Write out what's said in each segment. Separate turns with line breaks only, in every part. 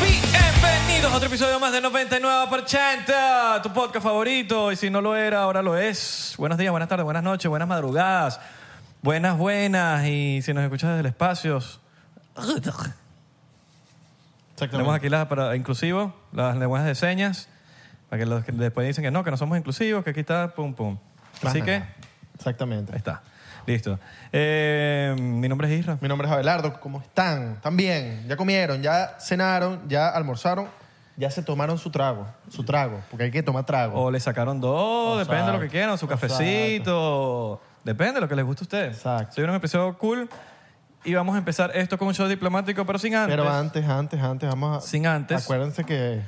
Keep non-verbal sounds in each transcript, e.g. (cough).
Bienvenidos a otro episodio más de 99%, tu podcast favorito. Y si no lo era, ahora lo es. Buenos días, buenas tardes, buenas noches, buenas madrugadas, buenas, buenas. Y si nos escuchas desde el espacio, tenemos aquí las para inclusivos, las lenguajes de señas, para que los que después dicen que no, que no somos inclusivos, que aquí está, pum, pum. Así que, ahí
Exactamente.
está. Listo. Eh, mi nombre es Isra.
Mi nombre es Abelardo. ¿Cómo están? ¿Están bien? ¿Ya comieron? ¿Ya cenaron? ¿Ya almorzaron? ¿Ya se tomaron su trago? Su trago. Porque hay que tomar trago.
O le sacaron dos,
Exacto,
depende de lo que quieran, su cafecito. Depende de lo que les guste a ustedes.
Exacto.
Se viene un episodio cool y vamos a empezar esto con un show diplomático, pero sin antes.
Pero antes, antes, antes, vamos a...
Sin antes.
Acuérdense que,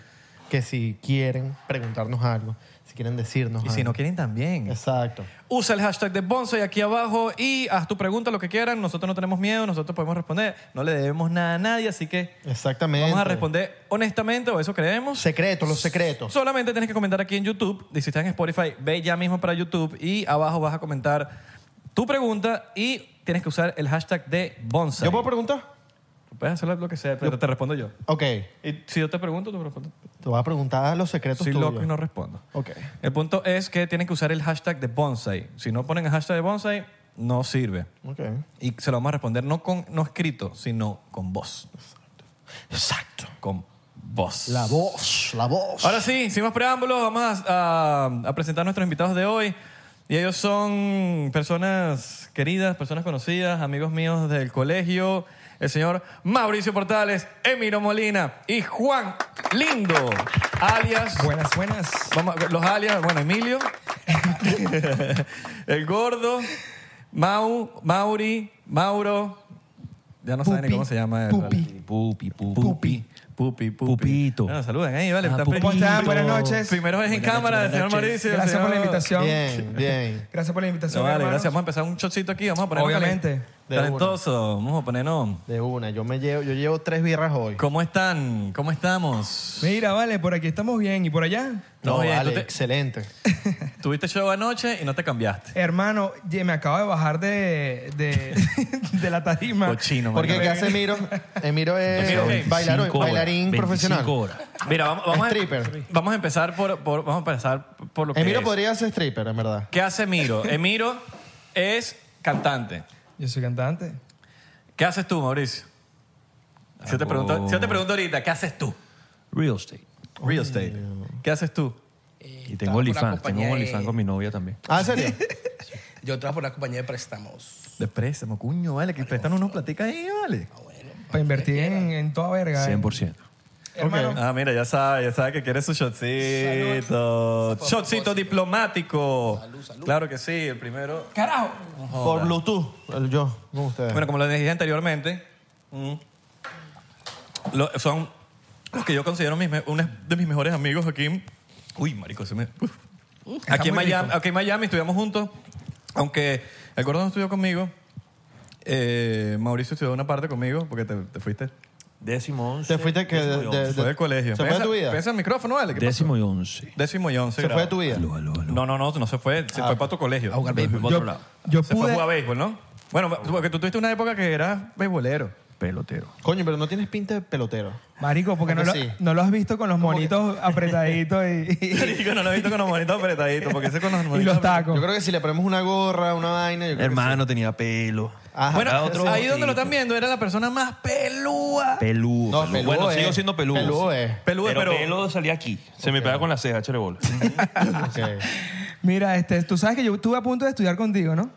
que si quieren preguntarnos algo, si quieren decirnos
y si
algo.
no quieren también.
Exacto.
Usa el hashtag de Bonsai aquí abajo y haz tu pregunta, lo que quieran. Nosotros no tenemos miedo, nosotros podemos responder. No le debemos nada a nadie, así que
Exactamente.
vamos a responder honestamente, o eso creemos.
Secretos, los secretos.
Solamente tienes que comentar aquí en YouTube. Y si estás en Spotify, ve ya mismo para YouTube y abajo vas a comentar tu pregunta y tienes que usar el hashtag de Bonsai.
¿Yo puedo preguntar?
Puedes hacer lo que sea, pero te respondo yo.
Ok.
Y si yo te pregunto, tú me respondes.
Te voy a preguntar los secretos
Soy
tuyos.
loco y no respondo.
Ok.
El punto es que tienes que usar el hashtag de Bonsai. Si no ponen el hashtag de Bonsai, no sirve.
Ok.
Y se lo vamos a responder no, con, no escrito, sino con voz.
Exacto.
Con voz.
La voz, la voz.
Ahora sí, sin más preámbulos, vamos a, a- a presentar a nuestros invitados de hoy. Y ellos son personas queridas, personas conocidas, amigos míos del colegio. El señor Mauricio Portales, Emiro Molina y Juan Lindo, alias...
buenas, buenas.
Vamos a- los alias, bueno, Emilio (laughs) El gordo, Mau, Mauri, Mauro. Ya no saben ni
Pupi.
cómo se llama él.
Pupi.
¿vale?
Pupi, pupi.
Pupi. Pupi, pupi.
Pupito.
Bueno, saluden eh, ahí, vale.
Ah,
están
Pupito.
¿Cómo están? Buenas noches.
Primero es en cámara del señor Mauricio.
Gracias por la
señor-
invitación.
Bien, bien.
Gracias por la invitación.
No, vale,
hermanos.
gracias. Vamos a empezar un chocito aquí. Vamos a ponernos
Obviamente.
calen- Talentoso. Vamos a ponernos.
De una. Yo me llevo, yo llevo tres birras hoy.
¿Cómo están? ¿Cómo estamos?
Mira, vale, por aquí estamos bien. ¿Y por allá?
No,
No,
oye,
vale,
tú te-
excelente.
(laughs) Tuviste show anoche y no te
(laughs)
cambiaste.
Hermano, ye- me acabo de bajar de, de, (laughs)
(laughs)
de la tarima.
Cochino,
Porque
marico.
¿qué hace ¿Eh, Emiro? Emiro es
Emiro, ok.
bailaron-
25 horas,
bailarín
25
profesional.
horas.
Mira, vamos, vamos,
Stripper.
a, em- vamos a empezar por, por- vamos a empezar por lo que
Emiro
es.
podría ser stripper, en verdad.
¿Qué hace Emiro? Emiro es cantante.
Yo soy cantante.
¿Qué haces tú, Mauricio? Si yo te pregunto, si yo te pregunto ahorita, ¿qué haces tú?
Real estate.
Real estate. ¿Qué haces tú?
Y tengo
Estaba
OnlyFans. Tengo
por la
un
compañía de-
OnlyFans con mi novia también.
Ah, ¿en serio?
(laughs) Yo trabajo por una compañía de préstamos.
De préstamo, cuño, vale, que prestan unos platicas ahí, vale.
Ah,
Para invertir en, en toda verga. ¿eh?
100%.
Hermano,
Ah, mira, ya sabe, ya sabe que quiere su shotcito. Shotcito diplomático. Claro que sí, el primero.
carajo.
Por Bluetooth. El yo, con ustedes.
Bueno, como lo dije anteriormente, mm, lo- son los que yo considero mis, me- unos de mis mejores amigos aquí. Uy, marico, se me... uf.
Mm,
Aquí en,
muy
Miami, aquí en Miami estudiamos juntos, aunque el gordo no estudió conmigo. eh, Mauricio estudió una parte conmigo porque te, te fuiste.
Décimo once.
Te fuiste que de,
décimo y
de-
once.
Fue
de-
del colegio.
Se fue
Pesa-
de tu vida.
pesa el micrófono, ¿vale? ¿Qué pasó?
Décimo y once.
Décimo y once.
Se fue de tu vida. Ah,
Aló, aló, aló.
No, no, no, no se fue. Se fue para tu colegio.
A jugar béisbol.
Por
Yo,
otro lado.
yo
se fue a
pude.
jugar béisbol, ¿no? Bueno, porque tú tuviste una época que eras beisbolero.
Pelotero.
Coño, pero no tienes pinta de pelotero.
Marico, porque no lo,
Porque sí.
no lo has visto con los
(laughs)
monitos apretaditos y, y-
(laughs) Marico, no lo he visto con los manitos apretaditos, porque ese con los
y
manitos
los
apretaditos-
tacos.
Yo creo que si le ponemos una gorra, una vaina, yo creo que
Hermano, tenía pelo.
Ajá.
Bueno,
Era otro
ahí donde lo están
tipo.
viendo, era la persona más pelúa.
Peludo. peludo.
No, peludo
Bueno,
es.
sigo siendo peludo.
Peludo es.
Peludo,
pero,
pero-
pelo salía aquí. Se me pega con la ceja, échale bola.
sí. Ok.
Mira, este, tú sabes que yo estuve a punto de estudiar contigo, ¿no?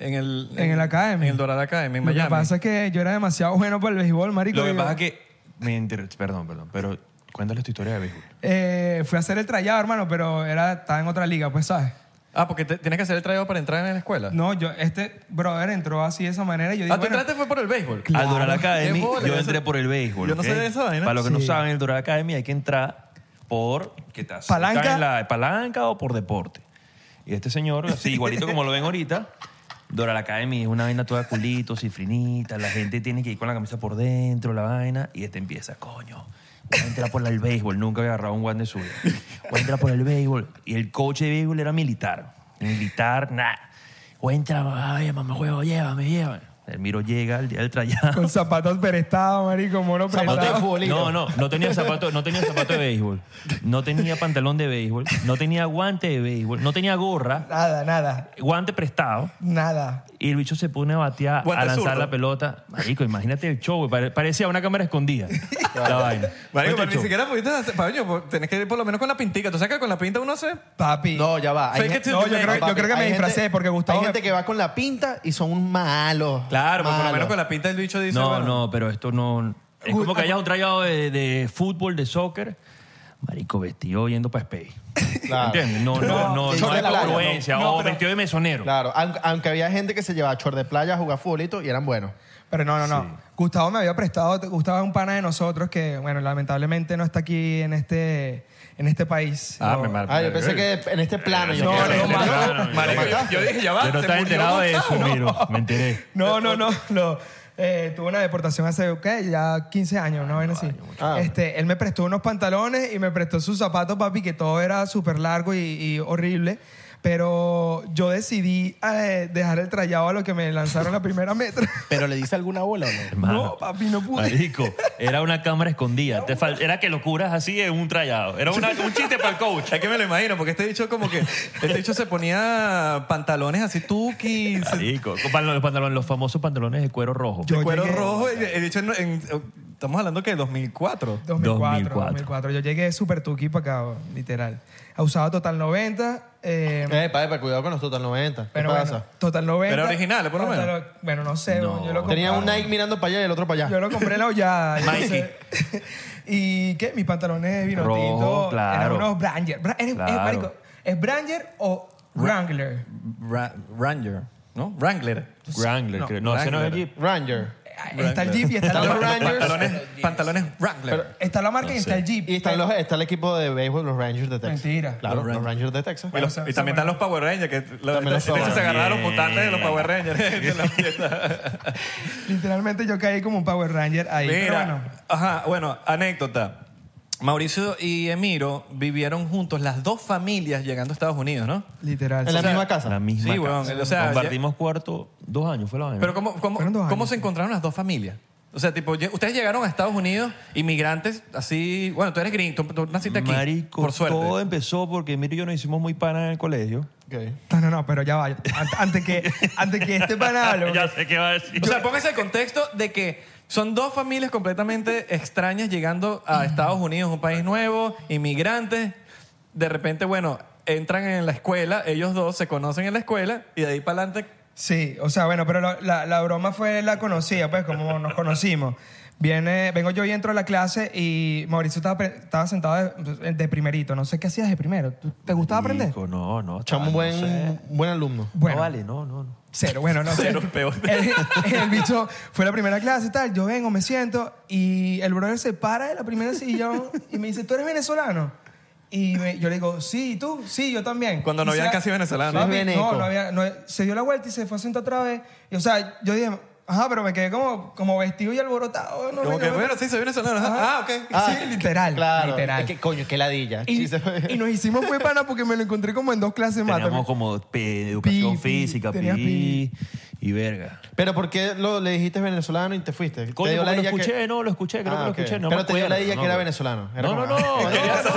En el,
En el Academy.
En el Dorada Academy, en
Lo
Miami.
que pasa es que yo era demasiado bueno para el béisbol, marico.
Lo que
Yo-
pasa es que... Me inter- Perdón, perdón. Pero cuéntales tu historia de béisbol.
Eh, fui a hacer el trayado, hermano, pero era, estaba en otra liga, pues, ¿sabes?
Ah, porque te- tienes que hacer el trayado para entrar en la escuela.
No, yo, este brother entró así de esa manera y yo dije,
ah, tú
bueno,
entraste fue por el béisbol.
Al Doral Academy,
Qué bola,
yo
eso-
entré por el béisbol.
Yo no
¿ok?
sabía de ¿eh? esa vaina.
Para los que no
Sí.
saben, el Doral Academy hay que entrar por. ¿Qué tal?
Palanca.
Está en la palanca o por deporte. Y este señor, así, igualito como
(laughs)
lo ven
(laughs)
ahorita, Doral Academy es una vaina toda culito, cifrinita, la gente tiene que ir con la camisa por dentro, la vaina, y este empieza, coño. Voy a entrar por el béisbol, nunca había agarrado un guante suyo. Voy a entrar por el béisbol. Y el coach de béisbol era militar. Militar, nada. Voy a entrar, ay, mamá, juego, llévame, llévame. El miro llega el día del trayado.
con zapatos prestados, marico, moro
Zapatos de
prestado.
futbolista.
No, no, no tenía zapato, no tenía zapato de béisbol, no tenía pantalón de béisbol, no tenía guante de béisbol, no tenía gorra,
Nada, nada,
guante prestado.
nada.
Y el bicho se pone a batear,
Guante
a lanzar
zurdo.
la pelota. Marico, imagínate el show, güey, pare- parecía una cámara escondida. La vaina. Cuenta
Marico, pero
el
ni
show.
siquiera pudiste hacer. Paño, por- tenés que ir por lo menos con la pintica. ¿Tú sabes que con la pinta uno hace?
Papi.
No, ya va. Hay
Fake
gen-
it till No, you yo make creo-
it. yo creo que me
hay gente-
disfracé porque Gustavo
Hay
me-
gente que va con la pinta y son un malos.
Claro, pero por lo
malos.
menos con la pinta el bicho dice.
No,
bueno,
no, pero esto no. Es como que hayas un trayado de, de fútbol, de soccer. Marico, vestido yendo para Space.
Claro.
¿Entiendes? No, no, no, no,
short
hay
de playa,
congruencia.
no. No,
o
pero-
vestido de mesonero.
Claro, aunque, aunque había gente que se llevaba short de playa a jugar futbolito y eran buenos.
Pero no, no, no. Gustavo me había prestado, Gustavo es un pana de nosotros que, bueno, lamentablemente no está aquí en este, en este país.
Ah,
No.
me mar-
Ah, yo pensé que en este plano. yo
No,
pensé-
no,
¿Lo
no,
mataron?
no, no,
¿Lo
Marico,
mataron?
yo dije, ya va.
Pero
se
estás
murió
enterado de
Gustavo.
eso, Miro. Me enteré.
No, no, no, no. Eh, tuve una deportación hace, ¿qué? Ya 15 años, una vaina así.
Ah.
Este, él me prestó unos pantalones y me prestó sus zapatos, papi, que todo era súper largo y, y horrible. Pero yo decidí eh, dejar el trayado a lo que me lanzaron la primera
(laughs)
metra.
¿Pero le dice alguna bola o no?
Hermano,
No, papi, no pude.
Marico, era una cámara escondida. Te fal- era que locuras así en un trayado. Era una- un chiste para el coach.
Es que me lo imagino, porque este bicho como que... Este bicho se ponía pantalones así tuquis,
Marico, con pan- los, pantalones, los famosos pantalones de cuero rojo.
Yo
de cuero
llegué-
rojo. y- y dicho en- en- estamos hablando que 2004.
2004,
2004.
2004. Yo llegué súper tuqui para acá, oh, literal. Usaba Total 90. eh,
Eh, padre, pero cuidado con los Total 90. ¿Qué
pero bueno,
pasa?
Total 90.
Pero originales, por lo menos.
Pantalón- Bueno, no sé.
No.
Yo lo compré,
Tenía un Nike mirando para allá y el otro para allá.
yo lo compré en la hollada. yo no
Mikey.
sé. (laughs) y qué, mis pantalones de vino
Rojo,
tinto.
claro.
Eran unos Branger. Bra- eres- eh, es,
Claro.
marico, ¿es Branger o Wrangler.
Ra- Ranger, ¿no? Wrangler.
Wrangler,
Pues, No,
creo. No, ese no es el
Wrangler.
Jeep.
Ranger.
Está el Jeep y está
Están
la
los
marca.
Rangers
Pantalones, pantalones Wrangler.
Está la marca y está el Jeep.
y están los- está el equipo de béisbol, los Rangers de Texas.
Mentira.
Claro, los Rangers, de Texas.
Y, los-
Bueno,
y también
se-
están los Power Rangers, que los,
También los
se-
Power
se agarraron
Rangers.
mutantes de los Power (laughs) Rangers. en la fiesta.
Literalmente yo caí como un Power Ranger ahí. Pero
Mira,
bueno,
ajá, bueno, anécdota. Mauricio y Emiro vivieron juntos, las dos familias llegando a Estados Unidos, ¿no?
literal.
en la
O sea,
misma casa.
La misma.
Sí,
casa.
weón, o sea,
Compartimos cuarto dos años, fue la vaina.
Pero ¿cómo, cómo,
Fueron dos
cómo
años,
se
sí.
encontraron las dos familias? O sea, tipo, lle- ustedes llegaron a Estados Unidos, inmigrantes, así... Bueno, tú eres gringo, tú, tú naciste aquí,
Marico,
por suerte.
todo empezó porque Miro y yo nos hicimos muy panas en el colegio.
Ok.
No, no, no, pero ya va. Ant- Antes que, antes que
(laughs)
este panalo.
sé qué va a decir.
O sea, póngase el contexto de que son dos familias completamente extrañas llegando a Estados Unidos, un país nuevo, inmigrantes. De repente, bueno, entran en la escuela, ellos dos se conocen en la escuela y de ahí para adelante.
Sí, o sea, bueno, pero la, la- la broma fue la conocida, pues, como nos conocimos. Viene, vengo yo y entro a la clase y Mauricio estaba, pre- estaba sentado de, de primerito. No sé qué hacías de primero. ¿Tú- ¿Te gustaba aprender?
Marico, No, no.
Chamo,
tal,
un buen,
No, sé.
un buen alumno.
Bueno.
No vale, no, no. no.
Cero, bueno,
(laughs)
no sé.
Cero, peor.
(laughs) El, el bicho fue la primera clase y tal. Yo vengo, me siento y el brother se para de la primera sillón y me dice, ¿tú eres venezolano? Y me- yo le digo, sí, ¿y tú? Sí, yo también.
Cuando no
Y se
habían
da-
casi venezolanos.
Papi,
Sí, es veneco.
No, no había. no- se dio la vuelta y se fue a sentar otra vez. Y, o sea, yo dije, ajá, pero me quedé como, como vestido y alborotado. No,
Como
venga,
que,
venga.
bueno, sí, soy venezolano.
Ajá.
Ah, ok.
Sí, literal.
Claro.
literal.
Es que, coño, qué ladilla.
y,
Sí, se fue.
y nos hicimos fue pana porque me lo encontré como en dos clases más.
Teníamos
también.
como pe- educación
Pi, pi,
física,
tenías
pi, y verga.
Pero ¿por qué lo, le dijiste venezolano y te fuiste? ¿Te
Coño,
dio
porque lo
ladilla que-
escuché, no, lo escuché, creo
Ah,
que lo
ok.
escuché. No
Pero
me
te dio la
acuerdo,
idea
no,
que era
bro.
venezolano. Era
No,
como,
no, no. No,
(laughs)
ah,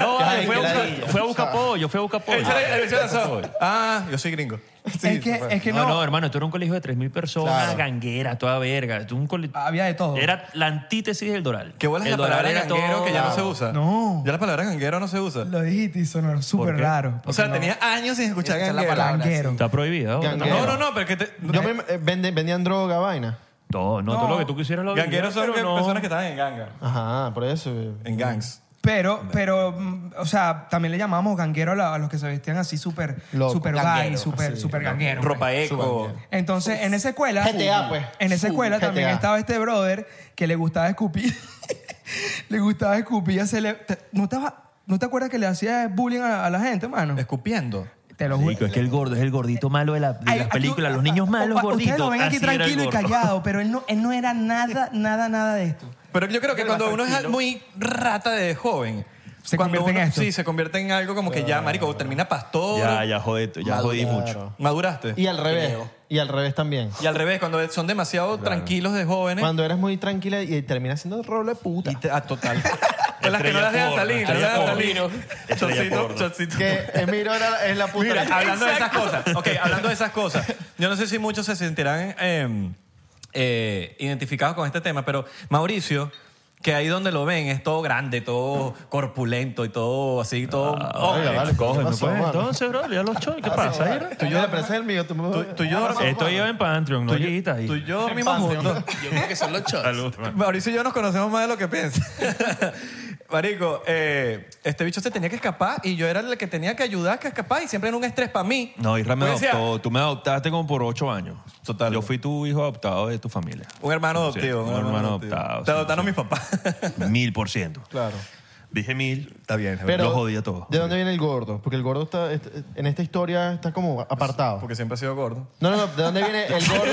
no,
Qué
ay, fue a
ladilla.
buscar- fue a buscar pollo, fue a buscar pollo.
Échale- échale- échale asado. Ah, yo soy gringo.
es que, es que
No,
no,
no, hermano, esto era un colegio de 3.000 personas,
Claro.
ganguera, toda verga. Esto un cole-
Había de todo.
Era la antítesis del Doral.
¿Qué bolas
El
la
Doral
palabra
era todo-
ganguero que ya no se usa?
No.
Ya la palabra ganguero no se usa.
Lo dijiste y sonó súper
qué?
raro.
O sea, (laughs) tenía años sin escuchar
Esa es la
ganguero.
palabra.
Tanguero.
Está prohibido. ¿no?
Ganguero.
No, no, no, pero que te...
Yo me, eh, vende- vendían droga, vaina.
No, no, todo lo que tú quisieras lo
Gangueros son
vendías,
que-
pero no.
personas que estaban en ganga.
Ajá, por eso.
En gangs.
Pero, pero, mm, o sea, también le llamamos ganguero a, la- a los que se vestían así súper,
Loco.
súper gay,
Ganguero,
súper,
sí.
súper ganguero.
Ropa eco.
ganguero.
Entonces, en esa escuela. uh,
GTA, pues.
En esa escuela
GTA.
también estaba este brother que le gustaba escupir. (laughs) le gustaba escupir. hacerle- te- ¿no, te, va- ¿No te acuerdas que le hacía bullying a, a la gente, mano?
Escupiendo.
Te lo juro.
Marico, es que el gordo es el gordito malo de, la, de
Ay,
las
aquí-
películas, los niños malos,
Opa,
gorditos.
Ustedes lo ven aquí
así era el
tranquilo y
gordo. (laughs)
callado, pero él no, él no era nada, nada, nada de esto.
Pero yo creo que cuando uno es muy rata de joven,
Se
cuando
convierte en
uno-
esto.
Sí, se convierte en algo como que ya, marico, termina pastor.
Ya, ya jodí, ya jodí mucho.
Maduraste.
Y al revés. Y al revés también.
Y al revés, cuando son demasiado tranquilos de jóvenes.
Cuando eres muy tranquila y terminas siendo roble puta.
Y te- ah, total.
(laughs)
Con las que
Estrella
no las dejan
porno,
salir, no las
estrella
dejan
porno.
salir.
Estrella
Chocito,
porno.
chocito.
Que Emiro era es la puta.
Mira, hablando de esas cosas, ok, hablando de esas cosas, yo no sé si muchos se sentirán eh, eh, identificados con este tema, pero Mauricio, que ahí donde lo ven es todo grande, todo corpulento y todo así, todo...
Oiga,
hombre.
vale,
Cógeme,
¿qué pasó,
pues,
mano?
entonces, bro, ya los choy, ¿qué pasa? ahí?
Tú y yo le presé el mío. Tú,
tú y yo-
Esto iba en Patreon, no
Tú y yo-
ahorita.
tú y yo dormimos juntos.
Yo creo que son los shots.
Salud, man.
Mauricio y yo nos conocemos más de lo que piensa. (laughs) Marico, eh, este bicho se tenía que escapar y yo era el que tenía que ayudar que escapar y siempre era un estrés para mí.
No, Isra me
Porque decía,
adoptó. Tú me adoptaste como por ocho años. Total. Yo fui tu hijo adoptado de tu familia.
Un hermano
Sí,
adoptivo.
un hermano adoptado.
Te
sí,
adoptaron
sí.
mis papás.
(laughs) Mil por ciento.
Claro.
Dije mil. Está bien.
Pero,
Los jodía todos.
¿De dónde viene el gordo? Porque el gordo está, est- en esta historia está como apartado.
Porque siempre ha sido gordo.
No, no, no. ¿De dónde viene el gordo?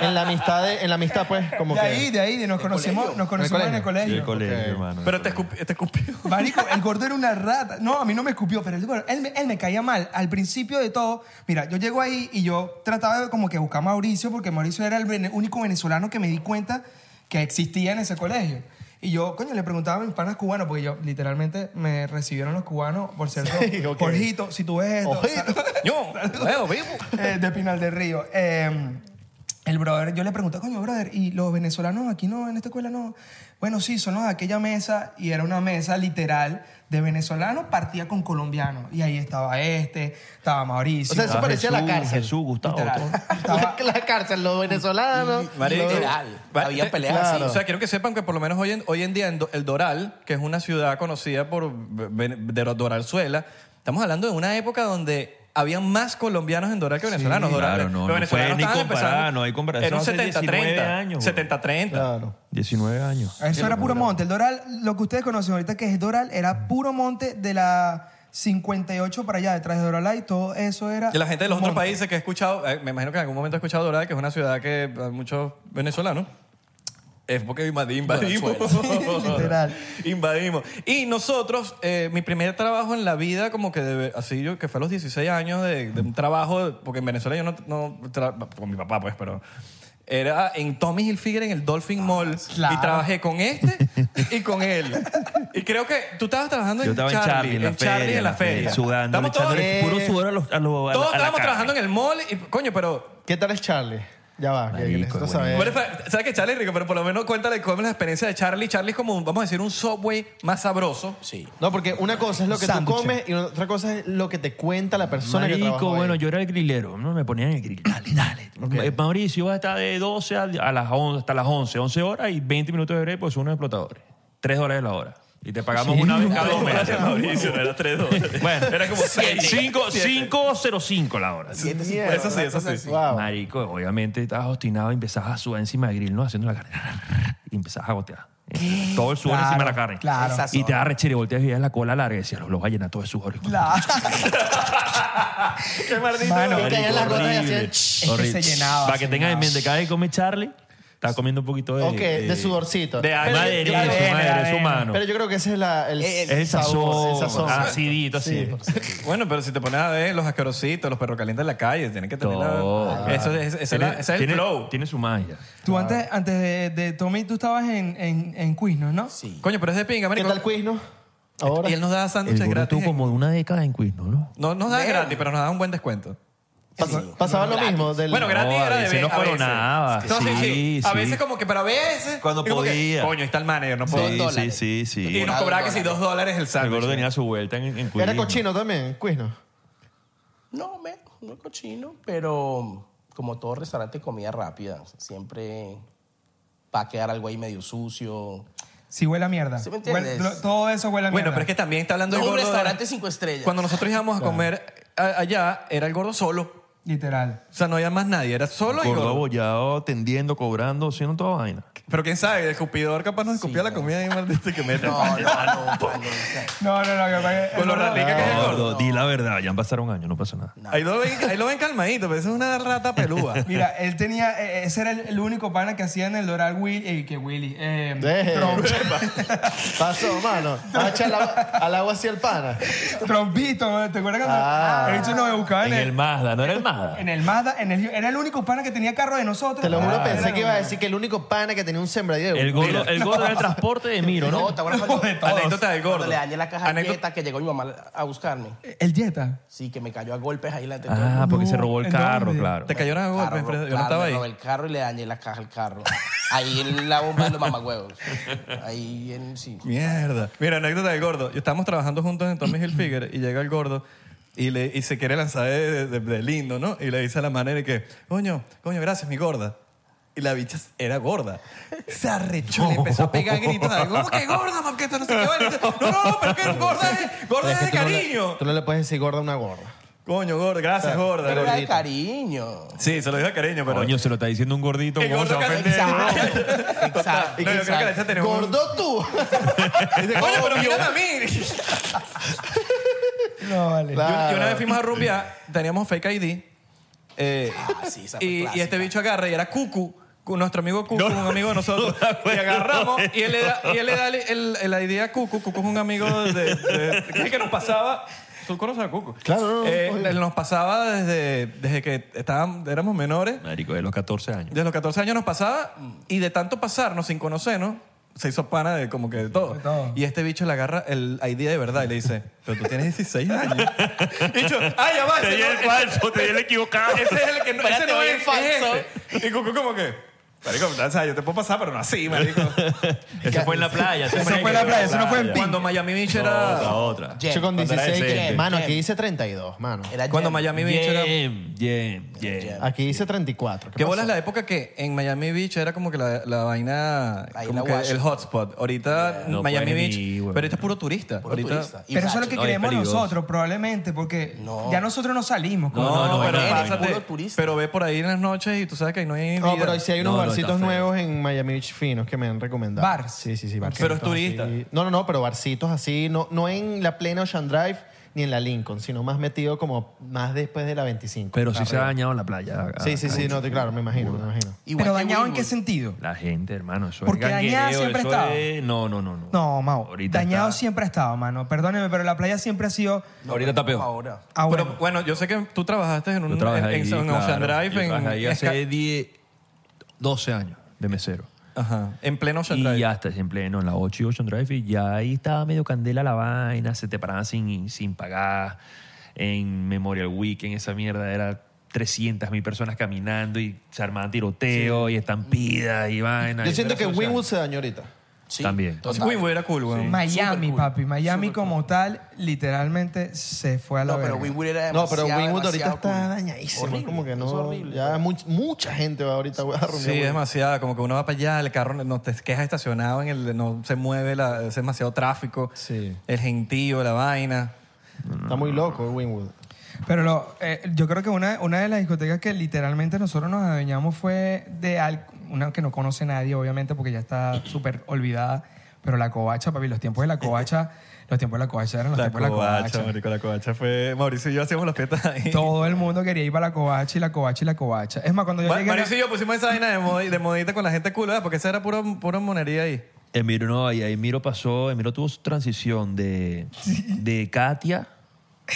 En la amistad, de- en la amistad pues, como
De
que...
ahí, de ahí, de nos conocimos, nos conocimos en el
Sí,
colegio.
el colegio, hermano.
Pero te,
El colegio.
escupi- te escupió.
(laughs) Marico, el gordo era una rata. No, a mí no me escupió, pero el gordo- él, me, él me caía mal. Al principio de todo, mira, yo llego ahí y yo trataba de como que buscar a Mauricio, porque Mauricio era el vene- único venezolano que me di cuenta que existía en ese colegio. Y yo, coño, le preguntaba a mis panas cubanos, porque yo literalmente me recibieron los cubanos, por cierto,
Sí, ok.
Jorgito, si tú ves esto,
Ojito.
(laughs)
Yo, veo, vivo.
eh, de Pinal del Río. Eh, el brother, yo le pregunté, coño, brother, ¿y los venezolanos aquí no, en esta escuela no? Bueno, sí, son los de aquella mesa y era una mesa literal de venezolanos partida con colombianos. Y ahí estaba este, estaba Mauricio.
O sea, eso
Ah,
parecía la
Jesús,
cárcel.
Jesús, Gustavo.
literal.
todo.
Estaba-
la cárcel, los venezolanos.
Marico.
Literal.
Va-
Había
te-
peleas
claro.
O
así.
sea, quiero que sepan que por lo menos hoy en, hoy en día en Do- el Doral, que es una ciudad conocida por Ven- de Doralzuela, estamos hablando de una época donde habían más colombianos en Doral que venezolanos.
Sí,
Doral-
claro, no, no
los venezolanos
puedes ni
estaban
comparar,
empezando-
no hay comparación.
Era un
Hace 19
70-30.
años, bro.
70-30.
Claro.
19 años.
Eso era puro monte. El Doral, lo que ustedes conocen ahorita que es Doral, era puro monte de la 58 para allá, detrás de Doralá y todo eso era.
Y la gente de los otros
monte.
países que he escuchado, eh, me imagino que en algún momento he escuchado Doral, que es una ciudad que hay muchos venezolanos. Es porque invadi- invadimos.
(laughs) Literal.
invadimos. Y nosotros, eh, mi primer trabajo en la vida, como que de- así yo, que fue a los 16 años, de, de un trabajo, porque en Venezuela yo no, no tra- con mi papá pues, pero era en Tommy Hilfiger en el Dolphin Mall
Ah, claro.
y trabajé con este y con él. Y creo que tú estabas trabajando
Yo
en
estaba
Charlie,
en Charlie, en la feria.
Charlie, en la feria.
Sudando,
Estamos todos-
echándole puro
Eh,
sudor a los. A los a la- a
todos
la
estábamos
cara.
trabajando en el mall y, coño, pero.
¿Qué tal es Charlie? Ya va, que- que
Marico,
necesito
es
bueno,
saber.
fa- ¿Sabes qué, Charlie es rico? Pero por lo menos cuéntale cómo es la experiencia de Charlie. Charlie es como, un- vamos a decir, un subway más sabroso.
Sí.
No, porque una cosa es lo que
Sándwiches.
tú comes y otra cosa es lo que te cuenta la persona que trabaja
Marico,
ahí.
bueno, yo era el grilero. No me ponían el grill. Dale, dale. Eh, Mauricio va a estar de 12 a, a las 11, hasta las 11. 11 horas y 20 minutos de break, pues unos explotadores. 3 dólares la hora. Y te pagamos una vez
(laughs)
cada dos meses. Mauricio, era 3 dólares. (laughs) Bueno, era como 5.05 la hora.
Mierda,
Eso sí, eso
una cosa
sí.
así. Wow.
Marico, obviamente estabas obstinado y empezabas a sudar encima del grill, ¿no? Haciendo la carne. Y empezabas a gotear. Todo el sudor
Claro,
encima de la carne.
claro.
Y te da rechera y volteas y veías la cola larga y decías, los, los va a llenar todo de sudor.
La-
Qué maldito.
Mano,
Marico,
es
caían las gotas y
horrible,
hacían ch-
que
horrible.
se llenaba.
Para
se
que tengas en
llenaba.
mente, cada vez que come Charlie, está comiendo un poquito de...
Ok, de sudorcito.
De
Pero yo-
madre,
yo-
su madre, su mano.
Pero yo creo que ese es la- el,
Es el
sabor,
sazón,
el sazón.
acidito, así. (laughs)
Bueno, pero si te pones a ver los asquerositos, los perros calientes en la calle, tienen que tener
Todo.
la. Eso es, esa es la-
Tiene-
ese es el
tiene-
flow.
Tiene su magia.
Tú antes, antes de, de Tommy, tú estabas en, en, en Quiznos, ¿no?
Sí.
Coño, pero es de pinga,
¿Qué
marico.
tal Quiznos? Ahora.
Y él nos da sándwiches
El gordo
gratis.
tuvo como una década en Quiznos, ¿no?
No nos da gratis, pero nos da un buen descuento.
Pasa- pasaba lo mismo. Del,
Bueno, gratis
No, a
era de
veces
vez,
no
a veces.
coronaba.
No, sí, sí.
Sí,
A
sí.
veces como que, pero a veces.
Cuando
y como que,
podía.
Coño, ahí está el manager, no puedo.
Sí,
Dos dólares.
sí, sí.
Y nos cobraba que si dos dólares el
El gordo
sándwich.
tenía su vuelta en, en
Era
Quiznos.
cochino también, Quiznos.
No, me, no cochino, pero como todo restaurante de comida rápida, siempre va a quedar algo ahí medio sucio.
Sí, huele a mierda.
Sí, ¿me entiendes?
Huele- lo- todo eso huele a mierda.
Bueno, pero es que también está hablando
No,
del
un
gordo. de-
restaurante cinco estrellas.
Cuando nosotros íbamos a comer a- allá, era el gordo solo.
Literal.
O sea, no había más nadie, era solo y
Gordo
gordo.
abollado, tendiendo, cobrando, haciendo toda vaina.
Pero quién sabe, el escupidor capaz nos escupía la comida y maldito que mete.
No, no, no, no, no.
No, no, no. Que, pasa que-
Con lo ratica que es el gordo.
Gordo, di la verdad, ya han pasado un año, no pasa nada.
Ahí lo ven, ahí lo ven calmadito, pero eso es una rata pelúa.
(laughs) Mira, él tenía, eh, ese era el, el único pana que hacía en el Doral Willy, eh, que Willy, eh,
Eh.
Trump-
Pasó, mano. Vas a echar
(laughs)
la- al agua así el pana.
Trompito, ¿no? ¿te acuerdas cuando
Ah.
el bicho nos buscaba
En el Mazda, ¿no era el Mazda?
en el Mazda, en el, era el único pana que tenía carro de nosotros.
Te lo juro,
Ah,
pensé
era
que iba a decir que el único pana que tenía un sembradío.
El gordo, el gordo
(laughs)
era el transporte de Miro, ¿no?
No,
(laughs)
¿te acuerdas cuando-
de
todos. Anécdota del gordo.
Cuando le dañé la caja
Anécdota-
quieta que llegó mi mamá a buscarme.
El Jetta.
Sí, que me cayó a golpes ahí la
Ah, porque se
No,
robó el
¿en
carro,
dónde?
claro.
Te cayeron a golpe,
Carro,
Alfredo, yo no
claro,
estaba
me
ahí.
robé el carro y le dañé la caja al carro. Ahí en la bomba de los mamagüevos. Ahí en sí.
Mierda. Mira, anécdota del gordo. Estábamos trabajando juntos en Tommy Hilfiger y llega el gordo y, le, y se quiere lanzar de, de- de- de lindo, ¿no? Y le dice a la manera que, coño, coño, gracias, mi gorda. Y la bicha era gorda. Se arrechó y le empezó a pegar gritos. a él, ¿Cómo que
(laughs)
gorda? ¿Por qué Ah, esto no se qué? vale?" No, no, no, pero que gorda es, gorda es de cariño.
Tú no le puedes decir gorda a una gorda.
Coño, gorda, gracias, gorda.
Pero era de
gordita.
cariño.
Sí, se lo dijo a cariño, pero...
Coño, se lo está diciendo un gordito.
El
¿cómo se
gordo
va a
casi-
ofender?
Exacto.
Total.
Exacto.
No, yo creo que la bicha tenía un-
¡Gordo tú!
Dice, coño, pero mírame a mí.
No, vale.
Yo, yo una
Claro.
vez fuimos a rumbear, teníamos fake ID. eh,
Ah, sí, esa fue
y, y
clásica.
este bicho agarra y era Cucu, cu- nuestro amigo Cucu, un amigo de
(laughs)
nosotros. y agarramos y él le da, y él le da el, el- el ID a Cucu. Cucu es un amigo de, de- que es el que nos pasaba. Tú conoces a Cucu.
Claro, no, no,
Eh,
obvio.
él nos pasaba desde, desde que estaban, éramos menores.
Marico, de los 14 años.
Desde los 14 años nos pasaba y de tanto pasarnos sin conocernos, se hizo pana de como que de todo.
todo.
Y este bicho le agarra el ID de verdad y le dice, pero tú tienes 16 años. Y yo, ah, ya va. ese no-
falso, te di el equivocado.
Ese es el que no, ese no es, es este. Y Cucu como que, Marico, o sea, yo te puedo pasar, pero no así, (laughs) marico.
Eso fue en la playa.
Eso fue en la playa, eso no fue en Pink.
Cuando Miami Beach
No,
era...
la otra.
Jen,
Yo con
Cuando era
16.
decente.
que- Mano,
Jen.
aquí dice 32, mano.
Era
Cuando
Jen.
Miami Beach era... Ah,
Bien, bien, bien.
Aquí dice 34. ¿Qué
¿Qué bola
pasó?
es la época que en Miami Beach era como que la, la vaina,
La
como
isla
que el
Washington.
hotspot. Ahorita
No
Miami
puedes
Beach,
ni, weón.
pero esto es puro turista.
Puro
ahorita,
turista. Y
Pero eso es lo que
racho.
No, es
creemos
peligroso.
nosotros, probablemente, porque
No.
ya nosotros no salimos.
No,
como-
No, no,
pero
no, no,
pásate,
puro turista.
pero ve por ahí en las noches y tú sabes que ahí no hay
No,
vida.
pero sí hay unos
No, no,
barcitos
está feo.
nuevos en Miami Beach finos que me han recomendado.
Bars.
Sí, sí, sí. barcitos
Pero es turista.
así. No, no, no, pero barcitos así, no, no en la plena Ocean Drive ni en la Lincoln, sino más metido como más después de la 25.
Pero sí se ha
Arriba.
dañado la playa. a-
Sí, sí, sí, no, te- claro, me imagino, me imagino.
Igual
Pero
que
dañado en qué
Wilbur.
sentido?
La gente, hermano, eso
Porque
es gangueo,
dañada siempre
eso
ha estado.
es- No, no, no, no.
No, Mao.
Ahorita
dañado
está-
siempre ha estado, mano. Perdóneme, pero la playa siempre ha sido.
Ahorita está peor.
Ahora.
Ah,
Pero
bueno.
bueno, yo sé que tú trabajaste en un
Yo trabajé
en,
ahí,
en San- en
claro.
Ocean
Yo
Drive en,
trabajé ahí
esca-
hace 10, 12 años de mesero.
Ajá, en pleno Ocean
Y
Drive.
ya está, en pleno, en la 8 y Ocean Drive, y ya ahí estaba medio candela la vaina, se te paraban sin, sin pagar. En Memorial Weekend, esa mierda era 300 mil personas caminando y se armaban tiroteo y estampidas y vaina.
Yo
Y-
siento que Winwood se dañó ahorita.
Sí,
También.
total.
Uy, güey, era cool, güey.
Miami,
Súper cool.
papi. Miami como tal, literalmente se fue a la
No, pero
verga.
Winwood era
No, pero
demasiado,
Winwood ahorita
demasiado
está
cool.
dañadísimo.
Horrible,
como que no.
es horrible.
ya much- mucha gente va ahorita a reunir.
Sí, es demasiado. Como que uno va para allá, el carro no te quedas estacionado, en el, no se mueve, la, es demasiado tráfico.
Sí.
El gentío, la vaina.
Está muy loco Winwood.
Pero lo- eh, yo creo que una, una de las discotecas que literalmente nosotros nos adueñamos fue de al- una que no conoce nadie, obviamente, porque ya está súper olvidada. Pero la covacha, papi, los tiempos de la covacha, los tiempos de la covacha eran los
La
tiempos de la
covacha,
covacha.
marico, la covacha fue... Mauricio y yo hacíamos las fiestas ahí.
Todo el mundo quería ir para la covacha y la covacha y la covacha. Es más, cuando yo
Ma-
llegué. a la-
Mauricio y yo pusimos esa vaina de, moda- de modita con la gente cool, ¿verdad? Porque esa era puro, puro monería ahí.
Emiro no, ahí Emiro pasó, Emiro tuvo su transición de, de Katia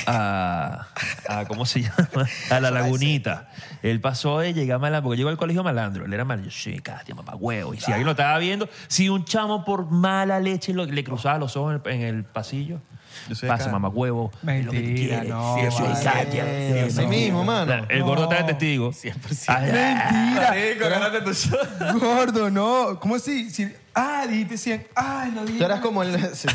a, a, ¿cómo se llama? A la lagunita. Él pasó de llegar a malandro, porque llegó al colegio malandro, él era malandro, yo sí, Katia, mamá huevo. Y si alguien lo estaba viendo, si un chamo por mala leche lo- le cruzaba los ojos en el, en el pasillo,
Yo soy de
pasa
Katia.
mamá huevo. es lo que tú
Mentira,
quieres.
no,
Yo soy
vale.
Katia. Yo soy
Así mismo, mano.
El gordo está de testigo. 100%.
Marico, gánate tu show.
Gordo, no. ¿Cómo así? Si- ah, dijiste 100. Ay, no dije.
Tú
(laughs)
eras como el. sí.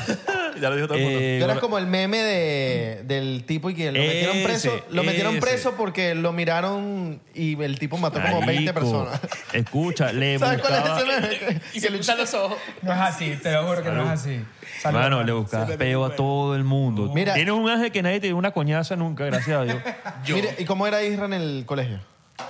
ya lo dijo todo el
(laughs)
mundo.
Eh,
Tú eras como el meme de, Eh, del tipo y que lo metieron
Ese,
preso. Lo metieron
ese.
preso porque lo miraron y el tipo mató como 20
marico,
personas.
Escucha, le
(laughs) ¿Sabes cuál
buscaba-
es ese meme?
Y se le echan los ojos.
No es así, te lo juro que no es así. Salud.
Mano, le buscabas peo a todo el mundo.
Mira.
Tienes un ángel que nadie te dio una coñaza nunca, gracias
(laughs)
a Dios.
Mire, ¿y cómo era Isra en el colegio?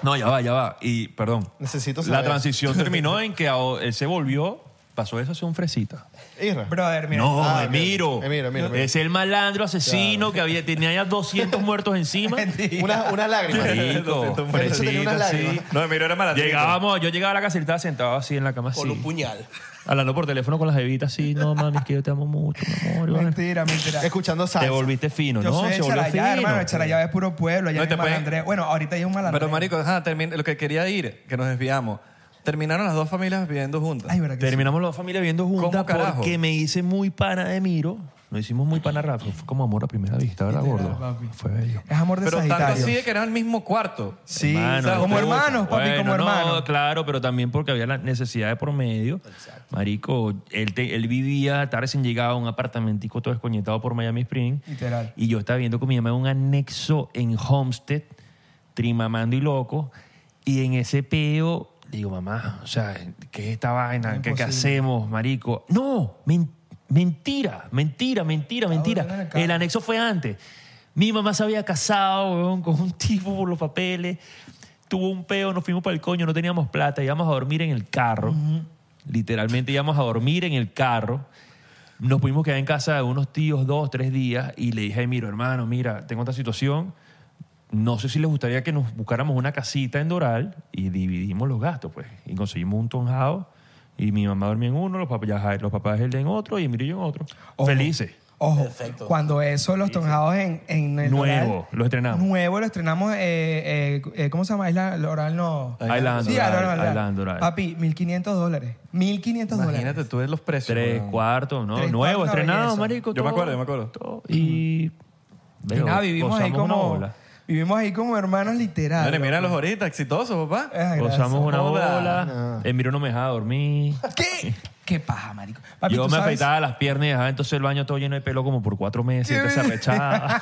No, ya va, ya va. Y, perdón.
Necesito saber.
La
(laughs)
transición terminó en que aho- él se volvió, pasó eso a ser un fresita.
Isra.
Brother, mira.
No,
Ah, ok.
Emiro.
Eh,
Emiro, Emiro, Emiro.
Es el malandro asesino que había, tenía ya 200 muertos
(laughs)
encima.
Unas unas lágrimas.
Marico,
Pero eso tenía unas
fresita, sí.
lágrimas.
No, mira, era malandro.
Llegábamos, yo llegaba a la casa y estaba sentado así en la cama
Con
así.
un puñal.
Hablando por teléfono con las evitas así. No, mami, es que yo te amo mucho, mi amor. y vaina.
Mentira, mentira.
Escuchando salsa.
Te volviste fino,
Yo
¿no?
soy
Se
de
volvió fino.
Charallá, hermano. de Charallá es puro pueblo. Allá
No,
no,
te
hay
pueden-
malandré. Bueno, ahorita hay un malandré.
Pero, marico, ajá, termina- lo que quería ir, que nos desviamos. Terminaron las dos familias viviendo juntas.
Ay, verdad que sí.
Terminamos la familia viendo juntas
¿Cómo carajo?
porque me hice muy pana de Miro. Nos hicimos muy pana rápido. Fue como amor a primera vista, ¿verdad,
Literal,
gordo?
papi.
Fue bello.
Es amor de
pero tanto
Sagitario.
así de que eran el mismo cuarto.
Sí,
Hermano, ¿no
como
te gusta?
hermanos, papi,
Bueno,
como
no,
hermanos.
claro, pero también porque había la necesidad de por medio. Marico, él, te- él vivía, tarde sin llegar a un apartamentico todo desconectado por Miami Spring.
Literal.
Y yo estaba viendo con mi mamá un anexo en Homestead, trimamando y loco. Y en ese peo, digo, mamá, o sea, ¿qué es esta vaina? ¿Qué, qué
Imposible.
hacemos, marico? No, men- mentira, mentira, mentira,
Ah, bueno, en el
mentira.
carro.
El anexo fue antes. Mi mamá se había casado, weón, con un (laughs) tipo por los papeles. Tuvo un peo, nos fuimos para el coño, no teníamos plata, íbamos a dormir en el carro. Literalmente íbamos a dormir en el carro. Nos pudimos quedar en casa de unos tíos dos, tres días y le dije, miro, hermano, mira, tengo esta situación. No sé si les gustaría que nos buscáramos una casita en Doral y dividimos los gastos, pues. Y conseguimos un tonjado y mi mamá dormía en uno, los papás, los papás él en otro y Emilio y yo en otro.
Ojo.
Felices.
Ojo,
Perfecto.
cuando eso, los tonjados en, en el
Nuevo,
Doral-
lo estrenamos.
Nuevo, lo estrenamos. eh, eh, eh, ¿Cómo se llama? Isla Oral no.
Island
Sí,
Doral,
Isla Doral.
Island Doral.
Papi, 1500 dólares. 1500 dólares.
Imagínate tú ves los precios.
Tres
weón.
cuartos, ¿no?
Tres
Nuevo,
cuartos, Mm.
estrenado,
belleza.
marico.
Yo
todo,
me acuerdo, yo me acuerdo.
todo. Y...
Y nada, vivimos ahí
gozamos una
como.
bola.
Vivimos Vivimos ahí como hermanos literal.
Mira, míralos ahorita, exitosos, papá.
Ay, gracias.
Gozamos una
Hola.
bola. El no me dejaba dormir.
¿Qué? ¿Qué paja, marico? Papi,
Yo
¿tú
me
sabes?
afeitaba las piernas y dejaba entonces el baño todo lleno de pelo como por cuatro meses. Entonces se arrechaba.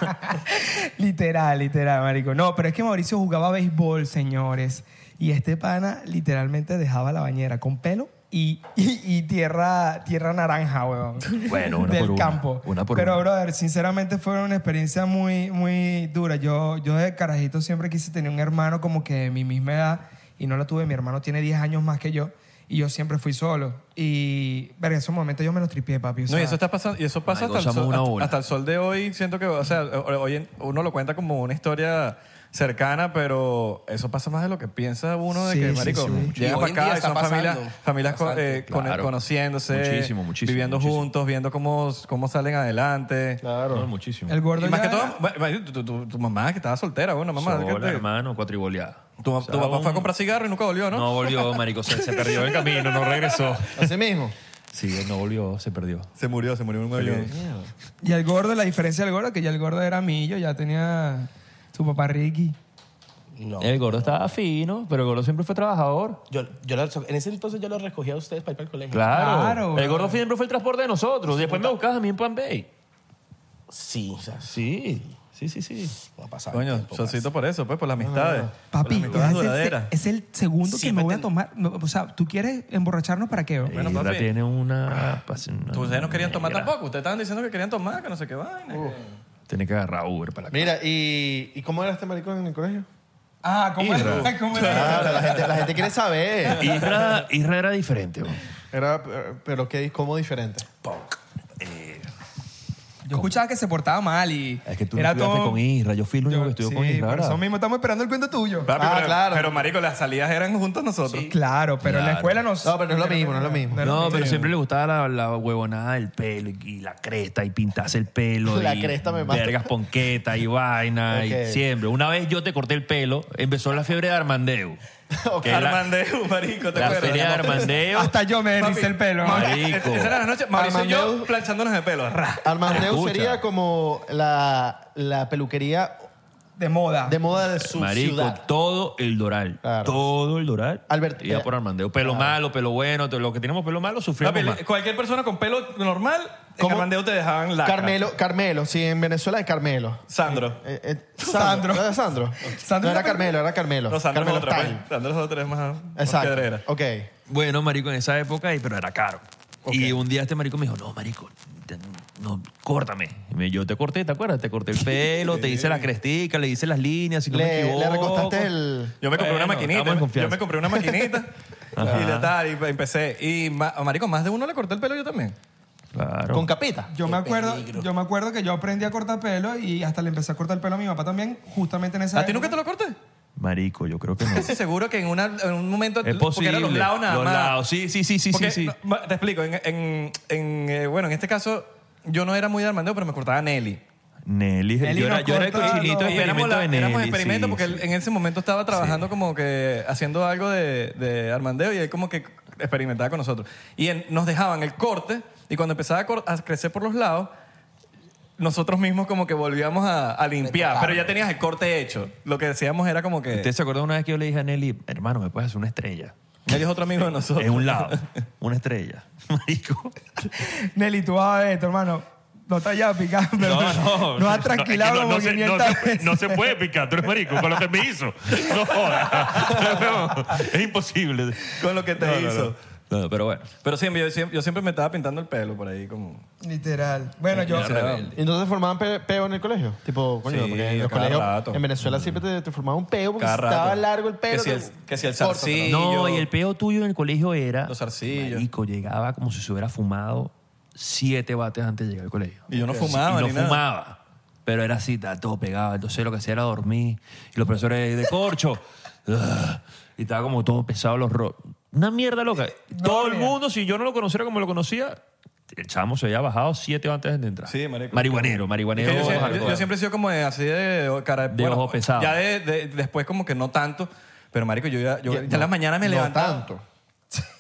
literal, literal, marico. No, pero es que Mauricio jugaba béisbol, señores. Y este pana literalmente dejaba la bañera con pelo y, y- y tierra, tierra naranja, weón.
Bueno, una
Del
por una,
campo.
una por
pero,
una.
brother, sinceramente fue una experiencia muy, muy dura. Yo, yo de carajito siempre quise tener un hermano como que de mi misma edad y no lo tuve. Mi hermano tiene 10 años más que yo. Y yo siempre fui solo. Y, verga, en esos momentos yo me los tripié, papi. o
No, y
sea,
eso está pasando, y eso pasa
Ay,
hasta, el
gozamos
sol,
una
hasta,
bola.
hasta el sol de hoy. Siento que, o sea, hoy en- uno lo cuenta como una historia cercana, pero eso pasa más de lo que piensa uno de
Sí,
que,
sí,
marico,
sí.
llega
Y hoy
para
en día
acá y
está
son familias,
pasando.
familias co-
Bastante,
eh, con-
claro.
conociéndose,
Muchísimo, muchísimo,
viviendo
muchísimo.
juntos, viendo cómo, cómo salen adelante.
Claro.
No, muchísimo.
el gordo
Y más
ya-
que todo, bueno, bueno, tu, tu- tu- tu mamá que estaba soltera, bueno, mamá.
Sola,
que te-
hermano, cuatriboleada.
tu,
O
tu
sea,
papá
un-
fue a comprar cigarro y nunca volvió, ¿no?
No volvió, marico. Se, se perdió el
(laughs)
camino, no regresó.
Así mismo.
Sí, no volvió, se perdió.
Se murió, se murió en un avión.
Y el gordo, la diferencia del gordo, que ya el gordo era millo, ya tenía su papá Ricky.
No.
El gordo estaba fino, pero el gordo siempre fue trabajador.
Yo, yo la- en ese entonces yo los recogía a ustedes para ir para el colegio.
Claro.
Claro,
el gordo
bro.
siempre fue el transporte de nosotros. Después me buscabas a mí en Pan Bay.
Sí, o sea,
Sí, sí, sí, sí.
no pasaba. el
Coño,
tiempo, parce.
solcito por eso, pues, por las amistades.
Papi,
Por
es
las amistades
el,
duraderas.
es el segundo que me
Siempre
voy a
ten-
tomar. No, O sea, ¿tú quieres emborracharnos para qué? bro?
Bueno,
Bueno, papi.
tiene una...
Pues ustedes no querían tomar
negra.
tampoco. Ustedes estaban diciendo que querían tomar, que no sé qué vaina.
Tiene que agarrar Uber para la
Mira, ¿y, ¿y cómo era este maricón en el colegio?
Ah, ¿cómo era? (laughs) ¿Cómo era?
Claro, la gente, la gente quiere saber.
Isra, Isra era diferente. bro.
Era, eh, pero qué, ¿cómo diferente?
Yo escuchaba que se portaba mal y.
Es que tú no
era
estudiaste
todo-
con Isra. Yo fui el único
Yo-
que estudió
sí,
con Isra.
Por
¿verdad?
eso mismo estamos esperando el cuento tuyo.
Papi,
Ah,
pero,
claro.
Pero, marico, las salidas eran
(laughs)
juntos nosotros.
Claro, pero en la escuela no.
No, pero no es lo mismo, no es lo mismo.
No,
No, pero siempre le gustaba la, la huevonada del pelo y, y la cresta y pintarse el pelo.
La
y
cresta me mata.
Vergas ponqueta y vaina
Ok.
y siempre. Una vez yo te corté el pelo, empezó la fiebre de Armandeu.
Ok.
Que es la-
Armandeu, (laughs) marico, ¿te
La,
acuerdas?
feria de Armandeu.
Hasta yo me
Papi,
derricé el pelo.
Mauri-
Marico.
Esa era la noche. Mauricio y yo
Armandeu.
planchándonos de pelo. ra.
Armandeu
Escucha.
sería como la, la peluquería
De moda.
de moda de su
Marico,
ciudad.
todo el Doral.
Claro.
Todo el Doral.
Albert- eh,
Iba por Armandeu. Pelo malo, pelo bueno. todo- Los que tenemos pelo malo sufrimos
Papi,
más.
le- cualquier persona con pelo normal, en
¿Cómo?
Armandeu te
Eh,
dejaban la.
Carmelo, Carmelo, sí, en Venezuela es Carmelo.
Sandro.
Eh, eh, Sandro.
Sandro.
¿No era Sandro?
Sandro
No era
era-
Carmelo, era Carmelo.
No, Sandro es
Carmelo
otra.
Stein.
pues. Sandro es otra, es más. más piedrera.
Exacto. Ok.
Bueno, marico, en esa época, y- pero era caro. Y un día este marico me dijo, no, marico, te- no, córtame. Y me- yo te corté, ¿te acuerdas? Te corté el pelo, te hice la crestica, le hice las líneas, si no me
Le,
equivoco.
le recostaste el...
Yo me compré
Bueno,
una
estamos en
maquinita.
confianza.
Yo me compré
(laughs)
una maquinita. y le tal, y empecé. Y, ma- marico, más de uno le corté el pelo yo también.
Claro.
Con capita.
Yo me, acuerdo, yo me acuerdo que yo aprendí a cortar pelo y hasta le empecé a cortar el pelo a mi papá también, justamente en esa.
¿A ti nunca te
época.
lo corté?
Marico, yo creo que no.
Casi seguro que en, una, eh, en un momento.
es posible.
Porque eran los lados nada
Los
más.
lados, sí, sí, sí, sí,
Porque,
sí. sí.
no, ma- te explico. En, en- en, eh, bueno, en este caso, yo no era muy de Armandeo, pero me cortaba Nelly.
Nelly,
Nelly
yo era,
nos
yo era el
cortaba,
cochinito
no.
Y éramos,
experimento
la-
de Nelly.
éramos experimento
sí,
porque él
sí.
en ese momento estaba trabajando como que haciendo algo de, de Armandeo y él como que experimentaba con nosotros. Y en- nos dejaban el corte y cuando empezaba a, cor- a crecer por los lados, nosotros mismos como que volvíamos a, a limpiar. Pero ya tenías el corte hecho. Lo que decíamos era como que...
¿Usted se acuerda una vez que yo le dije a Nelly, hermano, me puedes hacer una estrella?
Nelly es otro amigo de nosotros.
Es un
(laughs)
lado, una estrella. Marico.
Nelly, tú vas a ver, tu hermano. No está ya picado, pero
No, no.
nos ha
es que
tranquilado
no,
como
no se,
500
no, se,
veces.
no se puede picar, tú eres marico, con lo que me hizo. No jodas. (laughs) es imposible.
Con lo que te
No, no,
hizo.
No, no, pero bueno.
Pero siempre yo, siempre, yo siempre me estaba pintando el pelo por ahí como...
Literal. Bueno, yo.
Entonces formaban pe- peo en el colegio. Tipo, coño,
Sí,
porque en
a
los
cada
colegios
rato.
en Venezuela siempre te, te formaban un peo porque
Cada
si estaba
rato.
largo el pelo.
Que si
te-
el- que si el
córtatelo.
zarcillo.
No,
yo-
y el peo tuyo en el colegio era.
Los zarcillos.
Marico, llegaba como si se hubiera fumado siete bates antes de llegar al colegio.
Y yo no fumaba
Y no
ni nada.
fumaba. Pero era así, estaba todo pegado. Entonces lo que hacía era dormir. Y los profesores de corcho. (laughs) Ugh. y estaba como todo pesado los ro Una mierda loca. todo el mundo, si yo no lo conociera como lo conocía, el chamo se había bajado siete antes de entrar.
Sí, marico.
Marihuanero, marihuanero.
Que yo, siempre, yo-
hardcore.
yo siempre he sido como de- así de cara
De ojo pesado.
Ya de- de- después como que no tanto. Pero, marico, yo ya, yo,
Ya,
ya
no,
en las mañanas me
no
levantaba.
tanto.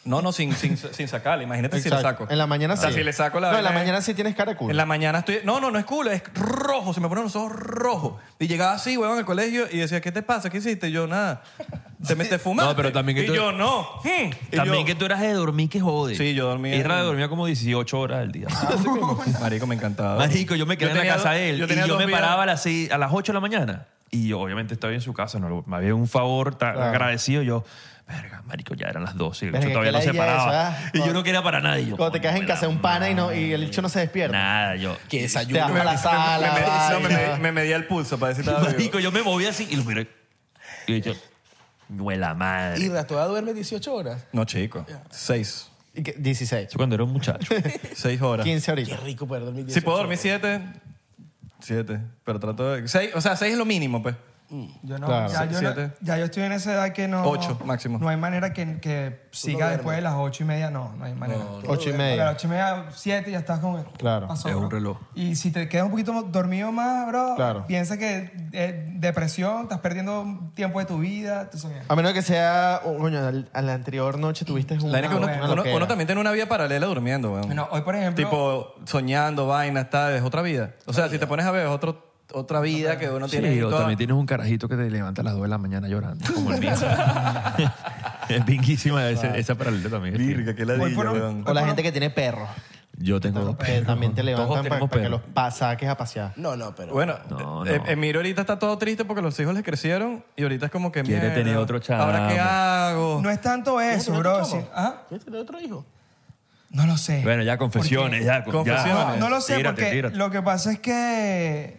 No, no, sin, sin, sin sacarla. Imagínate si le
Exacto.
saco.
En la mañana
O sea,
sí.
si le saco la
No, en la
vaina es-
mañana sí tienes cara de culo.
En la mañana estoy. No, no, no es culo, es rojo. Se me ponen los ojos rojos. Y llegaba así, weón, al colegio y decía, ¿qué te pasa? ¿Qué hiciste? Y yo, nada. Te metes fumando.
No, pero también que
Y
tú-
yo, no. Hmm. Y
También
yo-
que tú eras de dormir que jode.
Sí, yo dormía.
Israel dormía como 18 horas al día.
(laughs) Marico, me encantaba.
Marico, yo me quedé en la
tenía
casa
do-
de él
yo tenía
y yo
dos
me
vidas.
paraba a las, seis- a las 8 de la mañana. Y yo, obviamente, estaba en su casa, no, lo- me había un favor tan agradecido. Yo, verga, marico, ya eran las 12 y el
Verga,
bicho todavía
qué
no se
ladilla
paraba.
eso, ¿ah?
y yo
Cuando-
no quería para nadie. Yo,
Cuando te
coño,
quedas en
me
casa de
da
un pana y, no, y el hecho no se despierta.
Nada, yo.
Que
Te vas
desayuno.
para la sala.
Me, me- no, me,
vaina.
me- me medía el pulso para decir nada.
Marico, yo me moví así y lo miré. Y yo, huela madre.
Y la toda duerme 18 horas.
No, chico. Seis.
Y que- 16.
Eso cuando era un muchacho.
(laughs) Seis horas.
15
Qué
ahorita.
rico pues, poder dormir 18
Si puedo dormir
horas.
siete, siete. Pero trato de... Seis, o sea, seis es lo mínimo, pues.
Mm.
Yo no,
Claro.
ya, yo no-
Siete.
ya yo estoy en esa edad que no.
Ocho, máximo.
No hay manera que, que siga después de las ocho y media, no, no hay manera.
Ocho y
A las
media.
ocho y media, siete, ya estás con el.
Claro.
Es un
bro.
reloj.
Y si te quedas un poquito dormido más, bro,
Claro.
piensa que eh, depresión, estás perdiendo tiempo de tu vida. tú sabes.
A menos que sea, oh, coño, al- a la anterior noche tuviste un...
La vaina es que uno,
una
uno-
loquera.
uno también tiene una vida paralela durmiendo, weón.
Bueno, hoy, por ejemplo.
Tipo, soñando, vainas, tal, es otra vida. O sea, si te pones a ver, es otro, otra vida que uno tiene. ah".
Sí,
y
o
toda-
también tienes un carajito que te levanta a las 2 de la mañana llorando, (laughs) como el mío. es pinguísima ese- esa paralela también.
Ah. Virga, qué ladilla,
Voy por un-
weón.
O la gente que tiene perros.
Yo tengo dos
Que también te levantan para
tenemos
para que los
perros.
pa- saques a pasear.
No, no, pero.
Bueno,
No,
eh,
no.
eh, Emiro ahorita está todo triste porque los hijos les crecieron y ahorita es como que
Quiere
mierda,
tener otro chamo.
¿Ahora qué hago?
No es tanto eso, bro. sí. ¿Ah?
¿Quieres tener otro hijo?
No lo sé.
Bueno, ya confesiones, ya. con-
Confesiones.
ya.
No lo sé,
Ah, Tírate,
porque
tírate.
lo que pasa es que,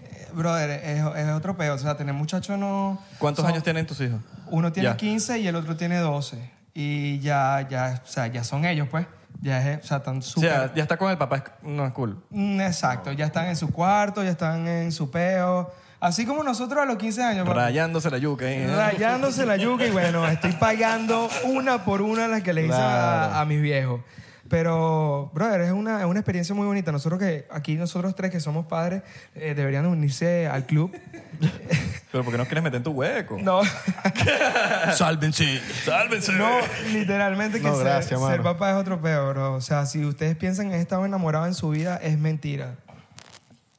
eh, brother, es, es otro peo. O sea, tener muchachos no.
¿Cuántos
son-
años tienen tus hijos?
Uno tiene
Ya.
15 y el otro tiene 12. Y ya, ya, o sea, ya son ellos, pues. Ya es, o sea, están
O
súper.
sea, ya está con el papá, es- no es cool.
Mm, Exacto, ya están en su cuarto, ya están en su peo. Así como nosotros a los 15 años, papi.
Rayándose la yuca, ¿eh?
Rayándose la yuca y bueno, estoy pagando una por una las que le hice a-
Claro.
a, mis viejos. Pero, brother, es una, es una experiencia muy bonita. Nosotros que aquí, nosotros tres que somos padres, eh, deberían unirse
(laughs)
al club.
Pero ¿por qué no quieres meter en tu hueco?
No,
(laughs)
Sálvense. Sálvense.
no literalmente que
No,
ser- ser,
gracias, mano.
papá es otro peor, bro. O sea, si ustedes piensan que han estado enamorados en su vida, es mentira.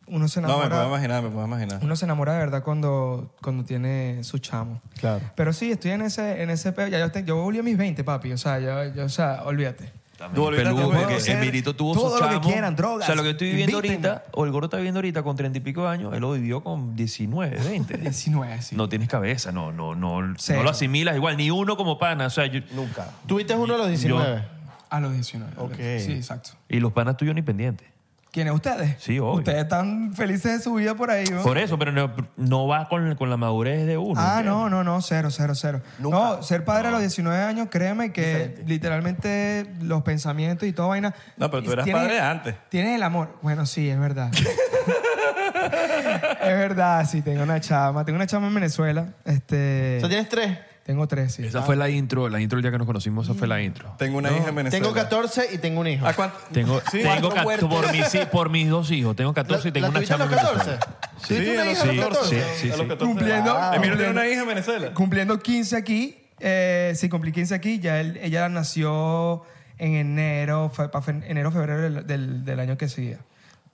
Uno se
No, me
enamora.
puedo imaginar, me puedo imaginar.
Uno se enamora de verdad cuando, cuando tiene su chamo.
Claro.
Pero sí, estoy en ese, en ese peo. Ya yo, te- yo volví a mis 20, papi. O sea, yo, yo- o sea, olvídate.
Tú olvídate,
Peludo,
güey.
porque
Hacer
Emirito tuvo
todo
su
lo que
chamo.
quieran, drogas,
O sea, lo que estoy viviendo
invítenme.
ahorita, o el gordo está viviendo ahorita con 30 y pico de años, él lo vivió con 19, 20.
19, sí.
No tienes cabeza, no, no, no,
Cero.
no lo asimilas igual, ni uno como pana. O sea, yo-
Nunca.
Tuviste uno a los 19.
A los 19.
Ok.
Sí, exacto.
y los panas tuyos ni pendientes.
¿Quiénes ustedes?
Sí, obvio.
Ustedes están felices de su vida por ahí, ¿no?
Por eso, pero no, no va con, con la madurez de uno.
Ah, no, no, no, cero, cero, cero.
Nunca.
No, ser padre a los 19 años, créeme que literalmente los pensamientos y toda vaina.
No, pero tú eras
Tienes-
padre antes.
Tienes el amor. Bueno, sí,
(laughs)
es verdad. es verdad, sí, tengo una chama. Tengo una chama en Venezuela. Este,
O sea, tienes 3.
Tengo tres, sí.
Esa fue la intro, la intro el día que nos conocimos, esa fue la intro.
Tengo una hija en Venezuela.
Tengo 14 y tengo un hijo.
¿A cuánto?
(laughs)
Tengo, tengo cat- por, mis, hi- por mis dos hijos, tengo 14 y tengo una
tuviste a
chama.
los
en Venezuela.
14? ¿Tuviste una hija a los 14?
Sí, sí, sí.
Cumpliendo-
Emilio tiene una hija en Venezuela.
Cumpliendo 15 aquí. Eh, sí, cumplí 15 aquí. Ya él- ella nació en enero, fue pa' fe- enero, febrero del, del- del año que seguía.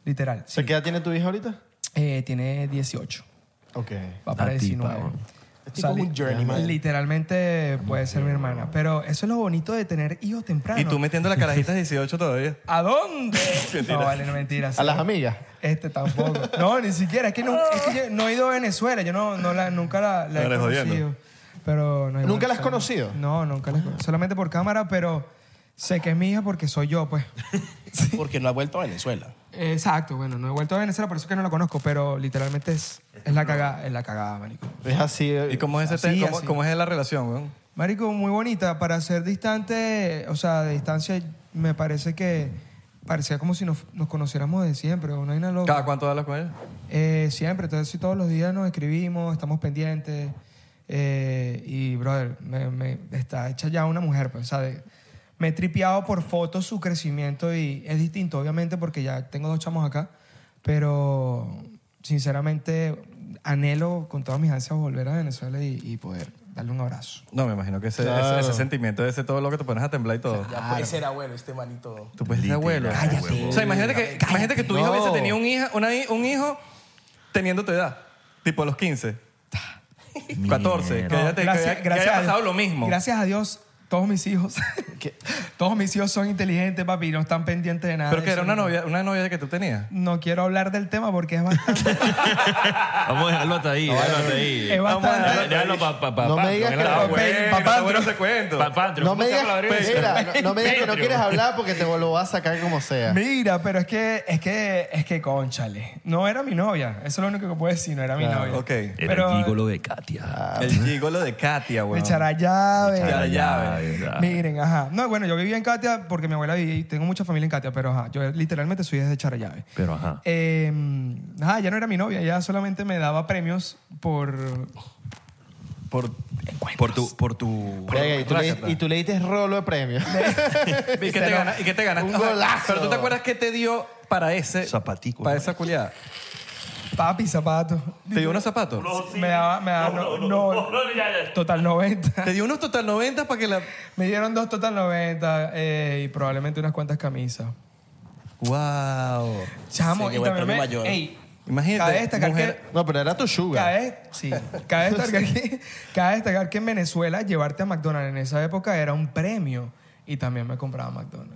Literal.
¿Se
sí.
qué edad tiene tu hija ahorita?
Eh, tiene 18.
Ok.
Va para
La tipa,
19.
weón.
O sea,
tipo un
li-
journeyman.
Literalmente puede ser mi hermana. Pero eso es lo bonito de tener hijos temprano.
Y tú metiendo la carajita de 18 todavía.
¿A dónde? Ah, No, vale, no mentiras.
¿A las amigas?
Este
(laughs)
tampoco. No, ni siquiera. Es que, no, es que yo no he ido a Venezuela. Yo no, no la, nunca la, la he
Eres
conocido.
jodiendo.
Pero no hay
¿Nunca la has
manera.
conocido?
No, nunca la he conocido. Solamente por cámara, pero sé que es mi hija porque soy yo, pues.
Porque no ha vuelto a Venezuela.
Exacto, bueno, no he vuelto a Venezuela, por eso es que no la conozco, pero literalmente es, es la cagada, es la cagada, marico.
Es así. eh,
¿Y cómo es, ese
Así,
te- cómo,
así.
cómo es la relación, weón?
Marico, muy bonita. Para ser distante, o sea, de distancia, me parece que parecía como si nos, nos conociéramos de siempre. No hay una loca.
¿Cada cuánto hablas con ella?
Eh, siempre, entonces sí, todos los días nos escribimos, estamos pendientes. eh, y, brother, me, me- está hecha ya una mujer, pues, o sea, de- Me he tripeado por fotos su crecimiento y es distinto, obviamente, porque ya tengo dos chamos acá, pero sinceramente anhelo con todas mis ansias volver a Venezuela y, y poder Dale un abrazo.
No, me imagino que ese, ese-
Claro.
ese sentimiento, ese todo lo que te pones a temblar y todo.
Ya puede ser abuelo este manito.
Tú puedes ser abuelo.
Cállate.
O sea, imagínate que, imagínate que tu hijo hubiese tenido un, hija, una hi- un hijo teniendo tu edad, tipo a los 15, 14, que haya, te- que haya- que haya
a
pasado
Dios-
lo mismo.
Gracias a Dios, todos mis hijos. (laughs) todos mis hijos son inteligentes, papi, y no están pendientes de nada.
Pero
de
que era
eso.
una novia, una novia que tú tenías.
No quiero hablar del tema porque
(laughs)
es bastante.
Vamos a dejarlo hasta ahí, déjalo hasta ahí.
es bastante.
Déjalo pa- pa- pa-
No me
Patreon,
digas que-
déjalo pa-
Pe-
Bueno,
papá,
está bueno ese cuento.
pa- Patreon.
No
¿Cómo
me
se
digas,
llama la broma?
mira, no, no me digas que no
Patreon.
quieres hablar porque te lo vas a sacar como sea.
Mira, pero es que, es que, es que, conchale. No era mi novia. Eso es lo único que puedo decir, no era mi novia.
ok.
Pero-
Era el gigolo de Katia.
El gigolo de Katia,
Me
güey.
echará llave.
Echará
llave, llave.
Miren, ajá. No, bueno, yo vivía en Katia porque mi abuela vivía y tengo mucha familia en Katia, pero ajá, yo literalmente soy desde echar llave.
Pero ajá.
Eh, ajá, ya no era mi novia, ya solamente me daba premios por.
Por, por tu... Por tu
Venga, y, tú le, y tú le diste rolo
(laughs)
de premio.
(laughs) (laughs) ¿Y qué te ganas? ¿Y qué te ganas?
Un
O sea,
golazo.
Pero tú te acuerdas qué te dio para ese.
Zapatico,
Para
¿no?
esa culiada.
Papi, zapatos.
¿Te dio unos zapatos?
Me daba, me daba, no, no, total 90.
Te dio unos total 90 para que la.
Me dieron dos total 90 eh, y probablemente unas cuantas camisas.
¡Wow!
Chamo,
Se
y
llevó el
también me,
premio mayor.
ey,
Imagínate.
cabe destacar
mujer-
que
No, pero era tu sugar.
cabe, sí,
(laughs)
(laughs)
cabe destacar que cabe destacar que en Venezuela llevarte a McDonald's en esa época era un premio y también me compraba McDonald's.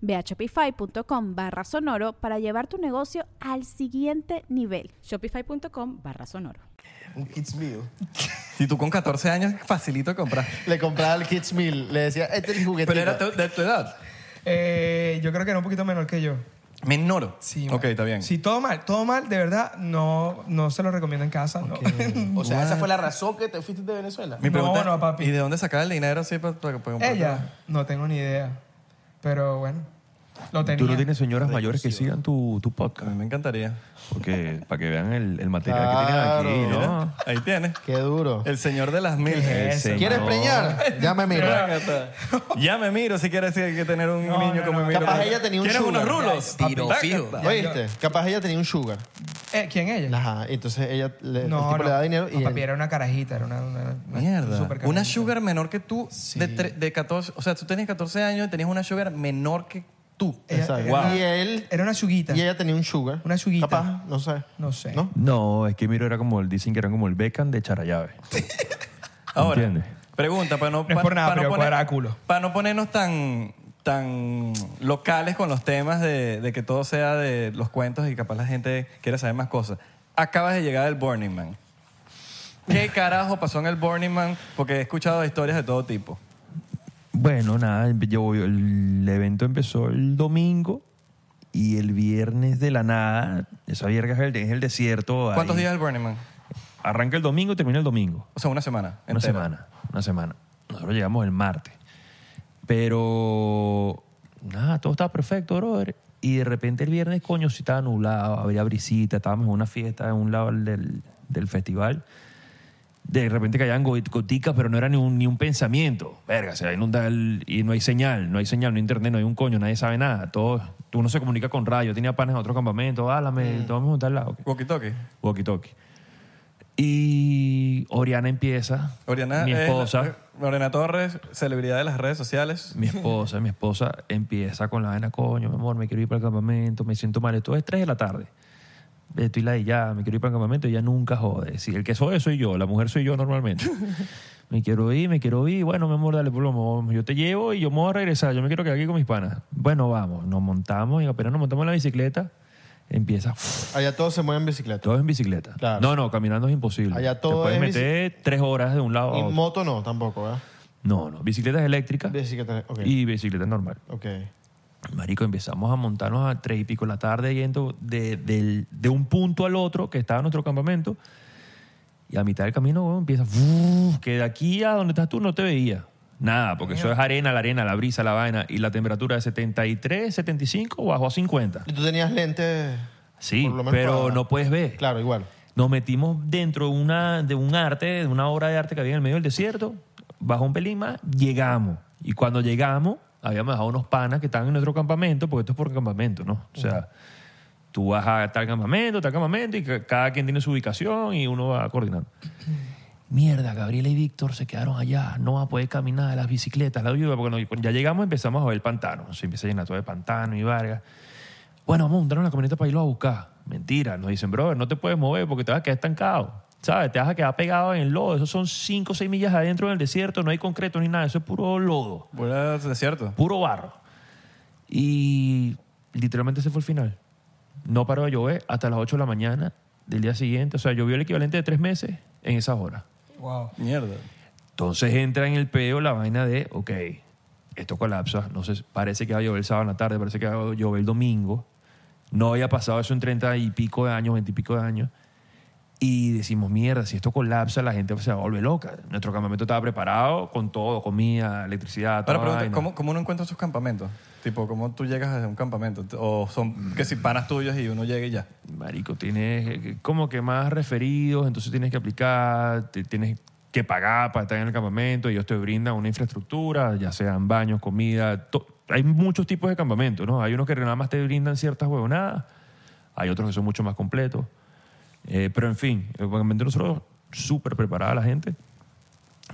Ve a shopify.com barra sonoro para llevar tu negocio al siguiente nivel.
Shopify.com barra sonoro.
Un kids mío.
Si tú con 14 años, facilito comprar.
Le compraba el Kids Meal. Le decía, este es el juguetito.
Pero era tu- de tu edad.
Eh, yo creo que era un poquito menor que yo.
Menor.
Sí,
Ok,
man.
está bien.
Sí, todo mal, todo mal, de verdad, no, no se lo recomiendo en casa. (laughs) no.
O sea, esa fue la razón que te fuiste de Venezuela.
Mi
No,
pregunta es,
no, papi.
¿Y de dónde sacaba el dinero así para, para, para comprar?
Ella, no tengo ni idea, pero bueno, lo tenía.
Tú no tienes señoras mayores que sigan tu, tu
A
podcast.
mí me encantaría.
Porque para que vean el, el material que tienen aquí,
Claro.
¿no?
Ahí tienes.
Qué duro.
El señor de las mil.
El
Eso.
señor.
¿Quieres preñar? Ya me mira.
(laughs) Ya me miro si quieres decir que tener un niño
no,
como
no.
miro.
Capaz ella tenía un
¿Quieres unos
sugar.
rulos?
Tiro
Papi,
fijo.
taca.
¿Oíste? Capaz ella tenía un sugar.
Eh, ¿Quién ella?
Ajá. Ah, Entonces ella le, el
No,
tipo
no.
le da dinero
No,
y
papi,
él-
era una carajita, era una... una- una
Mierda.
supercarajita.
Una sugar menor que tú de, tre- de 14. O sea, tú tenías 14 años y tenías una sugar menor que tú.
Ella-
Exacto.
era-
Y él
Era una chuguita.
y ella tenía un sugar.
Una suguita.
Capaz, no sé.
No sé.
¿No?
No, es que Miro era como el, dicen que eran como el Beckham de
(laughs)
Charallave.
Ahora,
¿Entiendes?
pregunta, para no,
es
pa-
por nada,
pa no
pero cuadráculo.
Para no ponernos tan, tan locales con los temas de, de que todo sea de los cuentos y capaz la gente quiere saber más cosas. Acabas de llegar del Burning Man. ¿Qué carajo pasó en el Burning Man? Porque he escuchado historias de todo tipo.
Bueno, nada, yo, el evento empezó el domingo y el viernes de la nada, esa vierga es el, es el desierto. ahí.
¿Cuántos días del Burning Man?
Arranca el domingo y termina el domingo.
O sea, una semana.
Una
entera.
semana, una semana. Nosotros llegamos el martes. Pero, nada, todo estaba perfecto, brother. Y de repente el viernes, coño, sí estaba nublado, había brisita, estábamos en una fiesta en un lado del, del festival. De repente caían go- goticas, pero no era ni un, ni un pensamiento. Verga, se va a inundar el- y no hay señal, no hay señal, no hay internet, no hay un coño, nadie sabe nada. Todo, uno se comunica con radio. Yo tenía panes en otro campamento,
Mm.
álame, todos vamos a juntar al lado.
Walkie talkie.
Walkie-talkie. Y Oriana empieza.
Oriana
mi
es- eh.
esposa.
Oriana Torres, celebridad de las redes sociales.
Mi
(laughs)
esposa, mi esposa empieza con la vaina, coño, mi amor, me quiero ir para el campamento, me siento mal. Esto es 3 de la tarde.
(laughs)
Estoy la ya, me quiero ir para el campamento, ella nunca jode. Si el que soy soy yo, la mujer soy yo normalmente. me quiero ir, me quiero ir. Bueno, mi amor, dale, plomo, vamos. yo te llevo y yo me voy a regresar. Yo me quiero quedar aquí con mis panas. Bueno, vamos, nos montamos y apenas nos montamos en la bicicleta, empieza. (laughs)
Allá todos se mueven en bicicleta.
Todo es en bicicleta.
Claro.
No, no, caminando es imposible.
Allá todo
Te puedes
es bici-
meter tres horas de un lado a
Y
otro.
moto no, tampoco, ¿verdad?
No, no, bicicletas eléctricas
Bicicleta, ok.
y bicicleta normal.
Ok.
Marico, empezamos a montarnos a tres y pico de la tarde yendo de, del- de un punto al otro que estaba nuestro campamento. Y a mitad del camino weón, empieza, ¡fuu! que de aquí a donde estás tú no te veía. Nada, porque eso es arena, la arena, la brisa, la vaina. Y la temperatura de 73, 75, bajó a 50.
Y tú tenías lentes.
Sí,
por lo menos
pero
para-
no puedes ver.
Claro, igual.
Nos metimos dentro de, una, de un arte, de una obra de arte que había en el medio del desierto, bajo un pelín más, llegamos. Y cuando llegamos, habíamos dejado unos panas que estaban en nuestro campamento, porque esto es por campamento, ¿no? O sea, tú vas a tal campamento, tal campamento, y ca- cada quien tiene su ubicación y uno va coordinando. Mierda, Gabriela y Víctor se quedaron allá, no va a poder caminar, las bicicletas, la viuda, porque cuando ya llegamos empezamos a ver el pantano, se empieza a llenar todo de pantano y vargas. Bueno, vamos a montar la camioneta para irlo a buscar. Mentira, nos dicen, brother, no te puedes mover porque te vas a quedar estancado. ¿Sabes? Te vas a quedar pegado en el lodo. Eso son 5 o 6 millas adentro del desierto, no hay concreto ni nada, eso es puro lodo.
Puro desierto.
Puro barro. Y literalmente ese fue el final. No paró de llover hasta las 8 de la mañana del día siguiente. O sea, llovió el equivalente de tres meses en esas horas.
Wow.
Mierda.
Entonces entra en el peo la vaina de, ok, esto colapsa. No sé, parece que va a llover el sábado en la tarde, parece que va a llover el domingo. No había pasado eso en treinta y pico de años, veinte y pico de años. Y decimos, mierda, si esto colapsa, la gente se va a volver loca. Nuestro campamento estaba preparado con todo, comida, electricidad, toda
Ahora pregunta,
vaina.
¿cómo, ¿cómo uno encuentra sus campamentos? Tipo, ¿cómo tú llegas a un campamento? O
Mm.
son que si panas tuyos y uno llega y ya.
Marico, tienes eh, como que más referidos, entonces tienes que aplicar, te- tienes que pagar para estar en el campamento, ellos te brindan una infraestructura, ya sean baños, comida, to- hay muchos tipos de campamentos, ¿no? Hay unos que nada más te brindan ciertas huevonadas, hay otros que son mucho más completos, Eh, pero en fin, el campamento de nosotros súper preparada la gente,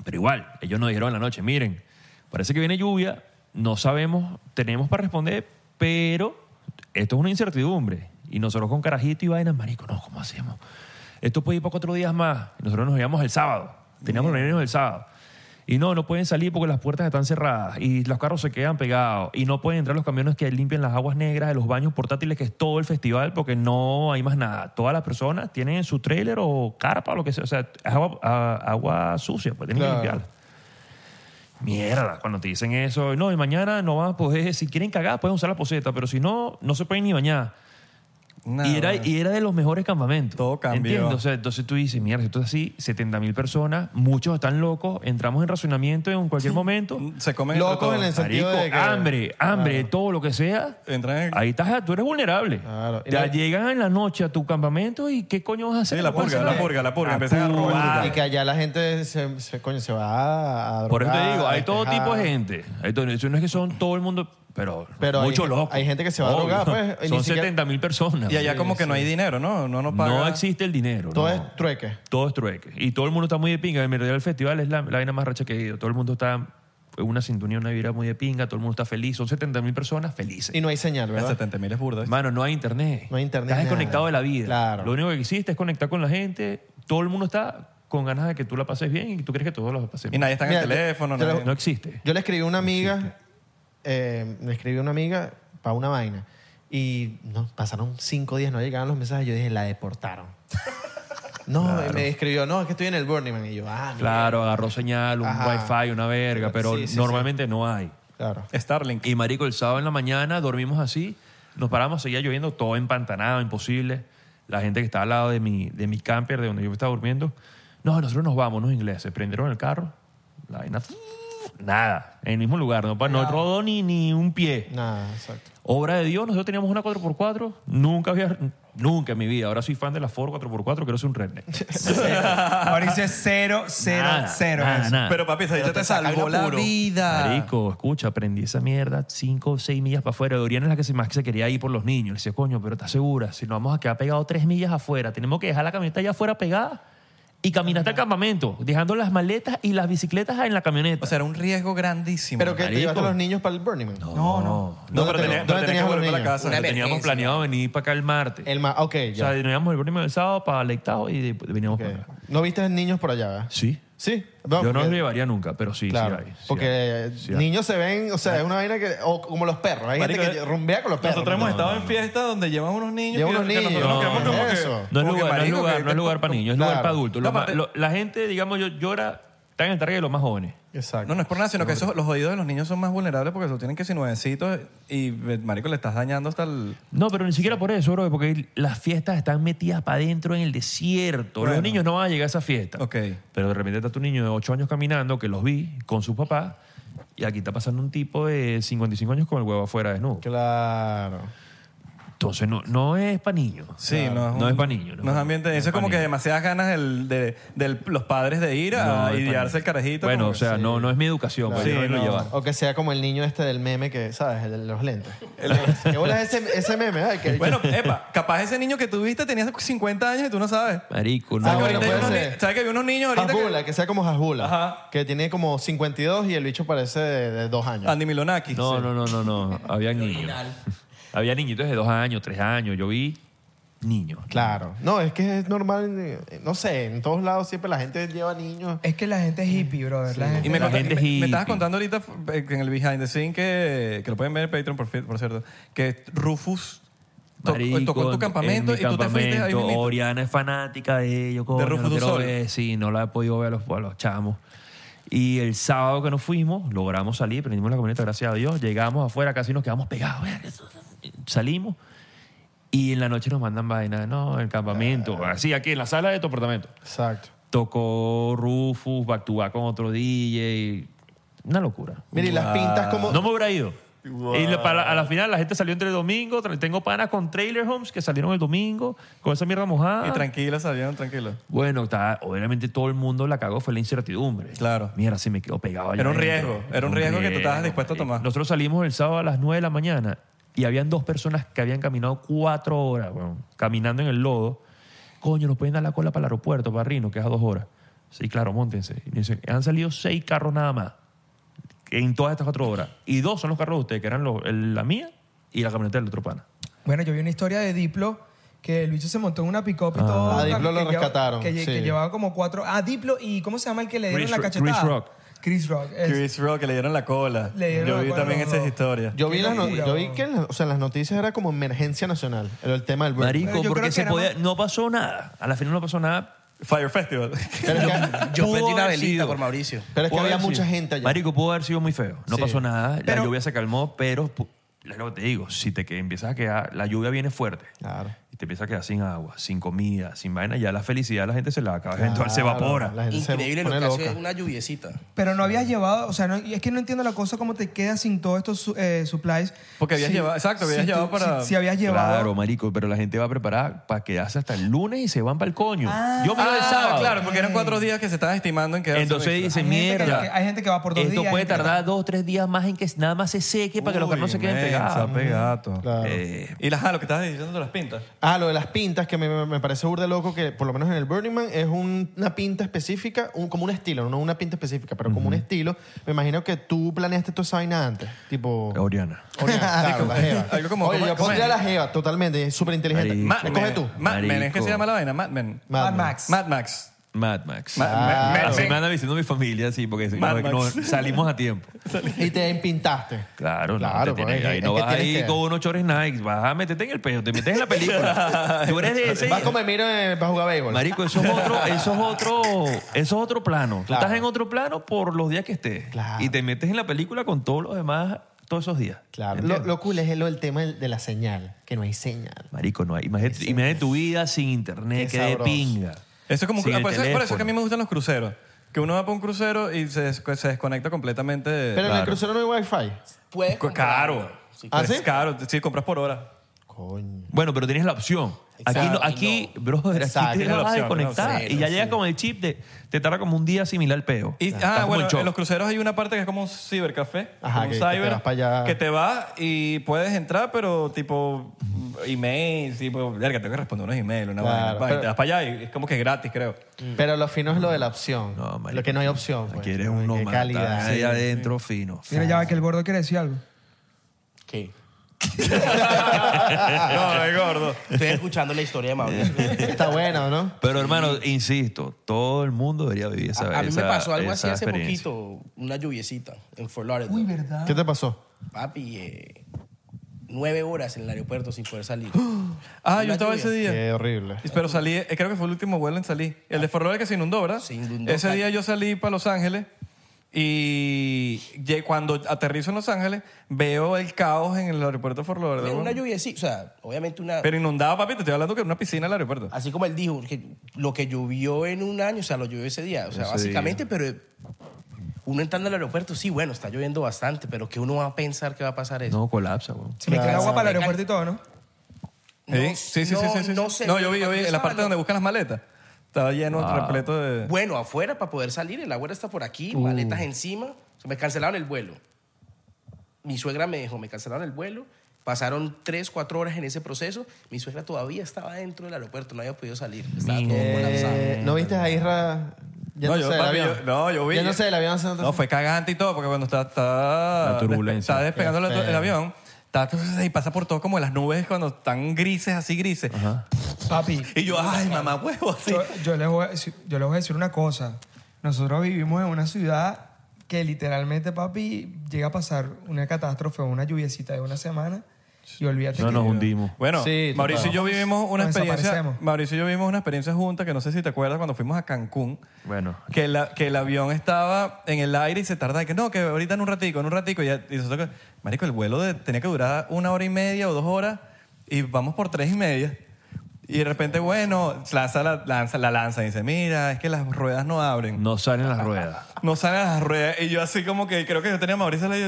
pero igual, ellos nos dijeron en la noche, miren, parece que viene lluvia, no sabemos, tenemos para responder, pero esto es una incertidumbre. Y nosotros con carajito y vainas, marico, no, ¿cómo hacemos? Esto puede ir para cuatro días más. Y Nosotros nos íbamos el sábado. Teníamos los reuniones el sábado. Y no, no pueden salir porque las puertas están cerradas y los carros se quedan pegados y no pueden entrar los camiones que limpian las aguas negras de los baños portátiles, que es todo el festival, porque no hay más nada. Todas las personas tienen su trailer o carpa o lo que sea, o sea, es agua, a- agua sucia, pues tienen
Claro.
que limpiarla. Mierda, cuando te dicen eso, no, y mañana no van a poder, si quieren cagar pueden usar la poseta, pero si no, no se pueden ni bañar.
Nada,
y, era,
vale.
y era de los mejores campamentos.
Todo cambió.
¿Entiendes? O sea, entonces tú dices, mierda, esto es así, 70 mil personas, muchos están locos, entramos en racionamiento en cualquier
(laughs)
momento.
Se comen entre
Locos en el
todos.
sentido
Marico,
de que.
hambre, hambre, todo lo que sea.
Entran en-
Ahí estás, tú eres vulnerable.
Claro. Y
Te
la-
llegan en la noche a tu campamento y ¿qué coño vas a hacer?
Sí, la
¿Cómo
purga,
vas a hacer?
la purga, la purga. Empiezan a robar.
Y que allá la gente se, se- coño, se va a.
Por eso te
drogar,
digo, hay
a
todo
despejar.
tipo de gente. Hay todo- eso no es que son todo el mundo, pero,
Pero hay
mucho
gen-
loco.
hay gente que se va a
Obvio.
drogar, pues, y ni
Son
siquiera-
70 mil personas.
Y allá
Sí,
como que no
sí.
hay dinero, ¿no? No, no paga.
no existe el dinero.
Todo
no.
es trueque.
Todo es trueque. Y todo el mundo está muy de pinga. El merendero del festival es la, la vaina más racha que he ido. Todo el mundo está en una sintonía, una vibra muy de pinga. Todo el mundo está feliz. Son 70 mil personas felices.
Y no hay señal,
El
¿verdad?
70 mil es burda. ¿eh? ¿viste?
Mano, no hay internet.
No hay internet,
Estás
nada.
desconectado de la vida.
Claro.
Lo único que existe es conectar con la gente. Todo el mundo está con ganas de que tú la pases bien y tú crees que todos los pasen
Y
bien.
nadie está en el
Mira, te-
teléfono.
te lo-
nadie-
No existe.
Yo le escribí a una amiga, eh, le escribí a una amiga para una vaina. Y no, pasaron cinco días, no llegaban los mensajes. Yo dije, la deportaron. (laughs) No, y me escribió, no, es que estoy en el Burning Man. Y yo, ah,
Claro, agarró señal, un
Ajá.
wifi, una verga, pero
Sí, sí,
normalmente no hay.
claro.
Starlink.
Y marico, el sábado en la mañana dormimos así, nos paramos, seguía lloviendo, todo empantanado, imposible. La gente que estaba al lado de mi, de mi camper, de donde yo estaba durmiendo, no, nosotros nos vamos, unos ingleses, prendieron el carro, la vaina, nada, en el mismo lugar, no, pa- no rodó ni, ni un pie.
Nada, exacto.
Obra de Dios, nosotros teníamos una 4x4, nunca había, nunca en mi vida, ahora soy fan de la Ford 4x4, quiero ser un
(laughs)
redneck.
Ahora dice cero, cero,
Nada,
cero.
nada,
eso.
nada.
Pero papi, esa te, te salvó la vida.
Marico, escucha, aprendí esa mierda cinco o seis millas para afuera. Doriana es la que se, más que se quería ir por los niños. Le decía, coño, pero ¿estás segura? Si nos vamos a quedar pegados tres millas afuera, tenemos que dejar la camioneta allá afuera pegada y caminar hasta el campamento, dejando las maletas y las bicicletas en la camioneta.
O sea, era un riesgo grandísimo.
Pero que te
marico.
llevaste a los niños para el Burning Man.
no, no.
No, pero tenía-
¿Dónde tenía-
pero
dónde
tenías
tenías
que
a los
volver para la
niños?
casa.
Nosotros teníamos planeado venir para acá el martes.
El ma ok,
o sea,
ya.
veníamos el primer del sábado para Lectao y de- veníamos
ok.
para acá.
No viste niños por allá, ¿verdad?
Sí.
Sí. No,
Yo no los
porque-
llevaría nunca, pero sí,
Claro,
sí hay. sí
porque eh,
hay, sí hay.
niños se ven, o sea, es una vaina que, o como los perros, hay
Marico,
gente que rumbea con los perros.
Nosotros hemos
¿no?
estado en fiestas donde llevan unos niños.
Llevan
que-
unos
que
niños,
nosotros nos
no,
quedamos como que-
eso.
No es
como que,
lugar, no es
marico,
lugar,
que-
no es lugar para niños, es lugar
Claro.
para adultos. Los
No,
ma-
aparte-
lo- la gente, digamos, yo- llora, está en el target de los más jóvenes.
Exacto.
No, no es por nada, sino que esos, los oídos de los niños son más vulnerables porque eso tienen que ser nuevecitos y, eh, marico, le estás dañando hasta el...
No, pero ni siquiera por eso, bro, porque las fiestas están metidas para adentro en el desierto.
Bueno.
Los niños no van a llegar a esa fiesta.
Ok.
Pero de repente está tu niño de 8 años caminando, que los vi con sus papás, y aquí está pasando un tipo de 55 años con el huevo afuera desnudo.
Claro.
Entonces no, no es para niños.
Sí,
Claro.
no es,
No
un-
es pa' niños, no
No
es
es
pa-
ambiente.
no es
eso es
pa'
como que
niños.
demasiadas ganas del- de, del- los padres de ir
No
a
es pa'
idearse el
niños.
carajito.
Bueno,
como
o
que-
sea, no, no es mi educación,
Claro.
pero
Sí,
yo no lo
no.
llevaba.
O que sea como el niño este del meme que, ¿sabes? El de los lentes. (laughs) ¿Qué bolas es ese, ese meme? Ay, que-
Bueno, (laughs) epa, capaz ese niño que tuviste tenía 50 años y tú no sabes.
Marico, no.
Ah,
¿Sabes, que
bueno,
ahorita hay
puede
unos
ser.
ni- ¿Sabes que había unos niños ahorita
Hasbula, que... sea como Hasbula.
Ajá.
Que tiene como 52 y el bicho parece de, de dos
que-
años.
Andy Milonakis.
No,
Sí.
no, no, no, no. Había niños. (laughs) Había niñitos de dos años, tres años. Yo vi niños.
Claro. No, es que es normal, eh, no sé, en todos lados siempre la gente lleva niños.
Es que la gente es hippie, brother. La gente-
Y me,
La
conta-
gente
me-
es
me
hippie.
estabas contando ahorita eh, que en el behind the scene que, que lo pueden ver en Patreon, por, fi- por cierto, que Rufus to- eh,
Marico,
tocó en tu campamento
mi
y tú te fuiste ahí
campamento.
mismito.
Oriana es fanática de ellos. coño,
Rufus
lo quiero
Du Sol.
ver. Sí, no la he podido ver a los, a los chamos. Y el sábado que nos fuimos, logramos salir, prendimos la camioneta, gracias a Dios. Llegamos afuera, casi nos quedamos pegados. verga, eso, Salimos. Y en la noche nos mandan vaina. No, el campamento. Así, aquí, en la sala de tu apartamento.
Ah. Exacto.
Tocó Rufus, back to back con otro DJ. Una locura.
Mira, y las pintas como...
No me hubiera ido. Y la- para- a la final la gente salió entre el domingo. tra- Tengo panas con trailer homes que salieron el domingo con esa mierda mojada.
Y tranquilo, salieron tranquilo.
bueno, ta- obviamente todo el mundo la cagó, fue la incertidumbre.
Claro.
Mira, se me quedó pegado. allá
Era un
adentro. Eh,
riesgo, era un riesgo que tú estabas dispuesto a tomar.
Nosotros salimos el sábado a las 9 de la mañana y habían dos personas que habían caminado cuatro horas, weón, caminando en el lodo. Coño, nos pueden dar la cola para el aeropuerto, para Rino, que es a dos horas. Sí, claro, montense. han salido seis carros nada más en todas estas cuatro horas. Y dos son los carros de ustedes, que eran los- el- la mía y la camioneta del otro pana.
Bueno, yo vi una historia de Diplo que el bicho se montó en una pick-up y todo.
Ah,
que-
Diplo lo
que lleva-
rescataron,
Que, lle-
sí.
que llevaba como cuatro. Ah, Diplo y ¿cómo se llama el que le dieron
Chris
la
Ro-
cachetada?
Chris Rock.
Chris Rock. es-
Chris Rock, que le dieron la cola.
Le dieron
Yo
la
vi
cola
también
a los
esas
dos.
historias.
Yo vi,
Qué
las no-
locura,
yo vi
bro.
que en la- o sea, en las noticias era como emergencia nacional, el, el tema del burn.
Pero
Marico,
yo creo
porque
que
se
era
podía,
más-
no pasó nada. A la final no pasó nada.
Fire Festival.
Pero es que,
Yo
Pudo
prendí una
haber
velita
sido.
por Mauricio.
pero es que
Pudo
había
haber
mucha
sido.
gente allá.
Marico, pudo haber sido muy feo. No
Sí.
pasó nada.
Pero-
la lluvia se calmó, pero pu- es lo que te digo, si te que- empiezas a quedar, la lluvia viene fuerte.
Claro.
Y te empiezas a quedar sin agua, sin comida, sin vaina, ya la felicidad la gente se la acaba, entonces se evapora.
La gente se
Increíble lo
pone
que hace
loca. (laughs)
una lluviecita.
Pero no habías llevado, o sea, no- es que no entiendo la cosa cómo te quedas sin todos estos su- eh, supplies.
Porque habías llevado- exacto, habías
tú-
llevado para-
Si, si habías llevado.
Claro, marico, pero la gente va a preparar para quedarse hasta el lunes y se van para el coño. Yo me iba el
Ah,
sábado.
claro, porque eran cuatro días que se estaban estimando en que
Entonces dicen,
Hay gente que-
mierda.
que- hay gente que va por dos
Esto
días,
puede
gente que-
tardar dos, tres días más en que nada más se seque para que los carros se queden pegados.
pegados.
Claro.
Eh,
Y las, ah, lo que estabas diciendo de las pintas.
Ah, lo de las pintas, que me, me- me parece burda loco, que por lo menos en el Burning Man es un- una pinta específica, un- como un estilo, no una pinta específica, pero como un estilo. Me imagino que tú planeaste toda esa vaina antes, tipo...
Oriana.
(laughs)
Oriana, claro, la jeva.
algo como-
Oye,
como-
yo
como-
pondría la jeva, totalmente, es súper inteligente.
Marico.
Mad
Me
Coge tú.
Mad Men, ¿es
Marico.
que se llama la vaina? Mad Men.
Mad Max.
Mad Max.
Mad Max.
Ma-
Ah,
me- me-
Así
me-
me anda diciendo mi familia, sí, porque
Mad
no-
Max.
no- salimos a tiempo.
Y te empintaste.
Claro,
Claro,
no, te
pues,
tienes-
es
ahí
que-
no
es que
vas ahí
tienes que-
con unos chores Nike, vas a meterte en el pecho, te metes en la película.
(laughs)
Tú eres de ese.
Vas como Emiro eh, para jugar béisbol.
Marico, eso es otro, eso es otro, eso es otro plano. Tú
Claro.
estás en otro plano por los días que estés.
Claro.
Y te metes en la película con todos los demás, todos esos días.
Claro. Lo,
¿Entiendes?
lo cool es lo, el tema del- de la señal, que no hay señal.
Marico, no hay. Imagínate, imagínate tu vida sin internet,
Qué
que de
sabroso.
pinga.
Eso es como un
Sin
cru-
el
por, eso, por eso es que a
teléfono.
mí me gustan los cruceros. Que uno va para un crucero y se, des- se desconecta completamente. de-
Pero en el
claro.
crucero no hay wifi.
Puedes
Co- caro.
Sí,
¿Ah,
Es
sí?
caro. Sí, compras por hora.
Coño.
Bueno, pero tienes la opción. Aquí,
Exacto,
no- aquí
no.
brother,
Exacto.
aquí te
Tienes
la
la
vas a
opción,
desconectar.
no,
y ya
sí.
llegas con el chip de. Te tarda como un día similar al peo.
Y,
Estás
ah,
como
bueno,
shock.
en los cruceros hay una parte que es como un cibercafé.
Ajá,
como un
que- que te vas pa' allá.
que te vas y puedes entrar, pero tipo email, tipo, verga, tengo que responder unos emails, una
Claro,
vaina. pa, y
pero-
te vas para allá y es como que gratis, creo.
Mm.
Pero lo fino es lo de la opción.
No, marico,
lo que no hay opción.
Aquí
pues.
eres
Qué
un nómada.
calidad.
Ahí adentro, fino.
Mira, ya va que el gordo quiere decir algo.
¿Qué?
No, es gordo.
Estoy escuchando la historia de Mauricio.
Está bueno, ¿no?
Pero hermano, insisto, todo el mundo debería vivir esa
A, a mí me
esa-
pasó algo así
esa
hace
experiencia.
poquito, una lluviecita en Fort
Uy,
Lauderdale.
¿verdad?
¿Qué te pasó?
Papi, eh, nueve horas en el aeropuerto sin poder salir.
Ah,
Una
yo estaba
lluvia.
ese día.
Qué horrible.
Pero salí, eh, creo que fue el último vuelo en salir. El de Forlore que se inundó, ¿verdad?
Ah. Se inundó.
Ese día yo salí para Los Ángeles y lle- cuando aterrizo en Los Ángeles veo el caos en el aeropuerto de Fort Lauderdale,
Una
weón.
lluviecita, o sea, obviamente una...
Pero inundado, papi, te estoy hablando que era una piscina en el aeropuerto.
Así como él dijo, que lo que llovió en un año, o sea, lo llovió ese día. O sea,
Ese
básicamente, pero uno entrando al aeropuerto, sí, bueno, está lloviendo bastante, pero que uno va a pensar que va a pasar eso.
No, colapsa, weón.
Se me cae agua para el aeropuerto y todo, ¿no?
No,
¿Eh? Sí, sí, sí,
no,
sí, sí.
no sé.
yo vi, yo vi, en la parte donde buscan las maletas. Estaba lleno,
Ah.
repleto de...
Bueno, afuera para poder salir, el agua está por aquí, maletas encima. Se me cancelaron el vuelo. Mi suegra me dijo, me cancelaron el vuelo. Pasaron tres, cuatro horas en ese proceso. Mi suegra todavía estaba dentro del aeropuerto, no había podido salir. Estaba todo colapsado.
Eh, ¿No viste a Isra
no,
yéndose
yo,
del
papi,
avión?
yo- no, yo vi.
Ya no sé, el avión
No, fue cagante y todo, porque cuando está, está,
La turbulencia.
está despegando
Qué
el, el
feo.
avión, está, y pasa por todo como las nubes cuando están grises, así grises.
Papi,
Y yo, ay, mamá, huevo, así.
yo, yo les voy a, decir- yo les voy a decir una cosa. Nosotros vivimos en una ciudad que literalmente, papi, llega a pasar una catástrofe o una lluviecita de una semana y olvídate
No
que...
nos hundimos.
Bueno,
Sí, total.
Mauricio y yo vivimos una
Nos
experiencia.
desaparecemos.
Mauricio y yo vivimos una experiencia junta que no sé si te acuerdas cuando fuimos a Cancún.
Bueno.
Que, la- que el avión estaba en el aire y se tardaba. y Que no, que ahorita en un ratico, en un ratico. Y, ya- y nosotros, que, marico, el vuelo de- tenía que durar una hora y media o dos horas y vamos por tres y media. Y de repente, bueno, lanza la lanza, la lanza y dice, mira, es que las ruedas no abren. No,
No salen las ruedas.
salen las ruedas. Y yo así como que creo que yo tenía a Mauricio la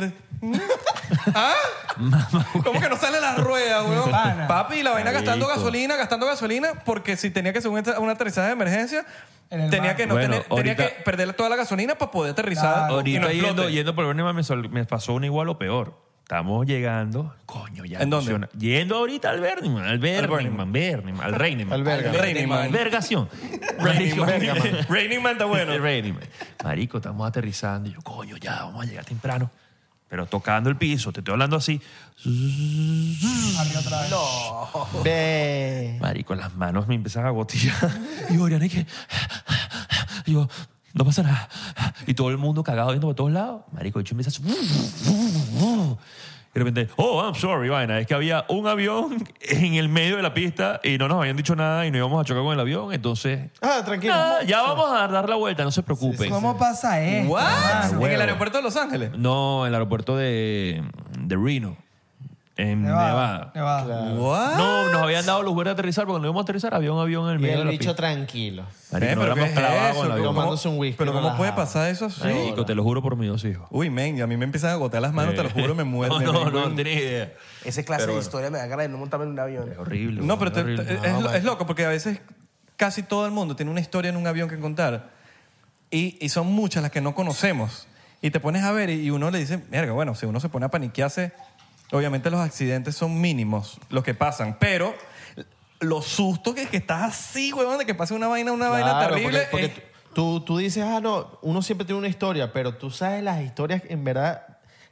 ¿Ah?
(laughs)
¿Cómo que no sale la rueda, weón?
Pana.
Papi, la vaina gastando
Marico.
gasolina, gastando gasolina, porque si tenía que hacer un, atra- un aterrizaje de emergencia,
En el
tenía
mar.
que, no
Bueno,
tener- tenía
ahorita-
que perder toda la gasolina para poder aterrizar.
Claro.
y no
Ahorita
explote.
yendo,
(laughs)
yendo por el me, sol- me pasó uno igual o peor. Estamos llegando. Coño, ya.
¿En dónde?
emociona. Yendo ahorita al Berniman, al Berniman, Berniman, al Reiniman.
Al Berga.
Al Reiniman.
(laughs)
Vergación. Marico, (laughs) Bergaman.
Raining Man está bueno.
El Reiniman. Marico, estamos aterrizando. Y yo, coño, ya, vamos a llegar temprano. Pero tocando el piso, te estoy hablando así.
Arriba otra vez.
Ve.
Oh. Marico, las manos me empezaban a gotear. Y Oriana, y que. y yo, no pasa nada. Y todo el mundo cagado viendo por todos lados. Marico, yo empieza a. Y de repente, oh, I'm sorry, vaina. Es que había un avión en el medio de la pista y no nos habían dicho nada y no íbamos a chocar con el avión. Entonces,
Ah, tranquilo.
nada, ya vamos a dar la vuelta, no se preocupen.
¿Cómo pasa eh? esto?
¿What?
mano?
en el
Eh, ah, huevo.
aeropuerto de Los Ángeles.
No, en el aeropuerto de, de Reno, en
Nevada.
Nevada.
Nevada.
What?
No, nos habían dado los vuelos de aterrizar porque cuando íbamos a aterrizar había un avión en el
Y
medio de
el
la
bicho
pista.
tranquilo.
Marico,
Eh,
nos
pero
habíamos
¿qué es
clavado
eso?
con el avión.
¿Cómo-
Tomándose un whisky
Pero ¿cómo puede
relajado.
pasar eso así?
Marico, te lo juro por mis dos hijos.
Uy, men, y a mí me empiezan a agotar las manos, te lo juro, me
(laughs) No,
muero. me-
no,
me-
no, no tenía idea.
Ese clase de historia me da ganas de no montarme en un avión.
Es horrible.
No, pero te-
horrible.
te- es,
No,
lo-
marico.
es loco porque a veces casi todo el mundo tiene una historia en un avión que contar y, y son muchas las que no conocemos. Y te pones a ver y, y uno le dice, mierda, bueno, si uno se pone a paniquearse, obviamente los accidentes son mínimos los que pasan, pero lo susto que, que estás así, huevón, de que pase una vaina, una vaina
Claro,
terrible.
Porque,
es-
porque tú, tú dices, ah, no, uno siempre tiene una historia, pero tú sabes las historias, en verdad,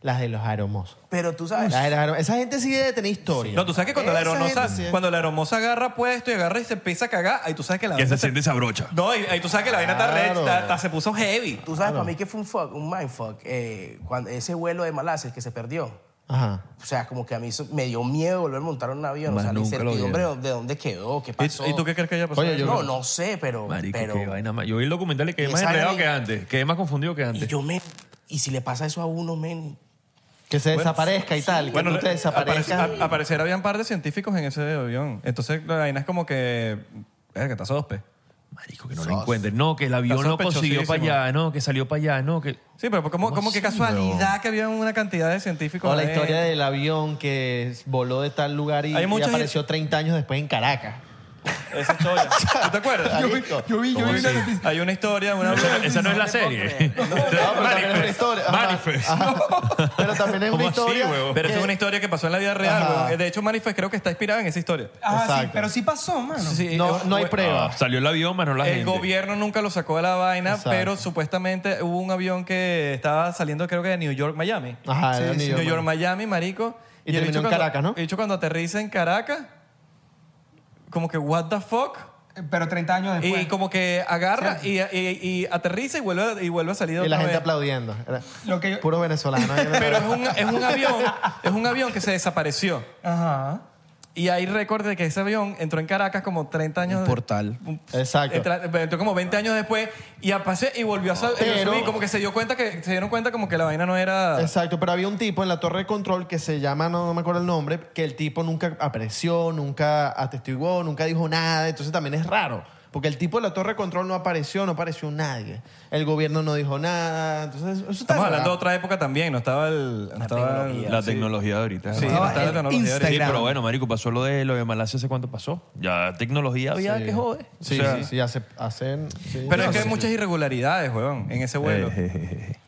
las de los aeromosos.
Pero tú sabes,
Las de los aeromosos. Esa gente sí debe tener historia.
no, tú sabes que cuando la,
Esa
aeromoza,
gente sí es-
cuando la aeromoza agarra puesto y agarra y se empieza a cagar, ahí tú sabes que la
Que
vaina
se
está-
siente esa brocha.
No, y ahí tú sabes que la vaina está re-
Claro.
está- está- se puso heavy.
tú sabes para mí que fue un fuck, un mindfuck. eh, cuando ese vuelo de Malasia el que se perdió.
Ajá.
O sea, como que a mí eso- me dio miedo volver a montar en un avión.
Más
o sea, la
nunca lo
incertidumbre de dónde- de dónde quedó, qué pasó.
¿Y, y tú qué crees que haya pasado?
Oye, yo-
No, no sé, pero...
Marico,
pero
qué vaina más. Yo vi el documental y quedé
Y
más
esa vaina
enredado que
me-
antes. Quedé más confundido que
y
antes.
yo, men, y si le pasa eso a uno, men...
Que se desaparezca y tal.
Bueno,
que tú te
re- aparece-
desaparezcas.
a- aparecer había un par de científicos en ese avión. Entonces la vaina es como que. Verga, está sospe.
Marico, que no lo encuentren. No, que el avión
Está
no consiguió para
sospechosísimo.
allá. No, que salió para allá. No, que...
Sí, pero como, como que
así,
casualidad
weón?
que había una cantidad de científicos.
O la
ahí.
historia del avión que voló de tal lugar y,
Hay
y
mucha
apareció 30 años después en Caracas.
Esa historia. ¿Tú te acuerdas?
Yo vi- yo
vi- yo
¿Cómo
vi
que
una
sí? Hay una historia, una.
Esa, esa no es la serie.
también es una historia. Ajá.
Manifest.
Pero también es una
¿Cómo así,
historia.
huevón?
Pero eso
que-
es una historia que pasó en la vida real.
Ajá.
weón. De hecho, Manifest creo que está inspirada en esa historia.
Ah, sí,
Exacto.
pero sí pasó, mano.
Sí,
No,
eh,
no hay
we-
Ah,
pruebas.
salió el avión, pero no la
el
gente.
gobierno nunca lo sacó de la vaina,
Exacto.
pero supuestamente hubo un avión que estaba saliendo, creo que de New York, Miami.
Ajá,
Sí,
de
sí,
New
New
York,
York, Miami, marico.
Y,
el
terminó
bicho
en
cuando-
Caracas, ¿no?
El bicho cuando aterriza en Caracas, como que, what the fuck?
Pero 30 años después.
Y como que agarra y, y- y aterriza y vuelve, y vuelve a salir
Y
otra
la gente
vez.
aplaudiendo. Era-
Lo que yo-
Puro venezolano.
(laughs) Pero es un, es un avión, es un avión que se desapareció.
Ajá.
Y hay récord de que ese avión entró en Caracas como 30 años
Un
de-
portal.
un-
Exacto.
entra- Entró como 20 años después y a pase y volvió a sal-
Pero-
subir, como que se dio cuenta que se dieron cuenta como que la vaina no era
Exacto, pero había un tipo en la torre de control que se llama, no, no me acuerdo el nombre, que el tipo nunca apareció, nunca atestiguó, nunca dijo nada, entonces también es raro, porque el tipo de la torre de control no apareció, no apareció nadie, el gobierno no dijo nada, entonces eso está
Estamos hablando de
raro.
otra época también, no estaba el no estaba el-
La
sí.
tecnología de ahorita. Ah,
Sí, no
Estaba
estaba
el
la tecnología ahorita.
Sí,
Instagram.
pero bueno, marico, pasó lo de lo de Malasia, ¿hace cuánto pasó? Ya tecnología había que joder. O
Sí,
sea,
sí, sí, hace- hacen... sí.
Pero es
No,
que hay
sí.
muchas irregularidades, weón, en
(laughs)
ese vuelo.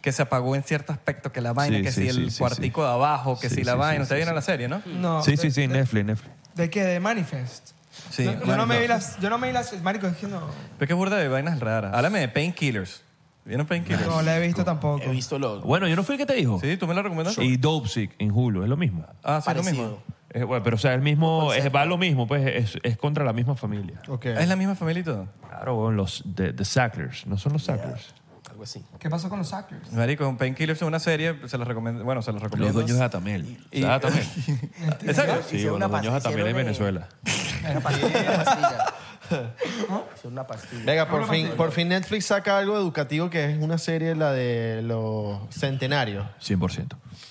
Que se apagó en cierto aspecto, que la vaina,
Sí,
que
sí,
si el
sí, sí,
cuartico de abajo, que
Sí,
si la
sí,
vaina.
sí,
Ustedes
sí,
vieron la serie, ¿no?
No.
Sí, sí, sí, Netflix, Netflix.
¿De qué? ¿De Manifest?
Sí.
No, yo, no me vi las, yo no me vi las... Marico, es que no...
Pero qué burda de vainas raras. Háblame de Painkillers. ¿Vieron Painkillers?
No la he visto tampoco.
He visto los.
Bueno, yo no fui el que te dijo.
Sí, tú me lo recomendaste.
Y Dope Sick en Hulu, es lo mismo.
Ah, sí, es lo
Parecido.
mismo.
Eh, bueno, pero o sea, el mismo, es- va lo mismo, pues es, es contra la misma familia.
Ok.
Es la misma familia y todo.
Claro, weón, los de, de Sacklers, no son los Sacklers.
Algo así.
¿Qué pasó con los hackers?
Marico, Painkillers es una serie, se los recomiendo. Bueno, se los recomiendo.
Los dueños de Atamel.
Y-
¿Sabes Atamel?
(laughs) ¿En serio?
Sí, bueno, los dueños de Atamel Ah, en Venezuela.
eh, Una pastilla.
(laughs)
Una pastilla. Hicieron una pastilla.
Venga, por fin, por fin Netflix saca algo educativo que es una serie, la de los centenarios.
100%.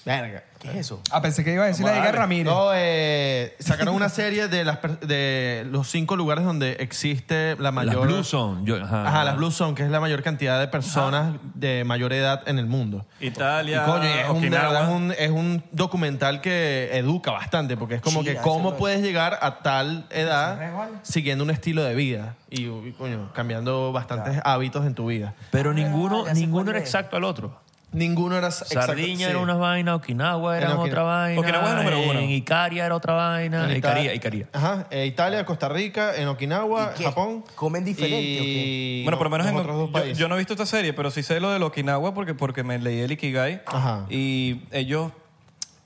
Verga.
¿Qué es eso?
Ah, pensé que iba a decir la de Edgar Ramírez.
No, eh, sacaron una serie de, las, per- de los cinco lugares donde existe la
Las
mayor...
Blue Zone. yo- ajá.
Ajá, las Blue Zone, que es la mayor cantidad de personas de mayor edad en el mundo.
Italia,
y coño, es un, de
Okinawa.
verdad es un- es un documental que educa bastante, porque es como
Sí,
que
a
cómo
veces lo-
puedes llegar a tal
¿Ah?
Sí, es
edad
igual.
siguiendo un estilo de vida y, y, coño, cambiando bastantes hábitos en tu vida.
Pero ninguno, ninguno era exacto al otro.
Ninguno era exacto.
Sardiña
sí.
era una vaina, Okinawa era
En Okina-
otra vaina.
Okinawa es número uno.
En Icaria era otra vaina.
En
Icaria,
Ita-
Icaria.
Ajá, eh, Italia, Costa Rica, en Okinawa,
¿Y qué?
Japón.
¿Comen diferente
y-
o qué?
Bueno, por lo menos
los
en,
otros dos
yo,
países.
yo no he visto esta serie, pero sí sé lo de Okinawa porque, porque me leí el Ikigai.
Ajá.
Y ellos,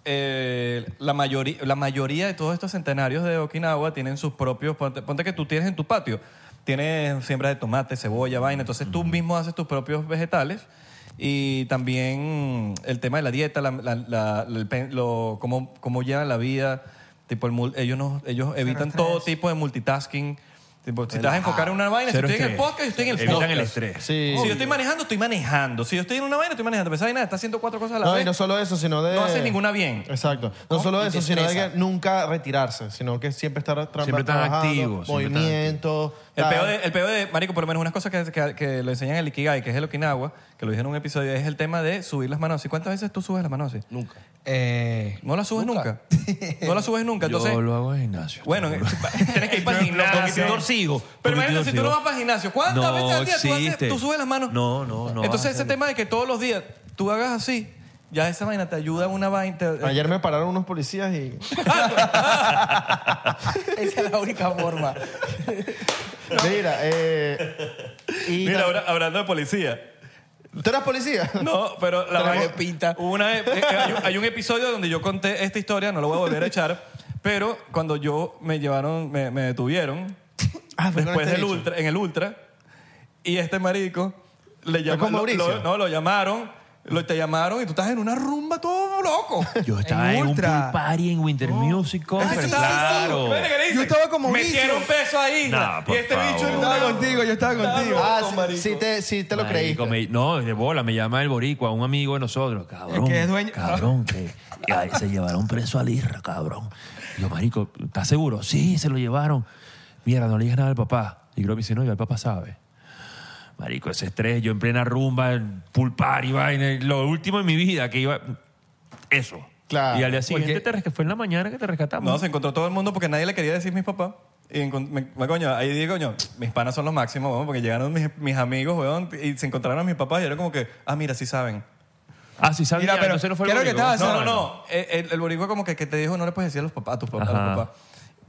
eh, la, mayoría, la mayoría de todos estos centenarios de Okinawa tienen sus propios, ponte, ponte que tú tienes en tu patio, tienes siembra de tomate, cebolla, vaina, entonces tú mismo haces tus propios vegetales. Y también el tema de la dieta, la, la- la- el pen- lo- cómo, cómo llevan la vida. Tipo el, mul- ellos no, ellos evitan todo tipo de multitasking. Tipo, si te vas a enfocar en una vaina, si
Cero
estoy en el
estrés.
podcast, yo estoy en el
Evitan
podcast.
el estrés.
Sí.
Si yo estoy manejando, estoy manejando. Si yo estoy en una vaina, estoy manejando. Pero esa vaina está haciendo cuatro cosas a la
No,
vez.
y no solo eso, sino de.
No haces ninguna bien.
Exacto. No solo
Y
eso,
te
sino de que
estresas.
nunca retirarse, sino que siempre estar tra-
Siempre tan
trabajando,
activo, siempre tan
Movimiento.
El
tal.
peor, de, el peor de, marico, por lo menos una cosa que, que, que lo enseñan en el Ikigai, que es el Okinawa, que lo dije en un episodio, es el tema de subir las manos. ¿Y cuántas veces tú subes las manos? así?
Nunca.
Eh,
No las subes nunca. No las subes nunca. Entonces,
(laughs) Yo lo hago en gimnasio.
bueno, tienes que ir para el
Yo lo- con mi
gimnasio.
tutor sigo.
Pero
Con mi
imagínate,
tutor
si tú
sigo.
no vas para el gimnasio, ¿cuántas
No
veces al día tú, haces-
existe.
tú subes las manos?
No, no, no.
Entonces,
vas a
ese
hacer-
tema de que todos los días tú hagas así, ya esa vaina te ayuda a una vaina. te-
Ayer me pararon unos policías y.
(laughs)
Esa es la única forma.
Mira, eh. y-
Mira, ahora- hablando de policía.
¿Tú eras policía?
No, pero la
Tenemos
vaina-
pinta.
hubo Una, vez- eh, hay, un- hay un episodio donde yo conté esta historia, no lo voy a volver a echar, pero cuando yo me llevaron, me, me detuvieron
Ah, fue con
después
este
del
bicho.
ultra, en el ultra, y este marico le
con
llamaron,
Mauricio?
no, lo llamaron, lo, te llamaron y tú estás en una rumba todo
(laughs)
loco.
Yo estaba
En
en, un pool
Ultra.
party en Winter Music Conference.
sí, sí, sí.
claro.
Mira que le
Yo
dicen,
estaba con Mauricio.
Metieron peso ahí.
Nah,
y
por
este bicho en
favor.
una-
estaba contigo, yo estaba contigo.
Ah, sí, sí te, sí te lo creí.
Marico, me- no, de bola, me llama el boricua, un amigo de nosotros. Cabrón,
El que es dueño-
cabrón, que que ahí se llevaron preso al IRRA, cabrón. Y yo, marico, ¿estás seguro? Sí, se lo llevaron. Mierda, no le dije nada al papá. Y creo que si no, ya el papá sabe. Marico, ese estrés, yo en plena rumba, en pool party, vaina, lo último en mi vida que iba... Eso.
Claro,
y al día siguiente,
porque-
te res- que fue en la mañana que te rescatamos.
No, se encontró todo el mundo porque nadie le quería decir mis papás. Y encon- me, me- coño, ahí digo, coño, mis panas son los máximos, weón, porque llegaron mis, mis amigos, weón, y se encontraron a mis papás y era como que, ah, mira, sí saben.
Ah, sí, sabía,
Mira, pero
entonces no fue el
creo que
boricua.
estaba-
No, no, no. Eh, El, el boricua como que, que te dijo, no le puedes decir a los papás, a tus papás, a
Ajá.
los papás.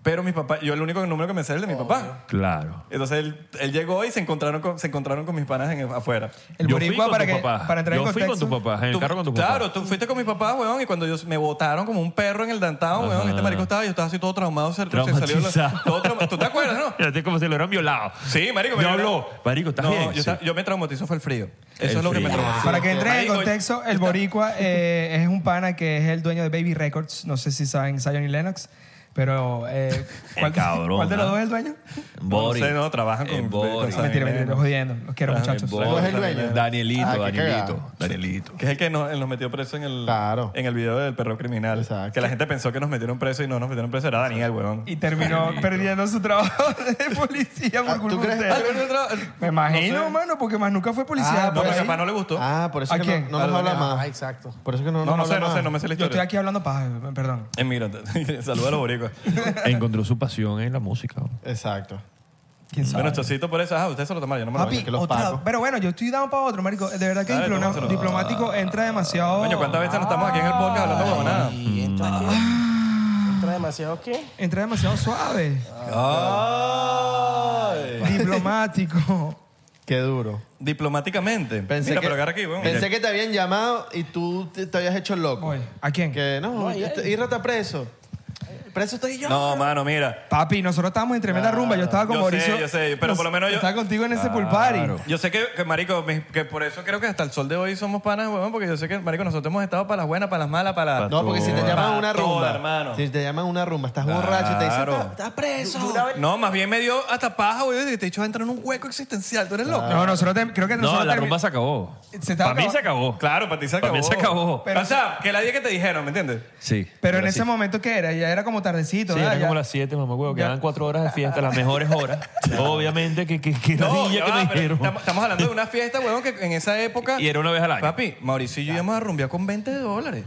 Pero mi papá, yo el único número que me sé es el de mi papá.
Claro.
Entonces él, él llegó y se encontraron con, se encontraron con mis panas en, afuera.
El
Yo fui
boricua,
con
para,
tu
que,
papá.
para entrar
Yo
en
fui con
contexto.
tu papá, en el
Tú-
carro con tu papá.
Claro, tú fuiste con mi papá, weón, y cuando ellos me botaron como un perro en el downtown, weón,
Ajá.
este marico estaba, yo estaba así todo traumado, se, se salió la-
Traumatizado.
todo trauma- ¿Tú te
(laughs)
acuerdas, no?
Fíjate como si lo hubieran violado.
Sí, marico, me
Yo hablo. Marico, ¿estás
no,
bien?
Yo,
Sí.
estaba- yo me traumatizo fue el frío. Eso
El
es lo que me
frío.
traumatizó.
Para que entre en
Marico,
contexto, el boricua eh, es un pana que es el dueño de Baby Records. No sé si saben Zion y Lennox, pero... eh,
El
¿cuál,
cabrón,
¿Cuál de los
¿ah?
dos es el dueño?
Body.
No sé, no, trabajan con-
El
con
Body.
San-
Mentira, mentira,
Lennox.
estoy jodiendo. Los quiero,
El
muchachos.
Body.
¿Cuál es el dueño?
Danielito,
Ah, qué
Danielito,
cagado.
Danielito.
Que es el que nos, él nos metió preso en el,
Claro.
en el video del perro criminal.
Exacto.
Que la gente pensó que nos metieron preso y no nos metieron preso. Era Daniel, weón. (laughs)
Y terminó perdiendo su trabajo de policía por
Ah, ¿tú
culpa de
crees?
ustedes. Me imagino,
No sé.
mano, porque más nunca fue
Ah,
policía. por
no, mi
ahí.
papá no le gustó.
Ah, por eso
¿A
que
quién?
no, no nos habla
Ah,
más.
exacto.
Por eso que no nos
No, no
habla
sé, no
más.
sé, no me sé la
Yo estoy
historia.
aquí hablando paja, perdón.
Eh, mira, (laughs) saluda a los boricuas.
Encontró su pasión en la música.
Exacto.
¿Quién sabe?
Bueno, chocito por eso. Ah, usted se lo toma, yo no me lo
Papi,
baño.
que los
otra-
pago.
pero bueno, yo estoy dado para otro, marico. De verdad que
Dale,
diploma-
tómaselo.
diplomático entra demasiado.
Coño, ¿cuántas veces no estamos aquí en el podcast hablando huevonadas?
Y entra, ¿qué? ¿Entra demasiado qué?
Entra demasiado suave. Diplomático.
Qué duro.
Diplomáticamente.
Pensé,
Mira,
que,
pero agarra aquí, weón.
pensé que te habían llamado y tú te, te habías hecho el loco.
Oye, ¿A quién?
Que no, este- Irra está preso. Preso estoy yo.
No, mano, mira.
Papi, nosotros estábamos en tremenda rumba. Yo estaba
yo
con
sé,
Mauricio.
yo sé, pero por lo menos yo-
Estaba contigo en ese pool party.
Yo sé que, que, marico, mis- que por eso creo que hasta el sol de hoy somos panas, weón, porque yo sé que, marico, nosotros hemos estado para las buenas, para las malas, para...
No, porque si te
Para
llaman a una
toda,
rumba,
hermano.
si te llaman a una rumba, estás borracho y te dicen, "Ah,
Claro.
"Está- estás preso.
No, más bien me dio hasta paja, weón, y te he dicho, entrar en un hueco existencial, tú eres loco.
No, nosotros te- creo que
No,
nosotros
la
termi-
rumba se acabó.
Se estaba
Para mí
acabando.
se acabó.
Claro, para ti se
Para
acabó.
mí se acabó.
Pero, o sea, que la día que te dijeron, ¿me entiendes?
Sí.
Pero en
Era
ese
así.
momento que era, ya era como tardecito.
Sí,
¿verdad?
eran
Ya-
como las 7, mamá, huevo.
Ya.
Quedaban 4 horas de fiesta, las mejores horas.
(laughs)
Obviamente, que, que, que
ya
ladilla que
va,
me
pero
dijeron.
Estamos, estamos hablando de una fiesta, weón, que en esa época...
Y era una vez al año.
Papi, Mauricio y yo íbamos a rumbear con 20 dólares.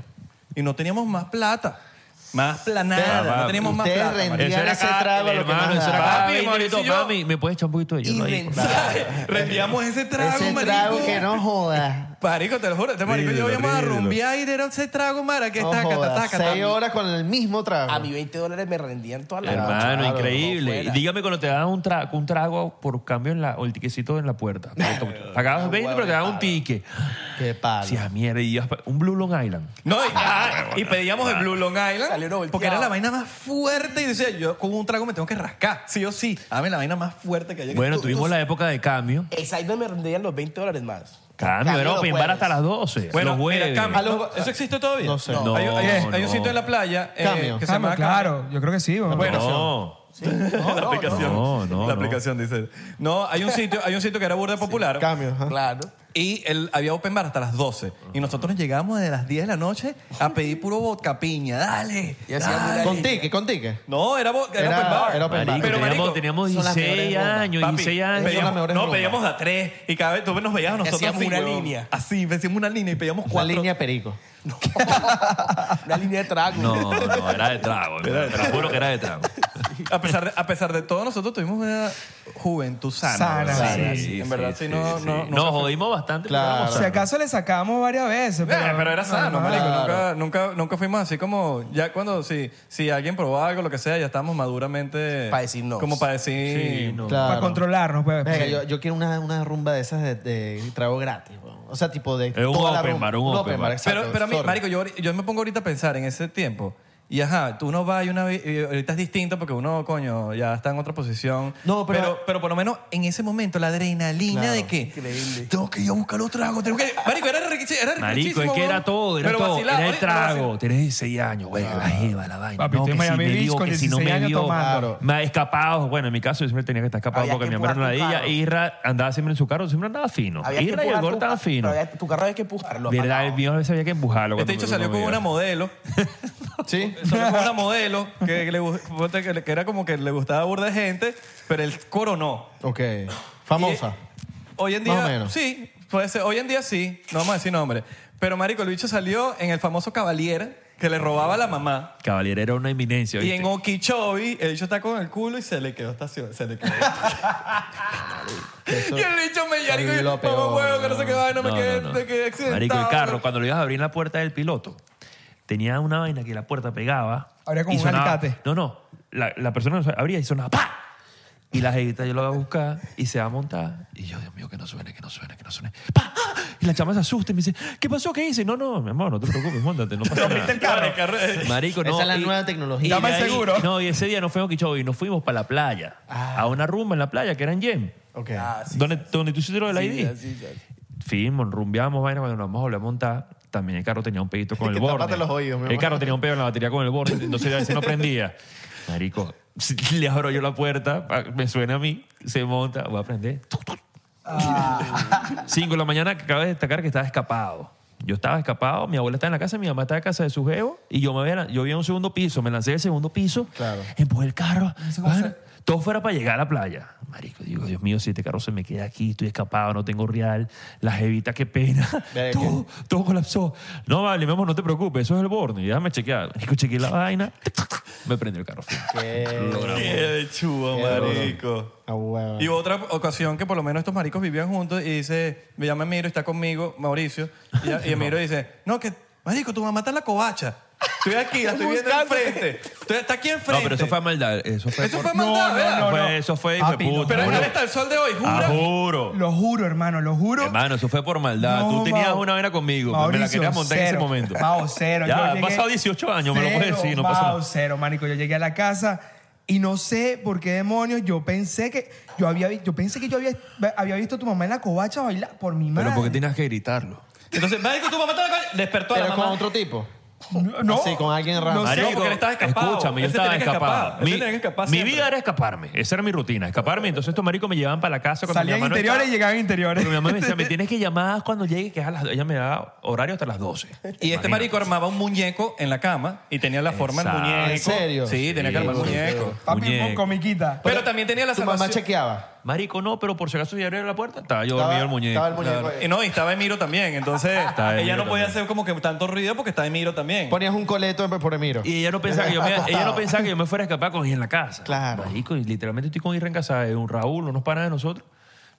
Y no teníamos más plata. Más planada.
Papi,
no teníamos más
ustedes
plata. marico.
rendían ese
cada-
trago a lo que
hermano,
más
eso era
daba.
cada
Papi,
20
Mauricio,
minutos.
yo-
Mami, ¿me puedes echar un poquito de hielo ahí? por favor?
¿Sabes? Rendíamos ese trago,
Ese
marico.
trago que no jodas.
Marico, te lo juro, este marico yo
Rídelo,
íbamos a
rídelo.
rumbear y era ese trago, mara, que
No
está
jodas. Seis horas con el mismo trago.
A mí 20 dólares me rendían toda la noche.
Hermano,
claro,
increíble.
como fuera.
Dígame cuando te dan un, tra- un trago por cambio en la, o el tiquecito en la puerta. Pagabas 20, pero te daban un tique.
Qué
Si
palo.
a mierda, y ibas pa- un Blue Long Island.
No, y, ah, y pedíamos el Blue Long
Salió uno
Island
volteado.
porque era la vaina más fuerte y decía, yo con un trago me tengo que rascar, sí o sí. Dame la vaina más fuerte que haya.
Bueno, tuvimos la época de cambio.
Exacto, me rendían los 20 dólares más.
Cambio,
Cambio
era
los
open bar
jueves.
hasta las 12.
Bueno,
los
mira,
jueves.
Cambio,
A los-
¿Eso existe todavía?
No sé.
No,
hay, hay- hay
no.
un sitio en la playa eh,
Cambio.
que se llama
Cambio,
Cambio.
claro, yo creo que sí. vamos.
Bueno,
No.
la aplicación.
No, no,
la
no.
aplicación dice. No, hay un sitio, hay un sitio que era burda popular.
Cambio, ajá.
Claro.
Y él, había open bar hasta las 12. Y nosotros llegamos de las 10 de la noche a pedir puro vodka piña. Dale.
Y hacíamos
dale.
una
Con
línea.
tique, con tique.
No, era, vo- era
Era-
open bar.
era open bar.
Marico,
Pero,
teníamos,
marico,
teníamos
son las
16
mejores
años,
papi,
16
pedíamos-
años.
las mejores
no,
rumbas.
pedíamos a tres. Y cada vez tú nos veías a nosotros
hacíamos
así,
una
huevón.
línea.
Así, hacíamos una línea y pedíamos
Una
cuatro.
línea perico.
Una línea de trago.
No, no, era de trago. hermano, Te lo juro que era de trago.
(laughs) A pesar, de, a pesar de todo, nosotros tuvimos una juventud sana.
Sana,
¿verdad?
sana,
Sí, en verdad, sí, no, no,
Nos jodimos bastante. pero
Claro.
éramos
Si
sanos.
acaso le sacamos varias veces.
Eh, pero era sano, marico. Nunca,
Claro.
nunca, nunca fuimos así como... Ya cuando... Si, si alguien probaba algo, lo que sea, ya estábamos maduramente...
Pa' decir no.
Como para decir...
Sí, no.
Claro.
Para controlarnos, pues.
Venga, yo, yo quiero una, una rumba de esas de, de trago gratis, weón. O sea, tipo de.
Es un
toda la
open
rumba.
bar, un open bar.
exacto,
Pero, pero a mí,
sorry.
marico, yo, ahori- yo me pongo ahorita a pensar en ese tiempo. Y ajá, tú uno va y una vez- y ahorita es distinto porque uno, coño, ya está en otra posición.
No, pero-
pero, por lo menos en ese momento, la adrenalina
Claro.
de que tengo que ir a buscar los tragos. Tengo que... Marico, era riquísimo. Era
Marico,
riquísimo,
es que
weón.
era todo, era
Pero
todo.
vacilado,
Era el
ahorita vacilado.
trago. Tienes 16 años, güey, la jeva, la vaina.
Papi,
no,
estoy en
que si
Miami
me
Beach
vio,
con
que si no
16
me
años
vio.
tomando.
Me ha escapado. Bueno, en mi caso, yo siempre tenía que estar escapado
Había
porque
que
mi hermano la
empujar tu
ladilla.
carro.
Irra andaba siempre en su carro, siempre andaba fino. Irra y el
empujar
gordo
tu
estaban
ca-
finos.
pero había- Tu carro había que empujarlo.
Verdad,
apagado.
el mío a veces había que empujarlo.
Este
cuando
dicho
me-
salió
cuando
con
me
una
vio.
modelo.
(laughs)
Sí.
Salió con una modelo que, le gu- ponte que le- que era como que le gustaba burda de gente, pero él coronó.
Ok. Famosa.
Y, hoy en día,
Más o menos.
sí, puede ser. Hoy en día sí, no vamos a decir nombre. Pero marico, el bicho salió en el famoso Cavalier que le robaba a la mamá.
Caballero era una eminencia.
Y
¿viste?
en Okeechobee, el bicho está con el culo y se le quedó estación. Se le
(laughs)
quedó. y el bicho me llama y
es lo
yo,
peor,
como huevo, que no sé qué vaina, me
No,
quedé,
no, no.
me quedé accidentado.
Marico, el carro, cuando lo ibas a abrir la puerta del piloto, tenía una vaina que la puerta pegaba.
Abría como
y
un
sonaba-
alicate.
No, no. la, la persona no abría y sonaba ¡pa! Y la jevita yo la voy a buscar y se va a montar. Y yo, Dios mío, que no suene, que no suene, que no suene. ¡Pa! ¡Ah! Y la chama se asusta y me dice, ¿qué pasó? ¿Qué hice? No, no, mi amor, no te preocupes, montate,
(laughs)
no pasa nada.
el carro.
Marico, no.
Esa es la nueva
de
tecnología.
Llama al
ahí-
seguro.
No, y ese día nos fuimos a Quichó y nos fuimos para la playa.
Ah.
A una rumba en la playa que era en Yem.
Ok.
Ah,
donde, donde tú hiciste lo del ID. Fuimos, rumbeamos, vaina, cuando nos vamos a volver a montar, también el carro tenía un pedito con
Que
el
tápate
borde.
los oídos, mi
el
amor.
carro tenía un pedo en la batería con el borde, entonces a veces no
(laughs)
prendía. Marico, le abro yo la puerta, pa- me suena a mí, se monta, voy a prender. Tuc, tuc. Cinco de la mañana, que cabe destacar que estaba escapado. Yo estaba escapado, mi abuela estaba en la casa, mi mamá estaba en casa de su jevo, y yo me había, yo vivía en un segundo piso, me lancé del segundo piso,
Claro.
empujé el carro, Ah,
sé cómo
vaina,
hacer.
todo fuera para llegar a la playa. Marico, digo, Dios mío, si este carro se me queda aquí, estoy escapado, no tengo real, la jevita, qué
(laughs)
pena.
Verga.
Todo, todo colapsó. No, vale, mi amor, no te preocupes, eso es el borne. Y déjame chequear. Marico, chequeé la vaina, me prendió el carro.
Eh,
Qué de chulo, marico.
Ah,
A huevo.
Y otra ocasión que por lo menos estos maricos vivían juntos y dice, me llama Emiro, está conmigo, Mauricio, y, y
(laughs)
Emiro dice, no, que, marico, tu mamá está en la covacha. Estoy aquí, la estoy viendo enfrente. Estoy- Está aquí
No,
enfrente.
pero eso fue maldad. Eso fue,
Eso
por-
fue maldad, ¿verdad?
Fue- Eso fue hijo de
Papi, no,
puta.
Pero
Juro.
ahí está el sol de hoy,
Ah,
jura.
juro.
Lo juro, hermano, lo juro.
Hermano, eso fue por maldad.
No,
Tú tenías
Mao.
una vaina conmigo. pero me la
Mauricio,
querías montar en ese
cero.
momento.
Mao, cero.
Ya,
Yo
han
llegué-
pasado 18 años, me lo puedes
Cero,
decir, no pasa
Mao,
nada.
cero, marico. Yo llegué a la casa y no sé por qué demonios yo pensé que yo había, vi- yo pensé que yo había, había visto a tu mamá en la covacha bailar por mi madre.
Pero porque tenías que gritarlo.
Entonces, marico, tu mamá está en la covacha. Despertó a la
Pero con
mamá.
otro tipo.
No.
Así, con alguien raro.
No sé.
Marico, porque él estaba escapado.
Escúchame, yo
Él se
estaba
tenía que escapar.
escapado.
Él
Mi,
tenía que escapar
mi
siempre.
vida era escaparme. Esa era mi rutina, escaparme. Entonces estos maricos me llevaban para la casa cuando
Salían
mi mamá no
interiores y
estaba.
llegaban interiores.
Pero mi mamá me
(laughs)
decía, me tienes que llamar cuando llegue, que es a las Ella me da horario hasta las 12.
Y este marico armaba un muñeco en la cama y tenía la forma del
Exacto.
muñeco.
¿En serio?
Sí, tenía que armar un
Sí,
muñeco.
Papi,
Muñeco.
(laughs) comiquita.
Pero también tenía la
Tu mamá
salvación.
chequeaba.
Marico, no, pero por si acaso ya abrió la puerta, estaba yo
Estaba-
dormido el muñeco.
estaba el muñeco
Claro.
ahí.
Y no, y estaba Emiro también. Entonces,
(laughs)
Estaba
ella
Emiro
no podía
también.
hacer como que tanto ruido porque estaba Emiro también.
Ponías un coleto por Emiro.
Y ella no pensaba que yo me, ella no
Acostado.
pensaba que yo me fuera a escapar con ella en la casa.
Claro.
Marico, y literalmente estoy con Irra en casa, es un Raúl, unos panas de nosotros.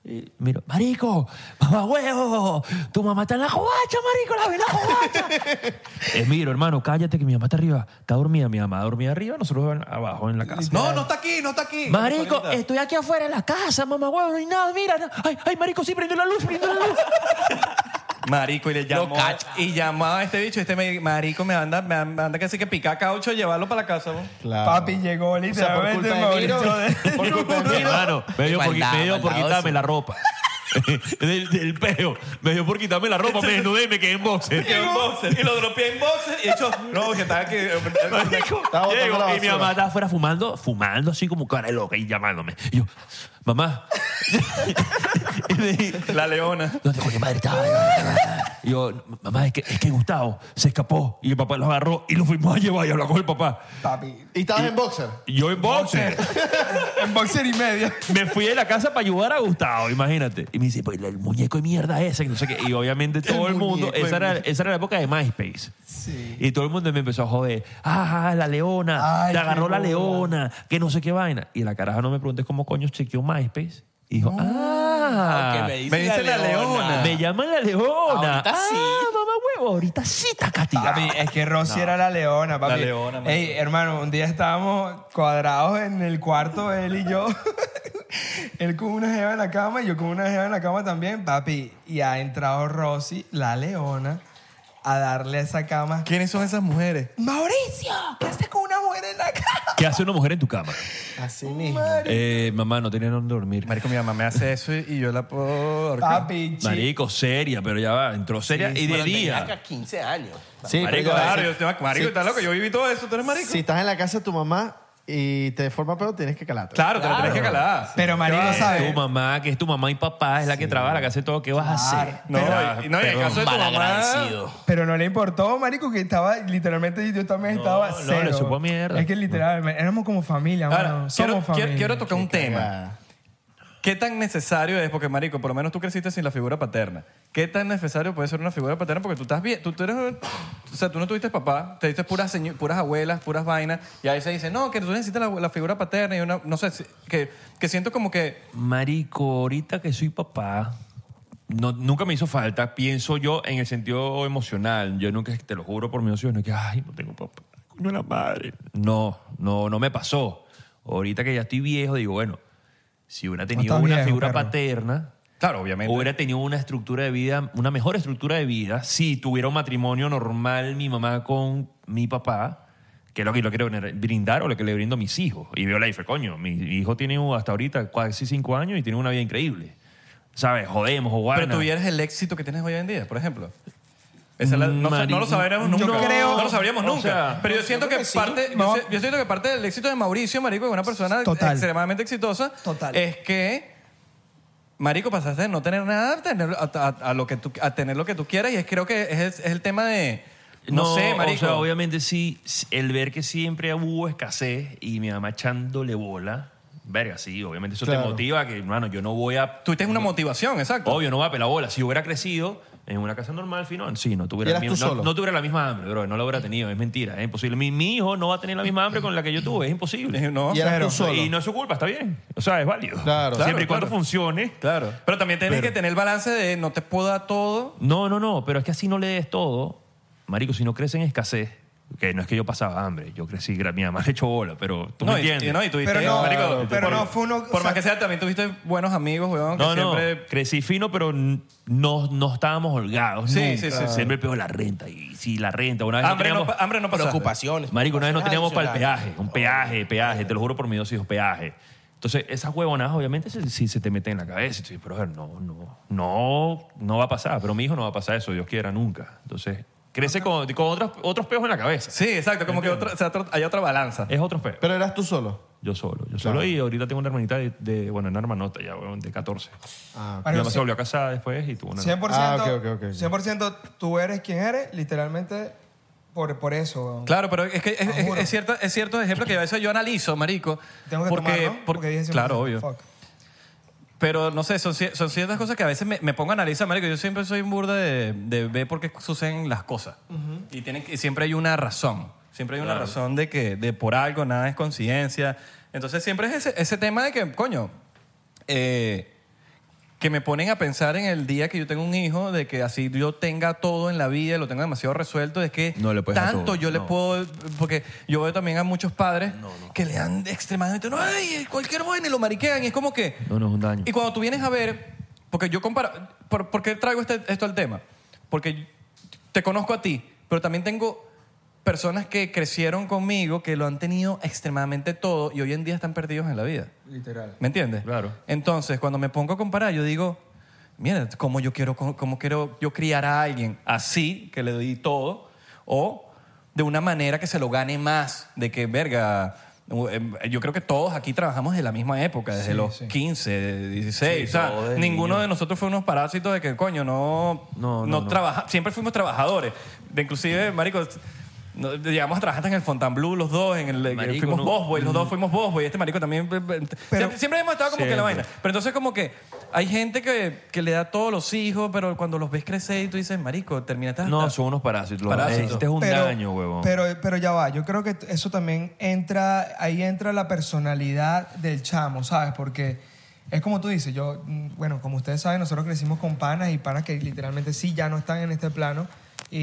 Y miro, marico, mamá huevo, tu mamá está en la jugacha, marico, la ve en la jugacha. Eh, miro, hermano, cállate que mi mamá está arriba. Está dormida, mi mamá dormida arriba, nosotros abajo en la casa.
No, no está aquí, no está aquí.
Marico, estoy aquí afuera en la casa, mamá huevo, no hay nada, mira. no. Ay, ay, marico, sí, prendió la luz, prendió
(laughs)
la luz.
Marico, y le llamó. y llamaba a este bicho. Este me- marico me anda, me anda que así que pica caucho y llevarlo para la casa. ¿no?
Claro.
Papi llegó
O sea, por
literalmente
culpa de Miro. (laughs)
Mauricio de-
Por culpa de Miro.
Hermano, me dio por, qui- me dio por quitarme la ropa. (laughs) del, del peo. Me dio por quitarme la ropa, me desnudé y me quedé en
(laughs)
boxer.
Y, un boxer, y lo dropeé en boxer y hecho. No, que estaba (laughs) aquí.
Estaba botando
Llego,
la
y mi
basura.
mamá estaba afuera fumando, fumando así como cara de loca y llamándome. Y yo, mamá. (laughs) y me dije,
La leona.
¿dónde coño madre estaba? Y yo, mamá, es que, es que Gustavo se escapó y el papá lo agarró y lo fuimos a llevar y habló con el papá.
Papi.
Y estabas en boxer.
Y yo en boxer.
En boxer y media.
me fui de la casa para ayudar a Gustavo, imagínate. Y me dice, pues el muñeco de mierda ese, que no sé qué. Y obviamente todo el, mundo,
muñeco
esa
de
era, esa era la época de MySpace. Y todo el mundo me empezó a joder. Ajá, la leona, te
Ay, qué
agarró la
bola.
leona, que no sé qué vaina. Y la caraja no me preguntes cómo coño chequeó MySpace. Y dijo, ah,
Porque
Me dice la leona.
me llaman la leona.
Ahorita
ah,
sí.
mamá huevo, ahorita sí está castigada.
Papi, es que Rosy era la leona, papi.
La leona, marico.
Ey, hermano, un día estábamos cuadrados en el cuarto, él y yo. (laughs) él con una jeva en la cama y yo con una jeva en la cama también, papi. Y ha entrado Rosy, la leona, a darle a esa cama.
¿Quiénes son esas mujeres?
¡Mauricio! ¿Qué haces con una mujer en la cama?
¿Qué hace una mujer en tu cama?
Así mismo.
Eh, mamá, no tenía dónde dormir.
Marico, mi mamá me hace eso y, y yo la puedo. ahorcar.
Papi, chi-
Marico, seria, pero ya va, entró seria y de
Bueno, tenía
día.
acá 15 años.
Sí,
Marico, este
pero ya va,
Claro,
sí.
yo estoy marico,
Sí.
estás loco, yo viví todo eso, tú eres marico.
Si estás en la casa de tu mamá y te forma pero tienes que calarte.
Claro, te lo tenés que calar.
Pero marico,
¿Qué va a
¿sabes?
Tu mamá, que es tu mamá y papá, es la que trabaja, la que hace todo, ¿qué vas a hacer?
No, y- no, y en el caso de tu mamá.
Malagradecido.
Ah, Pero no le importó, marico, que estaba, literalmente yo también estaba
no,
cero.
le supo a mierda.
Es que literal, éramos como familia,
Ahora,
mano. Somos
quiero,
familia.
quiero, quiero tocar un tema.
Ah,
¿Qué tan necesario es? Porque, marico, por lo menos tú creciste sin la figura paterna. ¿Qué tan necesario puede ser una figura paterna? Porque tú estás bien, tú, tú eres, o sea, tú no tuviste papá, te diste puras, seño- puras abuelas, puras vainas, y ahí se dice, no, que tú necesitas la, la figura paterna y una, no sé, si- que, que siento como que,
Marico, ahorita que soy papá, no, nunca me hizo falta, pienso yo en el sentido emocional. Yo nunca, te lo juro por mis ojos, no es que, ay, no tengo papá, coño la madre. No, no, no me pasó. Ahorita que ya estoy viejo, digo, bueno, si hubiera tenido
estás
una
viejo,
figura
perro.
paterna,
Claro, obviamente.
hubiera tenido una estructura de vida, una mejor estructura de vida, si tuviera un matrimonio normal mi mamá con mi papá, que es lo que yo quiero brindar o lo que le brindo a mis hijos. Y veo la diferencia, coño, mi hijo tiene hasta ahorita casi cinco años y tiene una vida increíble. ¿Sabes? Jodemos, jugamos.
Pero tuvieras el éxito que tienes hoy en día, por ejemplo. Esa es la- no, sa- no lo sabremos nunca.
Yo creo-
no lo sabríamos
o
nunca.
sea,
pero yo siento que, parte, yo
No.
sé- yo, siento que parte del éxito de Mauricio, marico, que es una persona
Total.
extremadamente exitosa,
Total.
es que marico pasaste de no tener nada a tener a, a- a lo que tú, a tener lo que tú quieras y es, creo que es, el- es el tema de no, sé, marico.
O sea, obviamente sí, s- el ver que siempre hubo escasez y mi mamá echándole bola, verga, sí, obviamente eso te
Claro.
motiva que, hermano, yo no voy a...
Tú tienes una motivación, exacto.
Obvio, no voy a pelar bola. Si hubiera crecido en una casa normal, fino, sí, no tuviera,
Y eras
mi-
tú
no,
solo.
no tuviera la misma hambre, bro, no la hubiera tenido, es mentira, es imposible. Mi, mi hijo no va a tener la misma hambre con la que yo tuve, es imposible.
(laughs) No,
y eras
pero-
tú solo.
Y no es su culpa, está bien. O sea, es válido.
Claro.
Siempre
Claro,
y cuando
claro.
funcione.
Claro. Pero también tienes que tener el balance de no te puedo dar todo.
No, no, no, pero es que así no le des todo. Marico, si no crees en escasez, que no es que yo pasaba hambre, yo crecí, gra- mi (laughs) mamá le echó bola, pero tú
no,
me
y-
entiendes.
Y, no, y tuviste,
Pero no,
marico,
claro, pero
por-
no fue uno- o
Por
sea-
más que sea, también tuviste buenos amigos, weón, que
no, no,
siempre...
crecí fino, pero n- no, no estábamos holgados.
Sí,
nunca.
sí, sí, sí.
Siempre pegó la renta. Y si la renta, una vez
Hambre,
no
no,
teníamos,
pa- hambre no pasaste.
Preocupaciones.
Marico, una vez nos teníamos para el
adicionales.
peaje, un peaje, peaje, te lo juro por mis dos hijos, peaje. Entonces, esas huevonadas obviamente si se te meten en la cabeza. Y tú dices, pero a ver, no, no, no, no va a pasar. Pero mi hijo no va a pasar eso, Dios quiera, nunca. Entonces, crece con, con otros, otros peos en la cabeza.
Sí, exacto, como que otra, o sea, otro- hay otra balanza.
Es otros peos.
Pero eras tú solo.
Yo solo, yo solo. Y ahorita tengo una hermanita de, de- bueno, una hermanota ya, huevón, de 14.
Ah,
Mi
Marico,
mamá se volvió a casar después y tuvo una...
100%,
Ah, ok, ok, ok.
100% tú eres quien eres, literalmente por, por eso. weón.
Claro, pero es que es, es-
juro.
es cierto, es cierto ejemplo que a veces yo analizo, marico.
Tengo que
porque,
tomar, ¿no?
por-
Porque dije
claro,
100%,
obvio.
fuck.
Pero no sé, son, cier- son ciertas cosas que a veces me, me pongo a analizar, marico. Yo siempre soy un burda de, de ver por qué suceden las cosas. y, tienen, que- y siempre hay una razón. Siempre hay una razón de que de por algo nada es coincidencia. Entonces siempre es ese, ese tema de que, coño, eh, que me ponen a pensar en el día que yo tengo un hijo, de que así yo tenga todo en la vida, lo tengo demasiado resuelto, es que
No le puedes dar
tanto
todo,
yo le
no.
puedo, porque yo veo también a muchos padres que le dan extremadamente, no, ay, cualquier vaina y lo mariquean, y es como que...
No, no, es un daño.
Y cuando tú vienes a ver, porque yo comparo, ¿por, por qué traigo este- esto al tema? Porque te conozco a ti, pero también tengo personas que crecieron conmigo, que lo han tenido extremadamente todo y hoy en día están perdidos en la vida. Literal. ¿Me entiendes?
Claro.
Entonces, cuando me pongo a comparar, yo digo, mira, ¿cómo yo quiero, cómo, cómo quiero yo criar a alguien así, que le doy todo, o de una manera que se lo gane más, de que, verga, eh, yo creo que todos aquí trabajamos de la misma época, desde los 15, 16,
Sí,
o sea,
todo de
ninguno
niño.
de nosotros fue unos parásitos de que, coño, no,
No, no, no.
trabaja, siempre fuimos trabajadores, de inclusive, marico... no, llegamos a trabajar hasta en el Fontainebleau los dos, en el, eh,
Marico,
fuimos
no. Mm.
Boss Boy, los dos fuimos Boss Boy, este marico también. siempre, siempre hemos estado como que en la
Siempre.
vaina. Pero entonces como que hay gente que, que le da todos los hijos, pero cuando los ves crecer y tú dices, marico, terminaste hasta...
No, son unos parásitos. Los-
Parásitos.
Este es un daño, huevón.
Pero, pero ya va, yo creo que t- eso también entra, ahí entra la personalidad del chamo, ¿sabes? Porque es como tú dices, yo, mm, bueno, como ustedes saben, nosotros crecimos con panas y panas que literalmente sí ya no están en este plano y,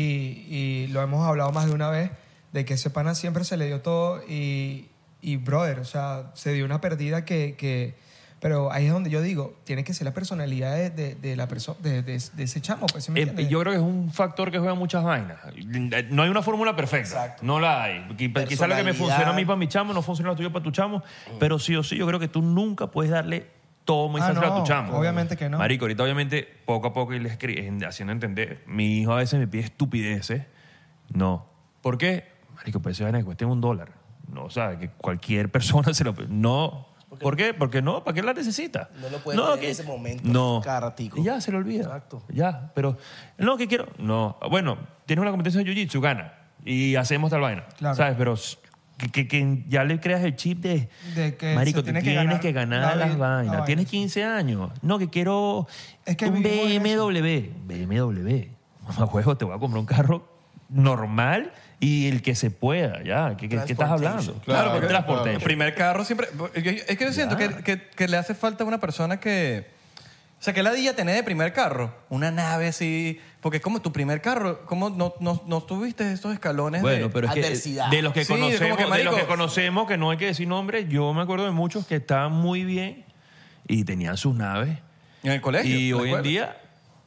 y lo hemos hablado más de una vez, de que ese pana siempre se le dio todo y, y brother, o sea, se dio una pérdida que... que- pero ahí es donde yo digo, tiene que ser la personalidad de, de- de la persona de, de- de ese chamo, pues, ¿sí me
Eh,
entiendes?
yo creo que es un factor que juega muchas vainas. No hay una fórmula perfecta. No la hay. Qui- Quizás lo que me
Personalidad.
funciona a mí para mi chamo no funciona lo tuyo para tu chamo. Pero sí o sí, yo creo que tú nunca puedes darle toma y
Ah,
salsa a
no,
tu chamo.
obviamente que no.
Marico, ahorita obviamente poco a poco y le escri- en- haciendo entender. Mi hijo a veces me pide estupideces. No. ¿Por qué? Marico, pues esa vaina que cuesta un dólar. No, o sea, que cualquier (laughs) persona se lo... No. ¿Por qué? Porque no, ¿para qué la necesita?
No lo puede tener en ese momento,
No.
cada ratico.
Y ya, se le olvida. Exacto. Ya, pero no, que quiero. No, bueno, tienes una competencia de jiu-jitsu, gana. Y hacemos tal vaina.
Claro.
¿Sabes? Pero s- que, que- que ya le creas el chip de.
De que
Marico,
se
te
tiene que
tienes
ganar
que ganar,
la
las
vi- la
vainas.
vaina,
tienes
sí.
15 años. No, que quiero
Es que
un
vivimos en eso.
BMW. BMW. Mamá, juego, te voy a comprar un carro normal y el que se pueda, ya. ¿Qué, qué- qué estás hablando?
Claro, porque-
Transportation.
El primer carro siempre... yo- yo- Es que yo siento que, que- que le hace falta a una persona que, O sea, que la día tenés de primer carro? Una nave así. Porque es como tu primer carro. ¿Cómo no, no, no tuviste estos escalones? de-
Bueno, pero es
Adversidad.
que eh, de los que
Sí,
conocemos,
como que,
de los
marico,
que conocemos, que no hay que decir nombres, yo me acuerdo de muchos que estaban muy bien y tenían sus naves.
En el colegio.
y
en la
hoy en
escuela.
día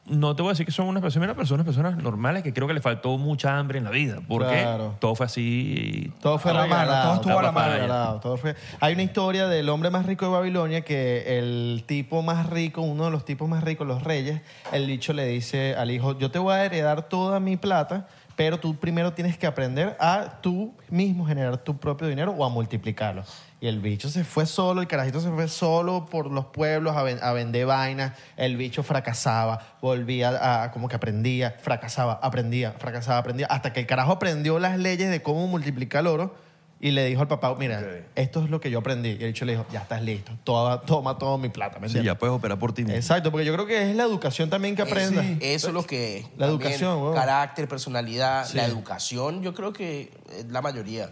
no te voy a decir que son unas personas, mira, personas, personas normales que creo que le faltó mucha hambre en la vida, porque
Claro.
todo fue así.
Todo fue
A la mala,
regalado,
todo estuvo a la
fue
mala.
regalado, todo fue- Hay una historia del hombre más rico de Babilonia que el tipo más rico, uno de los tipos más ricos, los reyes, el bicho le dice al hijo, yo te voy a heredar toda mi plata, pero tú primero tienes que aprender a tú mismo generar tu propio dinero o a multiplicarlo. Y el bicho se fue solo, el carajito se fue solo por los pueblos a, ven- a vender vainas. El bicho fracasaba, volvía a, a- como que aprendía, fracasaba, aprendía, fracasaba, aprendía. Hasta que el carajo aprendió las leyes de cómo multiplicar el oro y le dijo al papá, mira, esto es lo que yo aprendí. Y el bicho le dijo, ya estás listo, toma, toma toda mi plata, ¿me
Sí,
entiendes?
ya pues. puedes operar por ti mismo.
Exacto, porque yo creo que es la educación también que
Eso,
aprendas.
eso es lo que...
La
también,
educación, weón.
Carácter, personalidad,
Sí.
la educación, yo creo que es la mayoría.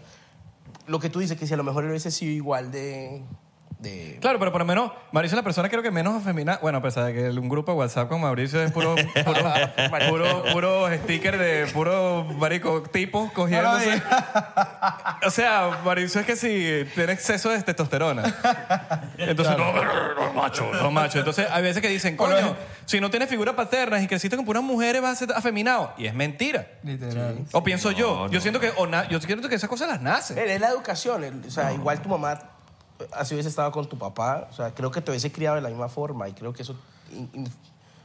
Lo que tú dices, que si a lo mejor él hubiese sido igual de... de
Claro, pero por lo menos Mauricio es la persona creo que menos afeminada. Bueno, a pesar de que el- un grupo de WhatsApp con Mauricio es puro, puro,
(laughs)
puro, puro sticker de puro marico tipos cogiéndose. (laughs) O sea, Mauricio es que si tiene exceso de testosterona. Entonces, (laughs) no, no, macho, no, macho. Entonces, hay veces que dicen, coño, si no tienes figura paterna y creciste con puras mujeres vas a ser afeminado. Y es mentira.
Literal.
O pienso yo.
No,
yo siento que o na- yo siento que esas cosas las nace.
Él es la educación. él- o sea, igual tu mamá, eh, así hubiese estado con tu papá. O sea, creo que te hubiese criado de la misma forma. Y creo que eso in- in-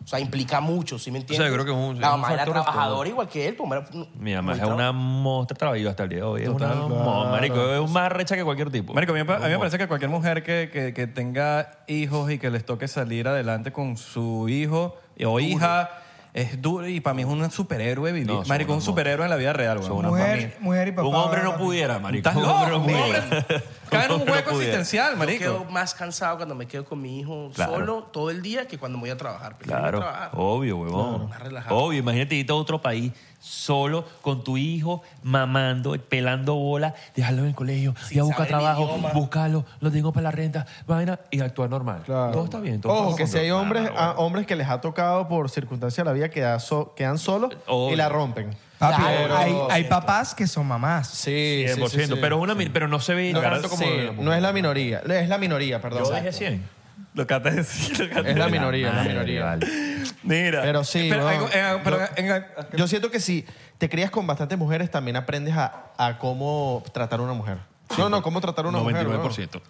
o sea, implica mucho, ¿sí me entiendes?
creo que es un-
La
es un
mamá era
factor de todo.
trabajadora igual que él. tu mamá era
Mi mamá
muy
es una
traba-
mostra trabajadora hasta el día de hoy. Es una mo- marico, es más recha que cualquier tipo.
Marico, a mí, me pa- a mí me parece que cualquier mujer que, que- que tenga hijos y que les toque salir adelante con su hijo o hija es duro y para mí es un superhéroe vivir.
No, son
marico, un
unas
superhéroe en la vida real, güey.
Son unas
Mujer, mujer y papá.
un hombre no
papi.
pudiera, marico.
Estás
Un
loco,
hombre no
un hombre
pudiera.
cae en
Un
un
hombre no
hueco
pudiera.
existencial,
Yo quedo
marico.
más cansado cuando me quedo con mi hijo
Claro.
solo todo el día que cuando me voy a trabajar. Prefiero
Claro,
no trabajar.
obvio, huevón.
Más relajado.
Obvio, imagínate irte a otro país solo con tu hijo mamando, pelando bola, dejarlo en el colegio,
Sin
ir a buscar
saber el
trabajo,
idioma.
buscarlo, lo tengo para la renta, vaina y actuar normal.
Claro.
Todo está bien. Todo
Ojo,
pasa
que
con
si hay
Dios.
hombres,
Claro,
a- hombres que les ha tocado por circunstancias de la vida queda so- quedan solos
Obvio.
y la rompen.
Papi,
Claro.
hay, hay papás que son mamás.
Sí,
100%, pero, es una, mi- pero no se ve
No,
tanto como...
sí, no es la minoría, es la minoría, perdón.
Yo dije 100.
Lo que te decía, lo que te-
Es la minoría, es la
Madre,
minoría.
vale.
Mira.
Pero sí,
Pero,
weón.
en- en- pero en- en-
Yo siento que si te crías con bastantes mujeres, también aprendes a, a cómo tratar a una mujer. no, no, cómo tratar a una mujer. weón.
99%.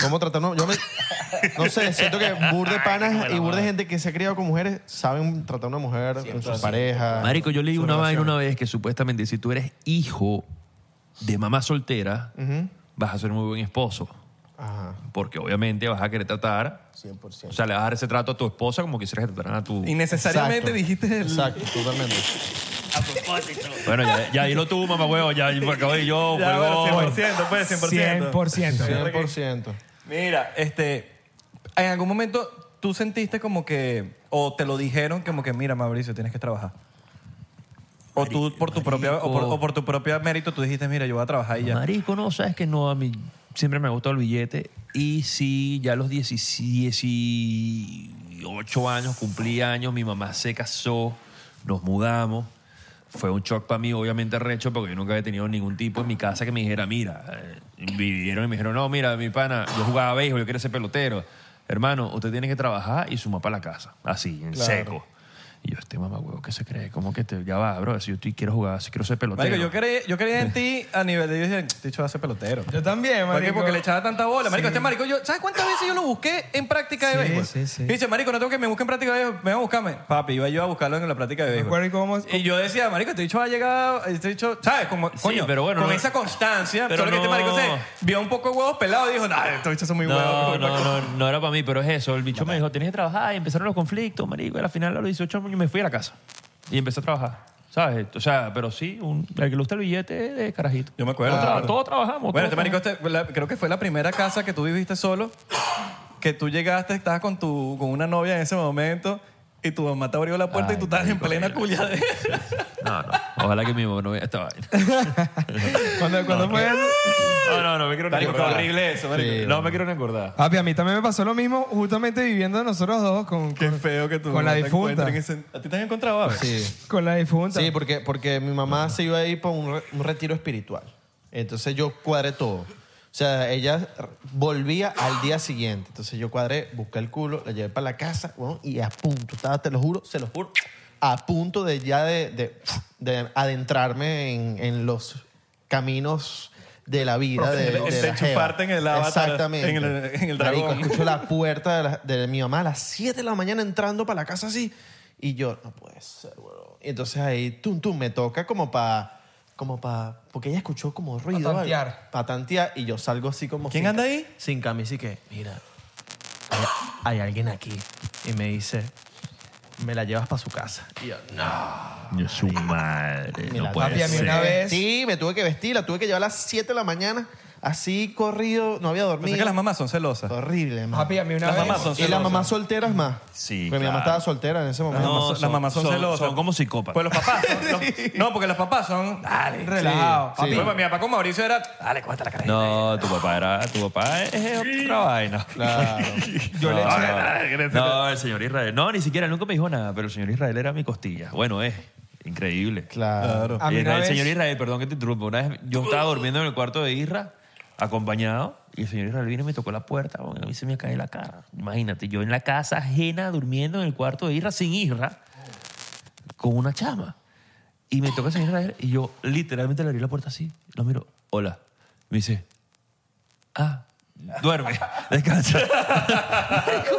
¿Cómo tratar a una yo me- No sé, siento que bur de panas y bur de gente que se ha criado con mujeres saben tratar a una mujer con su pareja.
Marico, yo leí
su
una vaina
relación.
una vez que supuestamente si tú eres hijo de mamá soltera, vas a ser muy buen esposo.
Ajá.
Porque obviamente vas a querer tratar,
100%.
o sea, le vas a dar ese trato a tu esposa como quisieras que te trataran a tu...
innecesariamente
Exacto.
dijiste el-
Exacto, totalmente.
Bueno, ya, ya dilo tú, mamá huevo, ya me acabo de ir yo.
Ya, bueno,
huevón.
100%, pues, 100%.
100%.
100%.
Mira, este, en algún momento tú sentiste como que, o te lo dijeron como que, mira, Mauricio, tienes que trabajar. O tú por tu propia, o por, o por tu propio mérito tú dijiste, mira, yo voy a trabajar y ya.
Marico, no, sabes que no, a mí siempre me ha gustado el billete. Y si ya a los 18 años cumplí años, mi mamá se casó, nos mudamos. Fue un shock para mí, obviamente recho, porque yo nunca había tenido ningún tipo en mi casa que me dijera, mira, eh, vivieron y me dijeron, no, mira, mi pana, yo jugaba béisbol, yo quería ser pelotero. Hermano, usted tiene que trabajar y sumar para la casa, así, en seco. Y yo, este mamá, huevo, ¿qué se cree? ¿Cómo que te, ya va, bro? Si yo estoy- quiero jugar, si quiero ser pelotero.
Marico, yo creía, yo creía en ti a nivel de, yo dije, este hecho va a ser pelotero.
Yo también,
¿Por qué?
marico.
Porque le echaba tanta bola. Marico, este marico, yo, ¿sabes cuántas veces yo lo busqué en práctica de
Sí,
béisbol?
sí, sí.
Y dice, marico, no tengo que me busque en práctica de béisbol, me van a buscarme. Papi, iba yo a buscarlo en la práctica de béisbol.
acuerdo cómo-
Y yo decía, marico, este dicho va a llegar, este dicho, ¿sabes? Como,
Sí,
coño,
pero bueno,
con
no-
esa constancia,
pero
solo que este
no-
marico se vio un poco de huevos pelados y dijo, nah, estos bichos son muy
No,
huevos.
no, no, no era para mí, pero es eso. El bicho me dijo, tienes que trabajar. Y empezaron los conflictos, marico. Y al final, a los 18 años, me fui a la casa. Y empecé a trabajar. ¿Sabes? O sea, pero sí, un, el que le gusta el billete es de carajito.
Yo me acuerdo.
Todos tra- todos trabajamos.
Bueno, este
todos
marico,
trabajamos.
este- la- creo que fue la primera casa que tú viviste solo, que tú llegaste, estabas con, tu, con una novia en ese momento y tu mamá te abrió la puerta
Ay,
y tú estabas en
marico,
plena
horrible.
culia de...
No, no, Ojalá que mi mamá no vea esta vaina.
¿Cuándo, cuándo fue eso?
No, no, no, me quiero
Marico, qué
engordar.
horrible eso, marico.
Sí.
No, me quiero engordar.
Papi, a mí también me pasó lo mismo justamente viviendo nosotros dos con,
Qué
con-
feo que tú.
Con la
te
difunta.
encuentres en ese- ¿A ti te has encontrado? Abe?
Sí.
con la difunta.
Sí, porque, porque mi mamá se iba a ir para un, re- un retiro espiritual. Entonces yo cuadré todo. O sea, ella r- volvía al día siguiente. Entonces yo cuadré, busqué el culo, la llevé para la casa bueno, y a punto. Estaba, te lo juro, se lo juro, a punto de ya de, de- de adentrarme en, en los caminos de la vida. De,
De-
de
de
la
enchufarte
jeva.
en el avatar,
Exactamente.
en el- en el
Marico,
dragón.
escucho la puerta de, la- de mi mamá a las 7 de la mañana entrando para la casa así. Y yo, no puede ser, weón. Y entonces ahí, tum, tum, me toca como para... Como para... Porque ella escuchó como ruido.
tantear.
Para tantear. Y yo salgo así como...
¿Quién
sin
anda
ca-
ahí?
Sin camisa y que, mira, hay, hay alguien aquí. Y me dice, me la llevas para su casa. Y yo, no.
Yo su madre.
Me la-
No puede
Papi, a mí
ser.
una vez...
Sí, me tuve que vestir. La tuve que llevar a las 7 de la mañana. Así, corrido. No había
Pues es
dormido.
que las mamás son celosas.
Horrible, man.
Papi, a mí una
Las
vez...
mamás son
Y las
celosas.
mamás solteras más.
Sí,
Porque mi mamá
claro.
estaba soltera en ese
Las
momento.
mamás son- las mamás son,
son-
celosas.
son como psicópatas.
Pues los papás. son- los- (laughs) no, porque los papás son. Dale.
Relajado.
Sí.
Papi, pues, mi papá con Mauricio era. Dale, cuéntate la carrera.
No, tu papá era. Tu papá es otra vaina.
Claro.
(laughs) Yo le No, el señor Israel. No, ni siquiera, nunca me dijo nada, pero el señor Israel era mi costilla. Bueno, es increíble.
Claro.
A mí
Y
una
El
vez-
señor Israel, perdón que te interrumpa. Una vez yo estaba durmiendo en el cuarto de Isra, acompañado, y el señor Israel vino y me tocó la puerta. bueno, a mí se me cae la cara. Imagínate, yo en la casa ajena, durmiendo en el cuarto de Isra, sin Isra, con una chama. Y me toca el señor Israel, y yo literalmente le abrí la puerta así. Lo miro, hola. Me dice, ah, duerme, (laughs) descansa.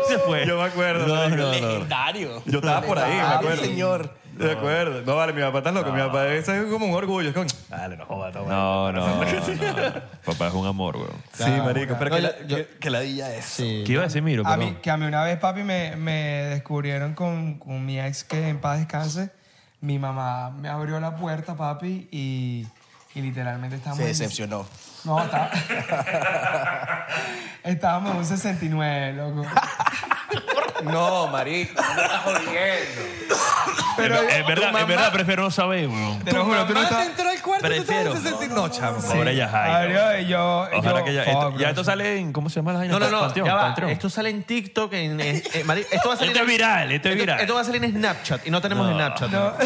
se fue.
Yo me acuerdo.
No,
marico.
no, no.
Legendario.
Yo estaba por ahí, me acuerdo.
señor.
De acuerdo. No, vale, mi papá está loco. Mi papá ese es como un orgullo. Es como, dale, no jodas, está bueno.
No, no, no. Papá es un amor, weón.
Sí, marico. Pero
No,
que,
yo-
la,
yo-
que- que la dilla es.
Sí.
¿Qué iba a decir, Miro?
A
Perdón.
mí, que a mí una vez, papi, me, me descubrieron con, con mi ex que en paz descanse. Mi mamá me abrió la puerta, papi, y, y literalmente estábamos... en-
Se decepcionó.
No, estaba... (laughs) estábamos en un 69, loco.
No, marico.
Pero
en, en
tu
verdad,
mamá-
en verdad prefiero no saber, weón.
Te lo juro, tú no estás...
entró al cuarto
Prefiero.
No, chavo.
Sí,
Ahora ya Jairo.
abrió y yo... y
Ojalá
yo,
que ya.
fuck,
Esto, ya
bro.
esto sale en. ¿Cómo se llama la vaina?
No, no, no.
Panteón,
ya va.
Panteón.
Esto sale en TikTok. En, en- eh, Mari- esto va a salir
Esto es
en-
viral, esto es viral.
Esto va a salir en Snapchat y no tenemos Snapchat. Va a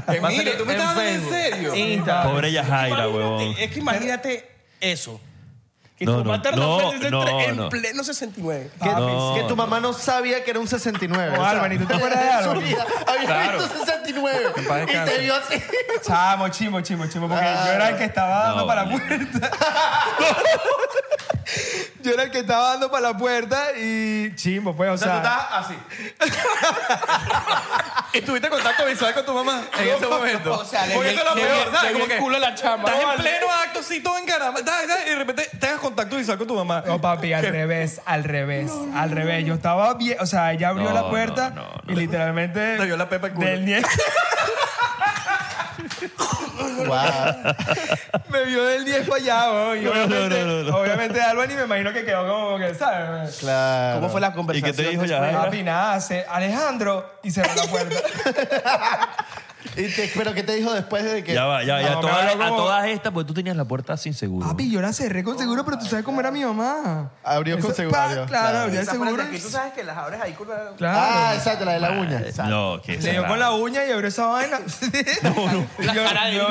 salir
Mire, tú me
en
estabas hablando en
Facebook,
serio.
Insta.
Pobre Yajaira, huevón.
Es que imagínate eso. Que
No,
tu
no,
matar
no, no,
en
no.
pleno 69.
Papi,
No,
Que tu mamá no sabía que era un
Oh,
69. o sea,
Álvaro, ¿y tú te acuerdas de
en
Álvaro?
su vida Había
Claro.
visto 69
paz
y
descanse.
te vio así.
Chamo, chimo, chimo, chimo, porque yo era el que estaba dando
No,
para la
vale. (laughs)
puerta. yo era el que estaba dando para la puerta y chimbo, pues, o sea.
así.
(laughs) ¿Y tuviste contacto visual con tu mamá en ese momento?
O sea, le
Porque
vi-
eso es lo
le vi-
peor, ¿sabes?
le vi
Como
el
que
culo a la chama,
Estás en
vale.
pleno acto, sí, todo encarama. ¿sabes? ¿sabes? Y de repente tengas contacto visual con tu mamá.
No, papi, al revés, al revés, al revés. Yo estaba bien, o sea, ella abrió
No,
la puerta
no, no,
y literalmente.
Te vio la pepa el culo.
(laughs)
del nie-
Wow.
(laughs) me vio del 10 para allá, weón, y
No, no,
obviamente,
no, no, no.
obviamente Álvaro, y me imagino que quedó como que, ¿sabes?
Claro.
¿Cómo fue la
¿Y
conversación?
qué te dijo
después?
Yajaira?
Papi, nada, se- Alejandro y cerró la
(laughs)
puerta.
(laughs) Y te- pero ¿qué te dijo después de que
Ya va, ya, ya.
No,
todas-
me habló
a
como-
todas estas, porque tú tenías la puerta sin seguro.
Papi, yo la cerré con seguro, pero tú sabes cómo era mi mamá.
abrió
Eso-
con
pa,
seguro?
Claro,
Claro.
abrió el
Esa frase
seguro.
que
y-
tú sabes que las abres ahí con la...
Ah,
Claro.
exacto, la de la uña.
No, que
Le dio con la uña y abrió esa vaina.
(laughs)
La
Yo-
cara de
yo-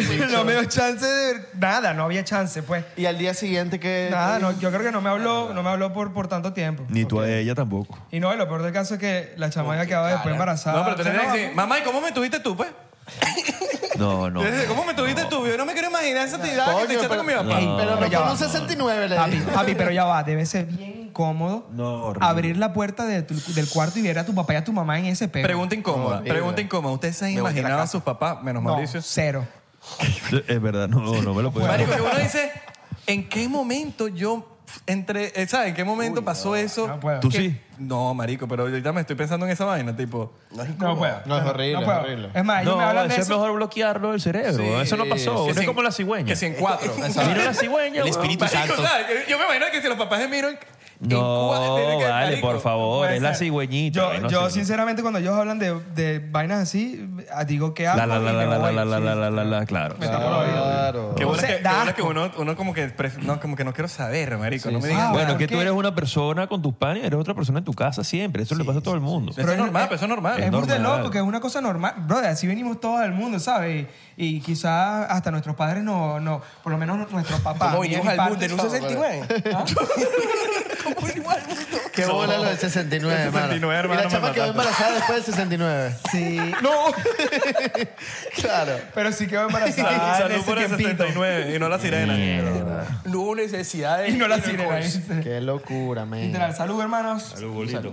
Ismael.
yo- (laughs) no me dio chance de nada, no había chance, pues.
Y al día siguiente que...
Nada, no, yo creo que no me habló, no me habló por, por tanto tiempo.
Ni tú a ella
(laughs)
tampoco.
Y no, y lo peor del caso es que la chamaca quedaba después embarazada.
No, pero te
O sea,
tenías
no,
que decir, mamá, ¿y cómo me tuviste tú, pues?
No, no.
Te dice, ¿Cómo me tuviste tú? Yo no me quiero imaginar esa tirada que te echaste con mi papá.
Ey, pero no
ya
con
va.
un 69 le
Papi,
dijo.
papi, pero ya va, debe ser bien incómodo
No, horrible.
abrir la puerta de tu- del cuarto y ver a tu papá y a tu mamá en ese pego.
Pregunta incómoda, pregunta incómoda. ¿Ustedes se han
voy de la
imaginado a
casa.
sus papás, menos
no,
Mauricio?
cero.
Es verdad, no, no me lo puedo.
Marico, que uno dice, ¿en qué momento yo entre, eh, ¿sabes? ¿En qué momento pasó eso?
No puedo.
Tú sí.
No, marico, pero ahorita me estoy pensando en esa vaina, tipo.
No es
No puedo.
No, es horrible,
puedo.
es horrible.
Es más, ellos me
No,
hablan de
eso es
eso.
mejor bloquearlo del cerebro. Eso no pasó.
que
No
si
es como
en-
la cigüeña. (laughs)
Que si en cuatro.
Mira la cigüeña,
El
weón.
espíritu
Marico,
santo.
¿sabes? Yo me imagino que si los papás de Miro
No,
Tiene que-
vale,
marico,
por favor,
puede
es la
ser.
cigüeñita.
Yo,
ay, no
yo
sé.
sinceramente, cuando ellos hablan de, de vainas así, ah, digo que
La,
hablan
la, la, la, la, la, la, la, la, la, la, la, claro.
Claro.
Qué bueno
No sé,
que,
da
qué bueno
asco.
que uno, uno como que pref- no, como que no quiero saber, marico. no me digas.
Ah,
Bueno,
¿por
que tú
qué? (laughs)
eres una persona con tus panes, eres otra persona en tu casa siempre. Eso le pasa a todo el mundo.
Eso es normal, pero eso es normal.
Es,
Es
muy de
normal.
loco, que es una cosa normal. Brother, así venimos todos al mundo, ¿sabes? Y, y quizás hasta nuestros padres no, no, por lo menos nuestros papás.
¿Cómo vinimos
mis
al
padres, ¿Ah?
mundo en un
todos,
69?
(laughs)
¿Cómo vinimos al mundo?
Qué bola lo del 69, hermano.
69, hermano,
Y la chama
me
quedó
mataste.
embarazada después del 69.
Sí. No,
(laughs) Claro.
pero sí quedó
Ah,
embarazada. en
(laughs) salud
ese
por el
tiempito.
69 y no la sirena.
Mierda.
No hubo necesidad de...
Y no la
de
sirena.
recursos.
Qué locura,
Literal,
man.
salud, hermanos. Salud,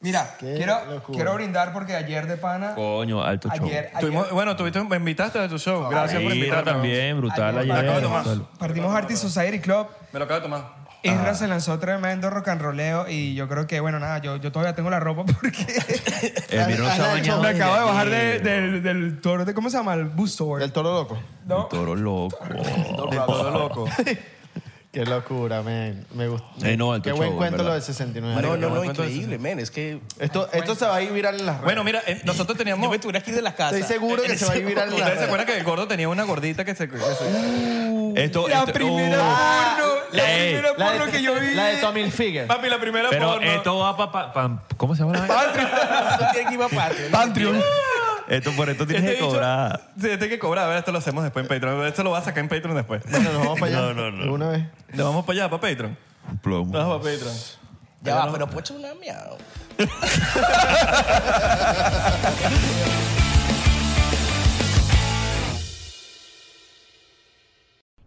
Mira,
Qué
quiero,
locura.
quiero brindar porque ayer de pana.
Coño, alto show.
Ayer, ayer-
Tuvimos- bueno, tuviste, me invitaste a tu show. Gracias por
Sí,
invitarme.
también, brutal
ayer
ayer.
partimos-
Acabo de tomar.
Partimos Artis Society Club.
Me lo acabo de tomar.
Isra
Ah.
se lanzó tremendo rock and rolleo y yo creo que, bueno, nada, yo, yo todavía tengo la ropa (laughs) porque
El vino Eh, se ha bañado.
me
desde
acabo de bajar de-
ayer.
del, del toro, de, ¿cómo se llama? El bus tour.
Del toro loco.
¿no?
El Toro
(laughs)
loco.
De todo loco.
Qué locura, man. Me gusta.
Eh, no, alto
Qué buen
show,
cuento
en
lo del
verdad.
69.
No, no, no,
cuento de
increíble, men. Es que
Esto, esto se va a ir viral en las redes.
Bueno, mira, eh, nosotros
yo
teníamos.
me tuviera que ir de la casa.
Estoy seguro que se va a ir viral (laughs) en las
¿Ustedes se
redes.
acuerdan que el gordo tenía una gordita que se. que se-
Esto,
La
esto-
primera
uh,
porno, la
Ey,
primera porno que yo vi.
La de Tommy Hilfiger.
Papi, la primera
Pero
porno.
esto va para. ¿Cómo se llama la vaina?
Eso tiene que ir para patria.
Patreon.
Esto por esto tienes
Este
que
bicho-
cobrar.
Sí, este hay que cobrar. A ver, esto lo hacemos después en Patreon. Esto lo vas a sacar en Patreon después.
Bueno, nos vamos para allá.
(laughs) No, no, no.
Una vez.
Nos vamos para allá, para Patreon.
Plomo.
Nos vamos para Patreon.
Ya va, pero pocha una miau.